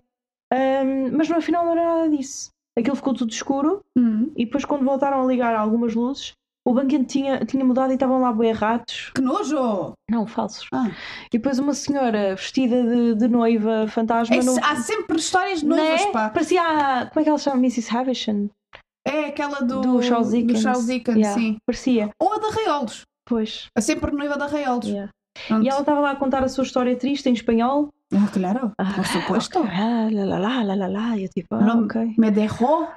Speaker 2: Ahm, mas no final não era nada disso. Aquilo ficou tudo escuro
Speaker 1: Uhum.
Speaker 2: e depois quando voltaram a ligar algumas luzes, o banquete tinha, tinha mudado e estavam lá bué ratos.
Speaker 1: Que nojo!
Speaker 2: Não, falsos.
Speaker 1: Ah.
Speaker 2: E depois uma senhora vestida de, de noiva fantasma.
Speaker 1: É,
Speaker 2: no-
Speaker 1: Há sempre histórias de noivas,
Speaker 2: Né?
Speaker 1: pá.
Speaker 2: Parecia a... Como é que ela se chama? Mrs. Havisham?
Speaker 1: É aquela do,
Speaker 2: Do Charles Dickens.
Speaker 1: do Charles Dickens,
Speaker 2: Yeah.
Speaker 1: sim.
Speaker 2: Parecia.
Speaker 1: Ou a da Raiolos.
Speaker 2: Pois.
Speaker 1: Há sempre noiva da Raiolos.
Speaker 2: yeah.
Speaker 1: Pronto.
Speaker 2: E ela estava lá a contar a sua história triste em espanhol.
Speaker 1: Ah, claro, por supuesto.
Speaker 2: Ah, lá, lá, lá, lá, lá, lá. E eu tipo, ah,
Speaker 1: Não-
Speaker 2: ok.
Speaker 1: Me dejó.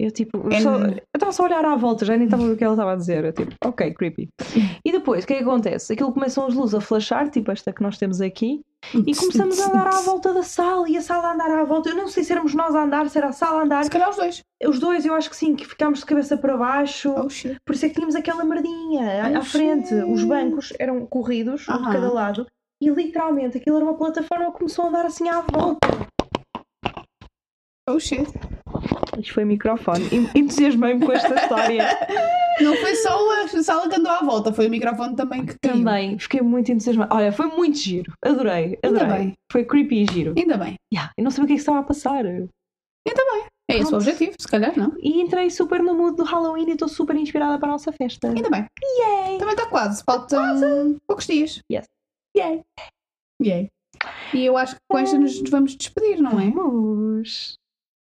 Speaker 2: Eu tipo,
Speaker 1: É-
Speaker 2: só- eu estava só a olhar à volta, já nem estava a ver o que ela estava a dizer. Eu tipo, ok, creepy. E depois, o que é que acontece? Aquilo começam as luzes a flashar, tipo esta que nós temos aqui, e começamos a andar à volta da sala e a sala a andar à volta. Eu não sei se éramos nós a andar, se era a sala a andar.
Speaker 1: Se calhar os dois.
Speaker 2: Os dois, eu acho que sim, que ficámos de cabeça para baixo.
Speaker 1: Oh, shit.
Speaker 2: Por isso é que tínhamos aquela merdinha
Speaker 1: Ai,
Speaker 2: à, à frente. Os
Speaker 1: sim.
Speaker 2: bancos eram corridos, um
Speaker 1: Aham.
Speaker 2: de cada lado, e literalmente aquilo era uma plataforma que começou a andar assim à volta.
Speaker 1: Oh, shit.
Speaker 2: Isto foi o microfone. En- Entusiasmei-me com esta história.
Speaker 1: Não foi só a sala que andou à volta, foi o microfone também que caiu.
Speaker 2: Também fiquei muito entusiasmada. Olha, foi muito giro. Adorei,
Speaker 1: Ainda
Speaker 2: adorei.
Speaker 1: bem,
Speaker 2: Foi creepy e giro.
Speaker 1: ainda bem.
Speaker 2: Yeah, eu não sabia o que é que estava a passar.
Speaker 1: É esse o
Speaker 2: Pronto.
Speaker 1: objetivo, se calhar, não?
Speaker 2: E entrei super no mood do Halloween e estou super inspirada para a nossa festa.
Speaker 1: Ainda bem. Também está quase, faltam poucos dias.
Speaker 2: Yes.
Speaker 1: Yay. Yay. E eu acho que com esta nos vamos despedir, não é?
Speaker 2: Vamos!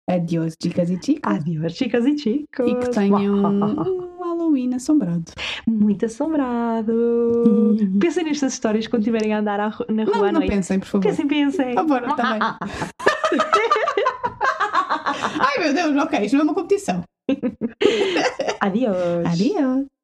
Speaker 1: Adeus, dicas e chicas.
Speaker 2: Adeus, chicas e chicos!
Speaker 1: E que tenham um Halloween assombrado.
Speaker 2: Muito assombrado. Pensem nestas histórias quando estiverem a andar à ru- na rua
Speaker 1: Uhum. Não,
Speaker 2: à
Speaker 1: não
Speaker 2: noite.
Speaker 1: pensem, por favor.
Speaker 2: Pensem, pensem.
Speaker 1: Ah, bora, tá bem. Ai meu Deus, ok, isto não é uma competição.
Speaker 2: ah. Adeus.
Speaker 1: Adeus.